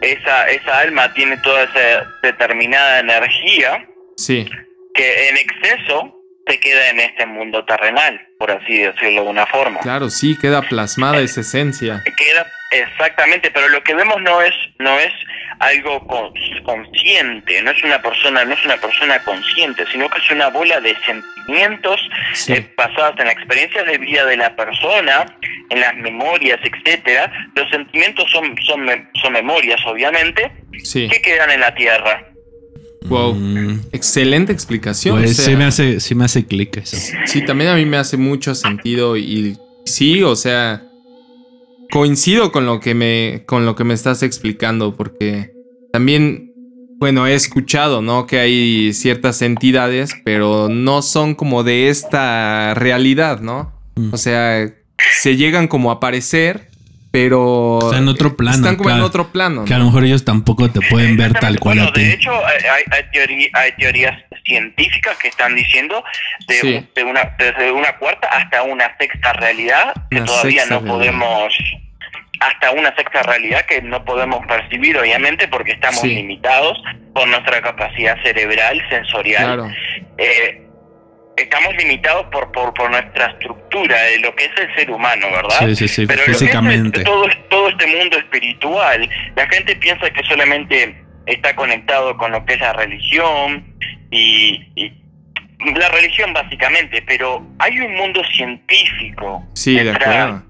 [SPEAKER 4] esa, esa alma tiene toda esa determinada energía
[SPEAKER 1] Sí.
[SPEAKER 4] que en exceso se queda en este mundo terrenal, por así decirlo de una forma.
[SPEAKER 1] Claro, sí, queda plasmada esa esencia.
[SPEAKER 4] queda exactamente pero lo que vemos no es no es algo con- consciente no es una persona no es una persona consciente sino que es una bola de sentimientos
[SPEAKER 1] Sí.
[SPEAKER 4] eh, basadas en la experiencia de vida de la persona en las memorias etcétera los sentimientos son son me- son memorias obviamente
[SPEAKER 1] Sí.
[SPEAKER 4] que quedan en la tierra
[SPEAKER 1] Wow.
[SPEAKER 2] Mm,
[SPEAKER 1] Excelente explicación.
[SPEAKER 2] pues
[SPEAKER 1] o sea,
[SPEAKER 2] sí me hace, sí me hace clic eso.
[SPEAKER 1] Sí, también a mí me hace mucho sentido y sí, o sea, coincido con lo que me con lo que me estás explicando porque también bueno, he escuchado, ¿no? Que hay ciertas entidades, pero no son como de esta realidad, ¿no?
[SPEAKER 2] Mm.
[SPEAKER 1] O sea, se llegan como a aparecer, pero
[SPEAKER 2] Está en otro plano.
[SPEAKER 1] están como
[SPEAKER 2] que,
[SPEAKER 1] en
[SPEAKER 2] a-
[SPEAKER 1] otro plano.
[SPEAKER 2] que a
[SPEAKER 1] ¿no?
[SPEAKER 2] lo mejor ellos tampoco te pueden ver tal cual
[SPEAKER 4] Bueno,
[SPEAKER 2] a
[SPEAKER 4] de
[SPEAKER 2] ti.
[SPEAKER 4] hecho, eh, hay, hay- hay teorí- hay teorías científicas que están diciendo de,
[SPEAKER 1] Sí.
[SPEAKER 4] un- de una, desde una cuarta hasta una sexta realidad que
[SPEAKER 1] Una
[SPEAKER 4] todavía
[SPEAKER 1] sexta
[SPEAKER 4] no
[SPEAKER 1] realidad.
[SPEAKER 4] podemos hasta una sexta realidad que no podemos percibir obviamente porque estamos
[SPEAKER 1] Sí.
[SPEAKER 4] limitados por nuestra capacidad cerebral sensorial
[SPEAKER 1] Claro,
[SPEAKER 4] Eh, estamos limitados por, por por nuestra estructura de lo que es el ser humano verdad
[SPEAKER 2] Sí, sí, sí,
[SPEAKER 4] pero lo que es
[SPEAKER 2] físicamente.
[SPEAKER 4] el- todo, todo este mundo espiritual, la gente piensa que solamente está conectado con lo que es la religión y, y la religión básicamente, pero hay un mundo científico
[SPEAKER 1] sí, de
[SPEAKER 4] detrás
[SPEAKER 1] acuerdo.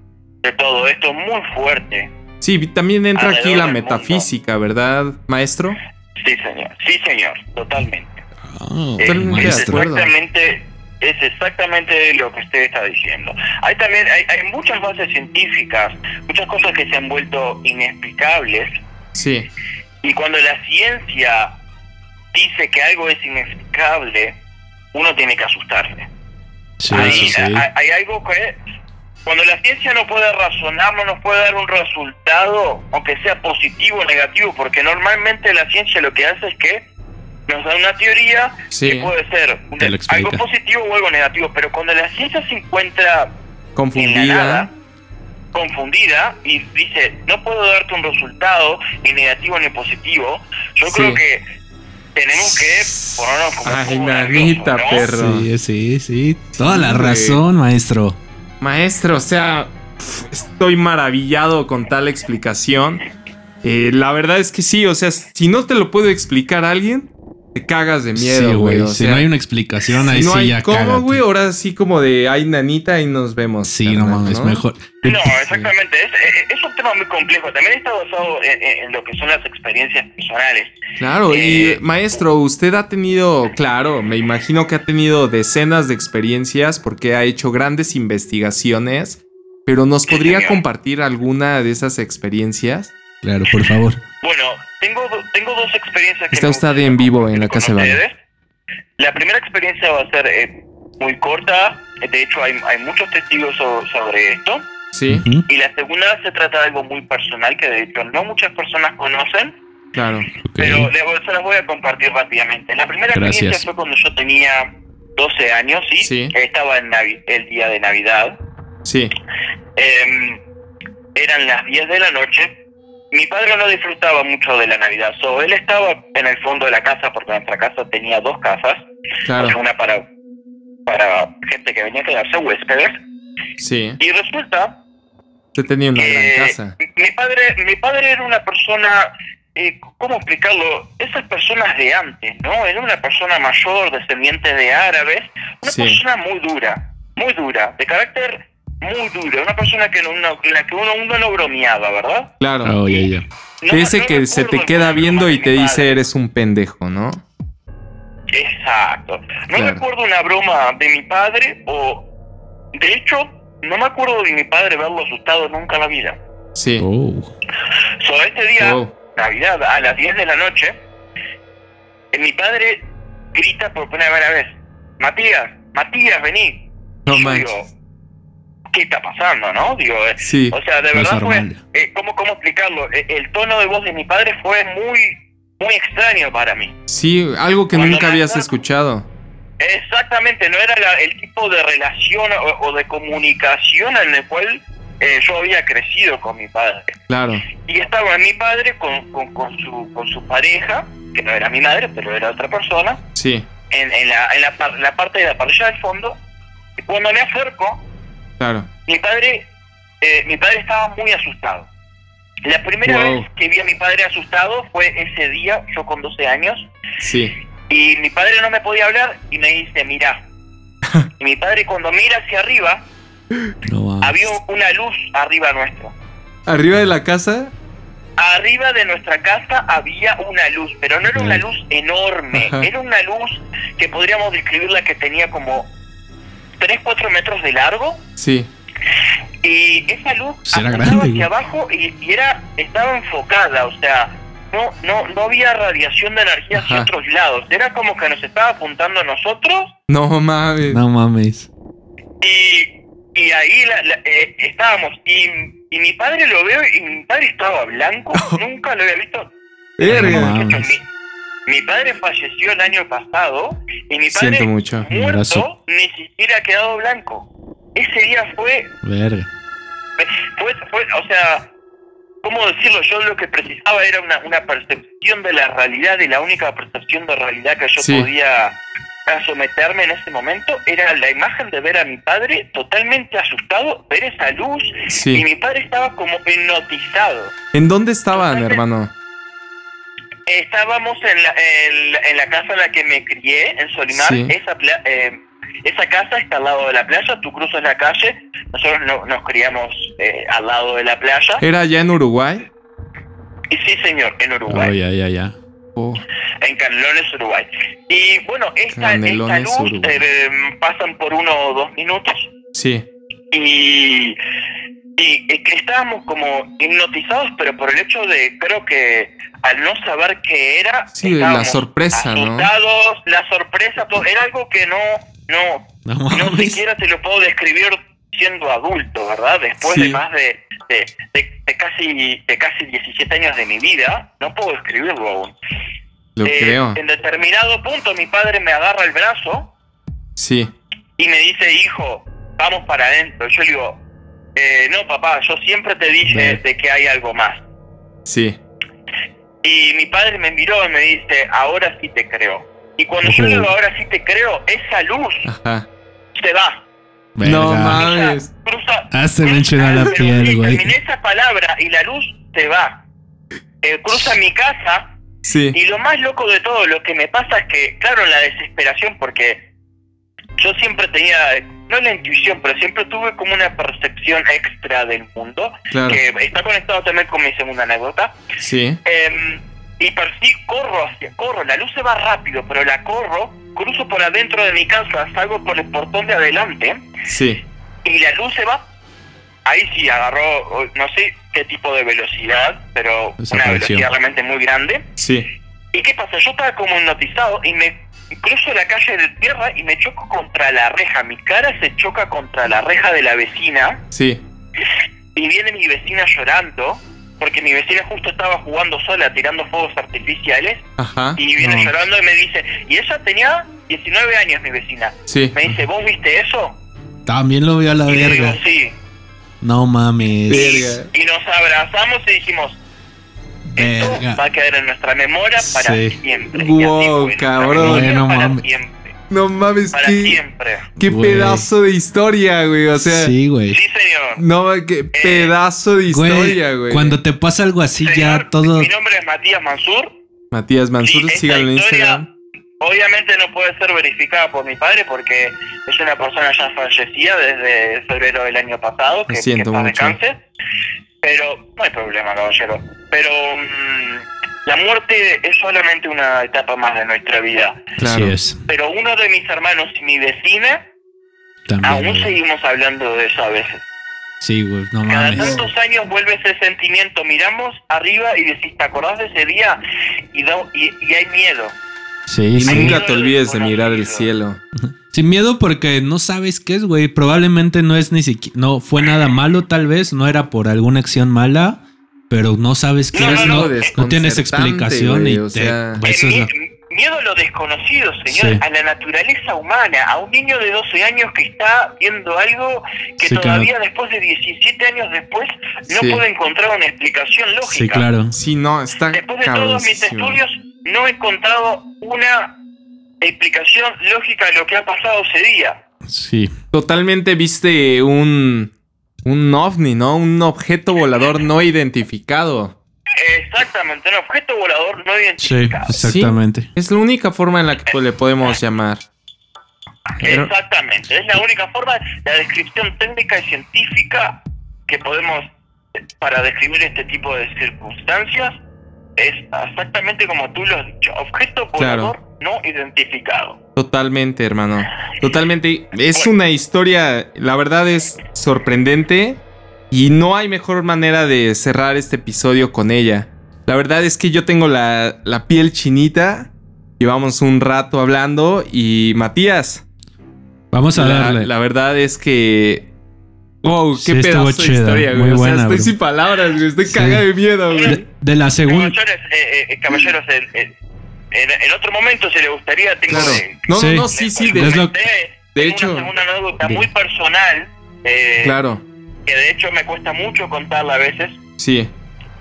[SPEAKER 4] de todo esto muy fuerte.
[SPEAKER 1] Sí, también entra aquí
[SPEAKER 4] Alrededor
[SPEAKER 1] la
[SPEAKER 4] del mundo.
[SPEAKER 1] metafísica, ¿verdad, maestro?
[SPEAKER 4] Sí, señor. Sí, señor. Totalmente.
[SPEAKER 2] Ah,
[SPEAKER 4] Eh,
[SPEAKER 1] Totalmente de
[SPEAKER 4] es
[SPEAKER 2] maestro.
[SPEAKER 1] acuerdo.
[SPEAKER 4] exactamente es exactamente lo que usted está diciendo. Hay también hay, hay muchas bases científicas, muchas cosas que se han vuelto inexplicables
[SPEAKER 1] Sí,
[SPEAKER 4] Y cuando la ciencia dice que algo es inexplicable, uno tiene que asustarse.
[SPEAKER 2] Sí,
[SPEAKER 4] hay,
[SPEAKER 2] sí, sí.
[SPEAKER 4] hay- hay algo que... Cuando la ciencia no puede razonar, no nos puede dar un resultado, aunque sea positivo o negativo, porque normalmente la ciencia lo que hace es que nos da una teoría que
[SPEAKER 1] sí,
[SPEAKER 4] puede ser un-
[SPEAKER 2] Te lo
[SPEAKER 4] algo
[SPEAKER 2] explica.
[SPEAKER 4] positivo o algo negativo, pero cuando la ciencia se encuentra en la nada,
[SPEAKER 1] confundida.
[SPEAKER 4] confundida y dice, no puedo darte un resultado ni negativo ni positivo. Yo
[SPEAKER 1] Sí.
[SPEAKER 4] creo que tenemos que ponernos como
[SPEAKER 1] Ay,
[SPEAKER 4] como
[SPEAKER 1] nanita,
[SPEAKER 4] nerviosos, ¿no?
[SPEAKER 1] perro.
[SPEAKER 2] Sí, sí, sí. Toda
[SPEAKER 1] Sí,
[SPEAKER 2] la
[SPEAKER 1] güey.
[SPEAKER 2] razón, maestro.
[SPEAKER 1] Maestro, o sea, pf, estoy maravillado con tal explicación. Eh, la verdad es que sí, o sea, si no te lo puedo explicar a alguien, te cagas de miedo,
[SPEAKER 2] sí,
[SPEAKER 1] güey. o
[SPEAKER 2] Si
[SPEAKER 1] sea,
[SPEAKER 2] no hay una explicación, ahí
[SPEAKER 1] si no
[SPEAKER 2] sí
[SPEAKER 1] hay
[SPEAKER 2] ya
[SPEAKER 1] cómo,
[SPEAKER 2] cágate.
[SPEAKER 1] güey, ahora sí como de, ay, nanita, y nos vemos.
[SPEAKER 2] Sí, no
[SPEAKER 1] carnal",
[SPEAKER 2] mames, mejor.
[SPEAKER 4] No, exactamente. Es, es- es un tema muy complejo. También está basado en, en- en lo que son las experiencias personales.
[SPEAKER 1] Claro,
[SPEAKER 4] Eh,
[SPEAKER 1] y maestro, usted ha tenido, claro, me imagino que ha tenido decenas de experiencias porque ha hecho grandes investigaciones, pero ¿nos
[SPEAKER 4] Sí,
[SPEAKER 1] podría
[SPEAKER 4] señor.
[SPEAKER 1] compartir alguna de esas experiencias?
[SPEAKER 2] Claro, por favor.
[SPEAKER 4] Bueno, tengo, do- tengo dos experiencias que
[SPEAKER 1] Está
[SPEAKER 4] me
[SPEAKER 1] usted
[SPEAKER 4] gustaría
[SPEAKER 1] en vivo
[SPEAKER 4] compartir
[SPEAKER 1] en la
[SPEAKER 4] con
[SPEAKER 1] Casa de Baño.
[SPEAKER 4] ustedes. La primera experiencia va a ser eh, muy corta. De hecho, hay, hay muchos testigos so- sobre esto.
[SPEAKER 1] Sí,
[SPEAKER 2] Ujú.
[SPEAKER 4] Y la segunda se trata de algo muy personal que de hecho no muchas personas conocen,
[SPEAKER 1] claro.
[SPEAKER 2] Ok.
[SPEAKER 4] pero le voy- se las voy a compartir rápidamente. La primera
[SPEAKER 2] Gracias.
[SPEAKER 4] experiencia fue cuando yo tenía 12 años, ¿sí?
[SPEAKER 1] Sí.
[SPEAKER 4] Estaba en Navi- el día de Navidad.
[SPEAKER 1] Sí,
[SPEAKER 4] Em, eran las 10 de la noche. mi padre no disfrutaba mucho de la Navidad, so, él estaba en el fondo de la casa porque nuestra casa tenía dos casas,
[SPEAKER 1] Claro,
[SPEAKER 4] o sea, una para, para gente que venía a quedarse huéspedes,
[SPEAKER 1] sí.
[SPEAKER 4] y resulta
[SPEAKER 1] Usted tenía una
[SPEAKER 4] que
[SPEAKER 1] gran casa.
[SPEAKER 4] Eh, mi padre, mi padre era una persona, eh, ¿cómo explicarlo? Esas personas de antes, ¿no? Era una persona mayor, descendiente de árabes, una
[SPEAKER 1] Sí.
[SPEAKER 4] persona muy dura, muy dura, de carácter muy duro, una persona que no, no- la que uno, uno no bromeaba, ¿verdad?
[SPEAKER 1] Claro.
[SPEAKER 2] Oh, ya, ya.
[SPEAKER 4] No-
[SPEAKER 1] Ese
[SPEAKER 4] no
[SPEAKER 1] que se
[SPEAKER 4] recuerdo
[SPEAKER 1] te queda
[SPEAKER 4] alguna
[SPEAKER 1] viendo
[SPEAKER 4] broma
[SPEAKER 1] y
[SPEAKER 4] de
[SPEAKER 1] te
[SPEAKER 4] mi
[SPEAKER 1] dice
[SPEAKER 4] padre.
[SPEAKER 1] eres un pendejo, ¿no?
[SPEAKER 4] Exacto. No
[SPEAKER 1] Claro.
[SPEAKER 4] recuerdo una broma de mi padre o... De hecho, no me acuerdo de mi padre verlo asustado nunca en la vida.
[SPEAKER 1] Sí. Oh.
[SPEAKER 2] Oh.
[SPEAKER 4] So, este día,
[SPEAKER 1] Wow.
[SPEAKER 4] Navidad, a las 10 de la noche, eh, mi padre grita por primera vez, Matías, Matías, vení.
[SPEAKER 1] No
[SPEAKER 4] Y yo
[SPEAKER 1] manches.
[SPEAKER 4] digo, ¿qué está pasando, no? Digo, eh,
[SPEAKER 1] Sí.
[SPEAKER 4] o sea, de
[SPEAKER 2] No es
[SPEAKER 4] verdad fue,
[SPEAKER 2] normal.
[SPEAKER 4] eh, ¿cómo, ¿cómo explicarlo? Eh, El, tono de voz de mi padre fue muy, muy extraño para mí.
[SPEAKER 1] Sí, algo que
[SPEAKER 4] Cuando
[SPEAKER 1] nunca
[SPEAKER 4] me
[SPEAKER 1] habías
[SPEAKER 4] acuerdo-
[SPEAKER 1] escuchado.
[SPEAKER 4] Exactamente, no era la- el tipo de relación o, o de comunicación en el cual eh, yo había crecido con mi padre.
[SPEAKER 1] Claro.
[SPEAKER 4] y estaba mi padre con, con, con su, con su pareja, que no era mi madre, pero era otra persona,
[SPEAKER 1] Sí.
[SPEAKER 4] en, en la, en la, par- la parte de la parrilla del fondo. Y cuando me acerco,
[SPEAKER 1] Claro.
[SPEAKER 4] mi padre, eh, mi padre estaba muy asustado. La primera
[SPEAKER 1] Wow.
[SPEAKER 4] vez que vi a mi padre asustado fue ese día, yo con 12 años,
[SPEAKER 1] Sí.
[SPEAKER 4] y mi padre no me podía hablar y me dice, mirá. y mi padre cuando mira hacia arriba,
[SPEAKER 2] No, ah.
[SPEAKER 4] había una luz arriba nuestra.
[SPEAKER 1] Arriba de la casa.
[SPEAKER 4] Arriba de nuestra casa había una luz, pero no era una
[SPEAKER 2] Ajá.
[SPEAKER 4] luz enorme,
[SPEAKER 1] Ajá.
[SPEAKER 4] era una luz que podríamos describirla que tenía como 3, 4 metros de largo
[SPEAKER 1] Sí.
[SPEAKER 4] y esa luz
[SPEAKER 2] Pues era
[SPEAKER 4] apuntaba
[SPEAKER 2] grande,
[SPEAKER 4] hacia abajo y, y era estaba enfocada, o sea, no no no había radiación de energía hacia
[SPEAKER 1] Ajá.
[SPEAKER 4] otros lados, era como que nos estaba apuntando a nosotros
[SPEAKER 1] No mames.
[SPEAKER 2] No mames.
[SPEAKER 4] y, y ahí la- la- eh, estábamos y, y mi padre lo veo y mi padre estaba blanco, nunca lo había visto
[SPEAKER 1] Verga.
[SPEAKER 2] No mames.
[SPEAKER 4] Mi, mi padre falleció el año pasado y mi padre
[SPEAKER 1] Siento mucho.
[SPEAKER 2] un abrazo.
[SPEAKER 4] muerto ni siquiera ha quedado blanco. Ese día fue,
[SPEAKER 2] Verga.
[SPEAKER 4] fue, fue, o sea, ¿cómo decirlo? Yo lo que precisaba era una, una percepción de la realidad y la única percepción de realidad que yo
[SPEAKER 1] Sí.
[SPEAKER 4] podía someterme en ese momento era la imagen de ver a mi padre totalmente asustado, ver esa luz y
[SPEAKER 1] Sí.
[SPEAKER 4] mi padre estaba como hipnotizado.
[SPEAKER 1] ¿En dónde estaban, hermano?
[SPEAKER 4] Estábamos en la, en, la- en la casa en la que me crié, en Solimar.
[SPEAKER 1] Sí.
[SPEAKER 4] Esa, pla- eh, esa casa está al lado de la playa, tú cruzas la calle. Nosotros no- nos criamos eh, al lado de la playa.
[SPEAKER 1] ¿Era allá en Uruguay?
[SPEAKER 4] Y sí, señor, en
[SPEAKER 2] Oh,
[SPEAKER 4] Uruguay,
[SPEAKER 2] ya, ya, ya.
[SPEAKER 1] Oh,
[SPEAKER 4] en Canelones, Uruguay. Y bueno, esta, esta
[SPEAKER 1] Canelones,
[SPEAKER 4] luz
[SPEAKER 1] Uruguay.
[SPEAKER 4] eh, pasan por uno o dos minutos
[SPEAKER 1] sí.
[SPEAKER 4] y, y eh, que estábamos como hipnotizados, pero por el hecho de, creo que al no saber qué era,
[SPEAKER 1] Sí, de la
[SPEAKER 4] estábamos
[SPEAKER 1] sorpresa, ¿no?
[SPEAKER 4] asustados, la sorpresa, todo, era algo que no, no,
[SPEAKER 2] No
[SPEAKER 4] no
[SPEAKER 2] mames.
[SPEAKER 4] siquiera te lo puedo describir siendo adulto, ¿verdad? Después
[SPEAKER 1] Sí.
[SPEAKER 4] de más de, de, de- de casi de casi 17 años de mi vida, no puedo describirlo aún.
[SPEAKER 1] Lo
[SPEAKER 4] Eh,
[SPEAKER 1] creo.
[SPEAKER 4] En determinado punto mi padre me agarra el brazo
[SPEAKER 1] Sí.
[SPEAKER 4] y me dice, hijo, vamos para adentro. Yo le digo, "Eh, no, papá, yo siempre te dije
[SPEAKER 2] Bien.
[SPEAKER 4] de que hay algo más.
[SPEAKER 1] Sí.
[SPEAKER 4] Y mi padre me miró y me dice, ahora sí te creo. Y cuando yo le digo,
[SPEAKER 2] Ujú.
[SPEAKER 4] ahora sí te creo, esa luz
[SPEAKER 1] Ajá.
[SPEAKER 4] se va.
[SPEAKER 2] Verga.
[SPEAKER 1] No
[SPEAKER 4] O sea,
[SPEAKER 1] mames.
[SPEAKER 4] cruza...
[SPEAKER 2] Ah, se me enchina la
[SPEAKER 4] Pero
[SPEAKER 2] piel,
[SPEAKER 4] sí,
[SPEAKER 2] güey.
[SPEAKER 4] Terminé esa palabra y la luz se va. Eh, cruza mi casa
[SPEAKER 1] Sí.
[SPEAKER 4] y lo más loco de todo, lo que me pasa es que, claro, la desesperación, porque yo siempre tenía, eh, no la intuición, pero siempre tuve como una percepción extra del mundo,
[SPEAKER 1] Claro.
[SPEAKER 4] que está conectado también con mi segunda anécdota.
[SPEAKER 1] Sí.
[SPEAKER 4] Em, y persigo, corro hacia, corro, la luz se va rápido, pero la corro, cruzo por adentro de mi casa, salgo por el portón de adelante
[SPEAKER 1] Sí.
[SPEAKER 4] y la luz se va. Ahí sí agarró, eh, no sé qué tipo de velocidad, pero una
[SPEAKER 2] Desapareció.
[SPEAKER 4] velocidad realmente muy grande.
[SPEAKER 1] Sí.
[SPEAKER 4] ¿Y qué pasa? Yo estaba como hipnotizado y me cruzo la calle de tierra y me choco contra la reja. Mi cara se choca contra la reja de la vecina
[SPEAKER 1] Sí.
[SPEAKER 4] y viene mi vecina llorando porque mi vecina justo estaba jugando sola, tirando fuegos artificiales
[SPEAKER 1] Ajá.
[SPEAKER 4] y viene
[SPEAKER 2] No.
[SPEAKER 4] llorando y me dice, y ella tenía 19 años mi vecina.
[SPEAKER 1] Sí.
[SPEAKER 4] Me dice, ¿vos viste eso?
[SPEAKER 2] También lo vio a la
[SPEAKER 4] Y le digo,
[SPEAKER 2] Ah, verga.
[SPEAKER 4] sí.
[SPEAKER 2] No mames.
[SPEAKER 1] Verga.
[SPEAKER 4] Y nos abrazamos y dijimos, Esto
[SPEAKER 2] Verga.
[SPEAKER 4] va a quedar en nuestra memoria para
[SPEAKER 2] Sí.
[SPEAKER 4] siempre.
[SPEAKER 1] Wow,
[SPEAKER 4] Y así fue,
[SPEAKER 1] cabrón.
[SPEAKER 4] nuestra memoria
[SPEAKER 2] Bueno,
[SPEAKER 4] para
[SPEAKER 2] mames.
[SPEAKER 4] siempre.
[SPEAKER 1] No mames,
[SPEAKER 4] Para
[SPEAKER 1] qué,
[SPEAKER 4] siempre.
[SPEAKER 1] qué
[SPEAKER 2] Güey.
[SPEAKER 1] pedazo de historia, güey. O sea,
[SPEAKER 2] sí, güey.
[SPEAKER 4] Sí, señor.
[SPEAKER 1] no, qué
[SPEAKER 4] Eh,
[SPEAKER 1] pedazo de historia,
[SPEAKER 2] Güey,
[SPEAKER 1] güey.
[SPEAKER 2] cuando te pasa algo así
[SPEAKER 4] Señor,
[SPEAKER 2] ya todo...
[SPEAKER 4] Mi nombre es Matías Mansur.
[SPEAKER 1] Matías Mansur,
[SPEAKER 4] Sí, esta
[SPEAKER 1] síganlo en
[SPEAKER 4] historia-
[SPEAKER 1] Instagram.
[SPEAKER 4] Obviamente no puede ser verificada por mi padre porque es una persona ya fallecida desde febrero del año pasado, que,
[SPEAKER 1] Lo siento
[SPEAKER 4] que está de
[SPEAKER 1] mucho.
[SPEAKER 4] cáncer. Pero no hay problema, caballero. Pero mm, la muerte es solamente una etapa más de nuestra vida.
[SPEAKER 1] Claro.
[SPEAKER 2] Así es.
[SPEAKER 4] Pero uno de mis hermanos y mi vecina
[SPEAKER 2] También.
[SPEAKER 4] aún
[SPEAKER 2] güey.
[SPEAKER 4] seguimos hablando de eso a veces.
[SPEAKER 2] Sí, güey. No
[SPEAKER 4] Cada
[SPEAKER 2] mames.
[SPEAKER 4] tantos años vuelve ese sentimiento, miramos arriba y decís, ¿te acordás de ese día? Y, da- y- y hay miedo.
[SPEAKER 2] Sí,
[SPEAKER 1] Y
[SPEAKER 2] sí.
[SPEAKER 1] nunca te olvides de
[SPEAKER 4] Bueno,
[SPEAKER 1] mirar el
[SPEAKER 4] sí,
[SPEAKER 1] cielo.
[SPEAKER 2] Sin miedo porque no sabes qué es, güey. Probablemente no es ni siquiera... No fue nada malo, tal vez. No era por alguna acción mala. Pero no sabes qué
[SPEAKER 4] No,
[SPEAKER 2] es.
[SPEAKER 4] no, no.
[SPEAKER 2] No, no
[SPEAKER 1] Desconcertante,
[SPEAKER 2] tienes explicación
[SPEAKER 1] güey,
[SPEAKER 2] y
[SPEAKER 1] o
[SPEAKER 2] te-
[SPEAKER 1] sea-
[SPEAKER 2] pues, eso
[SPEAKER 4] Eh,
[SPEAKER 2] es
[SPEAKER 4] mie-
[SPEAKER 2] la-
[SPEAKER 4] Miedo a lo desconocido, señor,
[SPEAKER 2] Sí.
[SPEAKER 4] a la naturaleza humana, a un niño de 12 años que está viendo algo que
[SPEAKER 2] Sí, claro.
[SPEAKER 4] todavía después de 17 años después no
[SPEAKER 1] Sí.
[SPEAKER 4] puede encontrar una explicación lógica.
[SPEAKER 2] Sí, claro.
[SPEAKER 1] Sí, no, está
[SPEAKER 4] Después de todos mis
[SPEAKER 1] cabroncísimo.
[SPEAKER 4] estudios no he encontrado una explicación lógica de lo que ha pasado ese día.
[SPEAKER 2] Sí.
[SPEAKER 1] Totalmente viste un, un ovni, ¿no? Un objeto volador no identificado.
[SPEAKER 4] Exactamente, un objeto volador no
[SPEAKER 2] Sí,
[SPEAKER 4] identificado.
[SPEAKER 2] exactamente.
[SPEAKER 1] Es la única forma en la que le podemos llamar. Pero-
[SPEAKER 4] Exactamente, es la única forma, la descripción técnica y científica que podemos eh, para describir este tipo de circunstancias es exactamente como tú lo has dicho, objeto
[SPEAKER 1] Claro.
[SPEAKER 4] volador no identificado.
[SPEAKER 1] Totalmente, hermano. Totalmente. Es una historia, la verdad es sorprendente y no hay mejor manera de cerrar este episodio con ella. La verdad es que yo tengo la, la piel chinita. Llevamos un rato hablando y Matías,
[SPEAKER 2] Vamos a
[SPEAKER 1] la,
[SPEAKER 2] darle.
[SPEAKER 1] la verdad es que... Wow,
[SPEAKER 2] Sí,
[SPEAKER 1] qué
[SPEAKER 2] estuvo
[SPEAKER 1] pedazo de
[SPEAKER 2] chida,
[SPEAKER 1] historia, güey. o
[SPEAKER 2] muy
[SPEAKER 1] sea,
[SPEAKER 2] buena,
[SPEAKER 1] estoy
[SPEAKER 2] bro.
[SPEAKER 1] sin palabras, güey. Estoy
[SPEAKER 2] Sí.
[SPEAKER 1] cagado de miedo, güey.
[SPEAKER 2] De, de la segunda.
[SPEAKER 4] Caballeros, eh, eh, caballeros, en- en- en, en otro momento si le gustaría, tengo
[SPEAKER 1] Claro.
[SPEAKER 4] eh,
[SPEAKER 1] No, no,
[SPEAKER 2] Sí.
[SPEAKER 1] no, sí, sí.
[SPEAKER 2] Es
[SPEAKER 1] De,
[SPEAKER 2] lo-
[SPEAKER 1] de
[SPEAKER 4] tengo
[SPEAKER 1] hecho-
[SPEAKER 4] una segunda anécdota
[SPEAKER 2] Bien.
[SPEAKER 4] muy personal, eh,
[SPEAKER 1] claro,
[SPEAKER 4] que de hecho me cuesta mucho contarla a veces,
[SPEAKER 1] sí.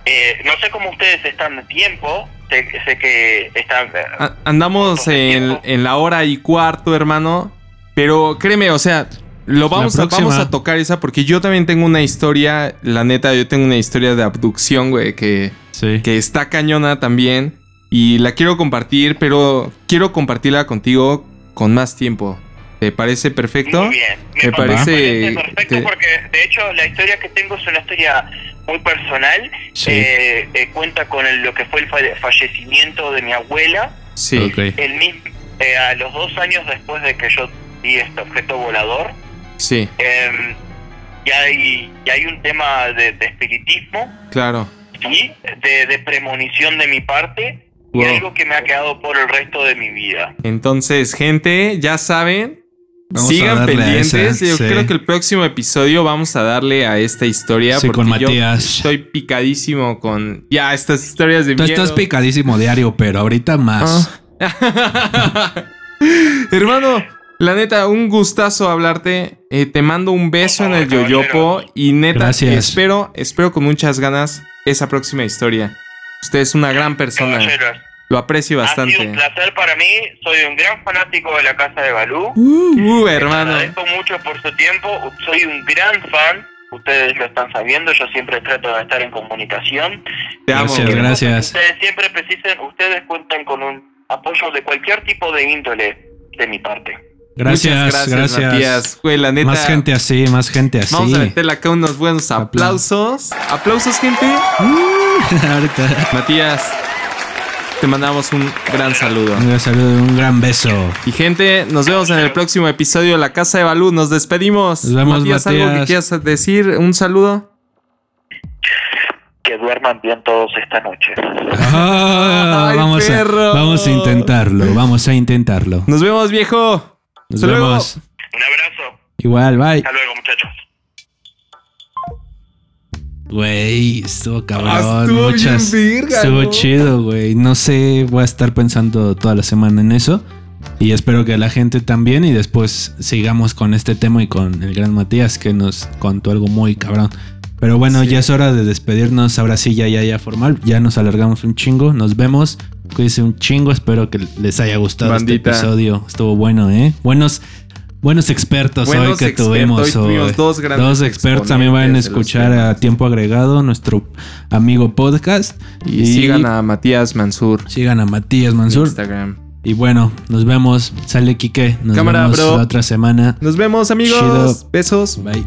[SPEAKER 4] Eh, no sé cómo ustedes están de tiempo. Sé, sé que están. eh,
[SPEAKER 1] A- Andamos en, en la hora y cuarto, hermano. Pero créeme, o sea, lo vamos a,
[SPEAKER 2] próxima.
[SPEAKER 1] vamos a tocar esa porque yo también tengo una historia, la neta, yo tengo una historia de abducción, güey, que,
[SPEAKER 2] Sí.
[SPEAKER 1] que está cañona también. Y la quiero compartir, pero quiero compartirla contigo con más tiempo. ¿Te parece perfecto?
[SPEAKER 4] Muy bien.
[SPEAKER 1] Me parece-
[SPEAKER 4] perfecto
[SPEAKER 1] te-
[SPEAKER 4] porque, de hecho, la historia que tengo es una historia muy personal.
[SPEAKER 2] Sí.
[SPEAKER 4] Eh, eh, cuenta con el- lo que fue el fa- fallecimiento de mi abuela.
[SPEAKER 1] Sí.
[SPEAKER 2] Ok.
[SPEAKER 4] El mismo, eh, a los dos años después de que yo vi este objeto volador.
[SPEAKER 1] Sí,
[SPEAKER 4] Eh, y, hay, y hay un tema de, de espiritismo,
[SPEAKER 1] claro.
[SPEAKER 4] ¿sí? de, de premonición de mi parte. Y
[SPEAKER 1] Wow.
[SPEAKER 4] algo que me ha quedado por el resto de mi vida.
[SPEAKER 1] Entonces, gente, ya saben,
[SPEAKER 2] Vamos a
[SPEAKER 1] Sigan
[SPEAKER 2] darle a
[SPEAKER 1] pendientes.
[SPEAKER 2] esa,
[SPEAKER 1] Yo
[SPEAKER 2] sí.
[SPEAKER 1] creo que el próximo episodio vamos a darle a esta historia.
[SPEAKER 2] Sí, con
[SPEAKER 1] porque yo
[SPEAKER 2] Matías.
[SPEAKER 1] Estoy picadísimo con ya estas historias de
[SPEAKER 2] Tú
[SPEAKER 1] miedo.
[SPEAKER 2] estás picadísimo diario, pero ahorita más.
[SPEAKER 1] Ah. Hermano, la neta, un gustazo hablarte. Eh, te mando un beso en el
[SPEAKER 4] Por favor,
[SPEAKER 1] yoyopo. Y neta,
[SPEAKER 2] Gracias.
[SPEAKER 1] espero, espero con muchas ganas esa próxima historia. Usted es una gran persona.
[SPEAKER 4] Caballeros,
[SPEAKER 1] Lo aprecio
[SPEAKER 4] Ha sido un
[SPEAKER 1] bastante.
[SPEAKER 4] placer para mí. Soy un gran fanático de la casa de Balú.
[SPEAKER 1] Uh, hermano.
[SPEAKER 4] Agradezco mucho por su tiempo. Soy un gran fan. Ustedes lo están sabiendo. Yo siempre trato de estar en comunicación.
[SPEAKER 1] Te amo.
[SPEAKER 2] Gracias,
[SPEAKER 1] güey.
[SPEAKER 2] gracias.
[SPEAKER 4] Ustedes siempre precisen. Ustedes cuentan con un apoyo de cualquier tipo de índole de mi parte.
[SPEAKER 2] Gracias,
[SPEAKER 1] Muchas
[SPEAKER 2] gracias.
[SPEAKER 1] Matías. Güey, la neta.
[SPEAKER 2] Más gente así, más gente así.
[SPEAKER 1] Vamos a meterle acá unos buenos aplausos. Aplausos, gente.
[SPEAKER 2] Mm. ahorita.
[SPEAKER 1] Matías, te mandamos un gran saludo.
[SPEAKER 2] Un saludo, un gran beso.
[SPEAKER 1] Y gente, nos vemos en el próximo episodio de La Casa de Balú. Nos despedimos.
[SPEAKER 2] Nos vemos,
[SPEAKER 1] ¿algo que
[SPEAKER 2] Matías.
[SPEAKER 1] quieras decir? ¿Un saludo?
[SPEAKER 4] Que duerman bien todos esta noche.
[SPEAKER 2] Ah,
[SPEAKER 1] Ay,
[SPEAKER 2] vamos, a,
[SPEAKER 1] perro.
[SPEAKER 2] vamos a intentarlo, vamos a intentarlo.
[SPEAKER 1] Nos vemos, viejo.
[SPEAKER 2] Nos
[SPEAKER 1] Hasta luego.
[SPEAKER 2] vemos.
[SPEAKER 4] Un abrazo.
[SPEAKER 2] Igual, bye.
[SPEAKER 4] Hasta luego, muchachos.
[SPEAKER 2] Güey, estuvo cabrón.
[SPEAKER 1] Ah, estuvo bien
[SPEAKER 2] muchas-
[SPEAKER 1] verga,
[SPEAKER 2] estuvo
[SPEAKER 1] ¿no?
[SPEAKER 2] chido, güey. No sé, voy a estar pensando toda la semana en eso. Y espero que la gente también. Y después sigamos con este tema y con el gran Matías que nos contó algo muy cabrón. Pero bueno, ya es hora de despedirnos. Ahora sí, ya, ya, ya formal. Ya nos alargamos un chingo. Nos vemos. Cuídense un chingo. Espero que les haya gustado
[SPEAKER 1] Bandita.
[SPEAKER 2] este episodio. Estuvo bueno, ¿eh? Buenos, buenos expertos hoy
[SPEAKER 1] Buenos
[SPEAKER 2] que
[SPEAKER 1] expertos,
[SPEAKER 2] tuvimos.
[SPEAKER 1] hoy tuvimos
[SPEAKER 2] hoy.
[SPEAKER 1] dos grandes
[SPEAKER 2] Dos expertos también van a
[SPEAKER 1] exponentes de los
[SPEAKER 2] escuchar a
[SPEAKER 1] temas.
[SPEAKER 2] tiempo agregado nuestro amigo podcast.
[SPEAKER 1] Y, sigan a Matías Mansur.
[SPEAKER 2] sigan a Matías Mansur.
[SPEAKER 1] Instagram.
[SPEAKER 2] Y bueno, nos vemos. Sale Quique. Nos
[SPEAKER 1] Cámara,
[SPEAKER 2] vemos
[SPEAKER 1] bro.
[SPEAKER 2] la otra semana.
[SPEAKER 1] Nos vemos, amigos.
[SPEAKER 2] Chido.
[SPEAKER 1] Besos.
[SPEAKER 2] Bye.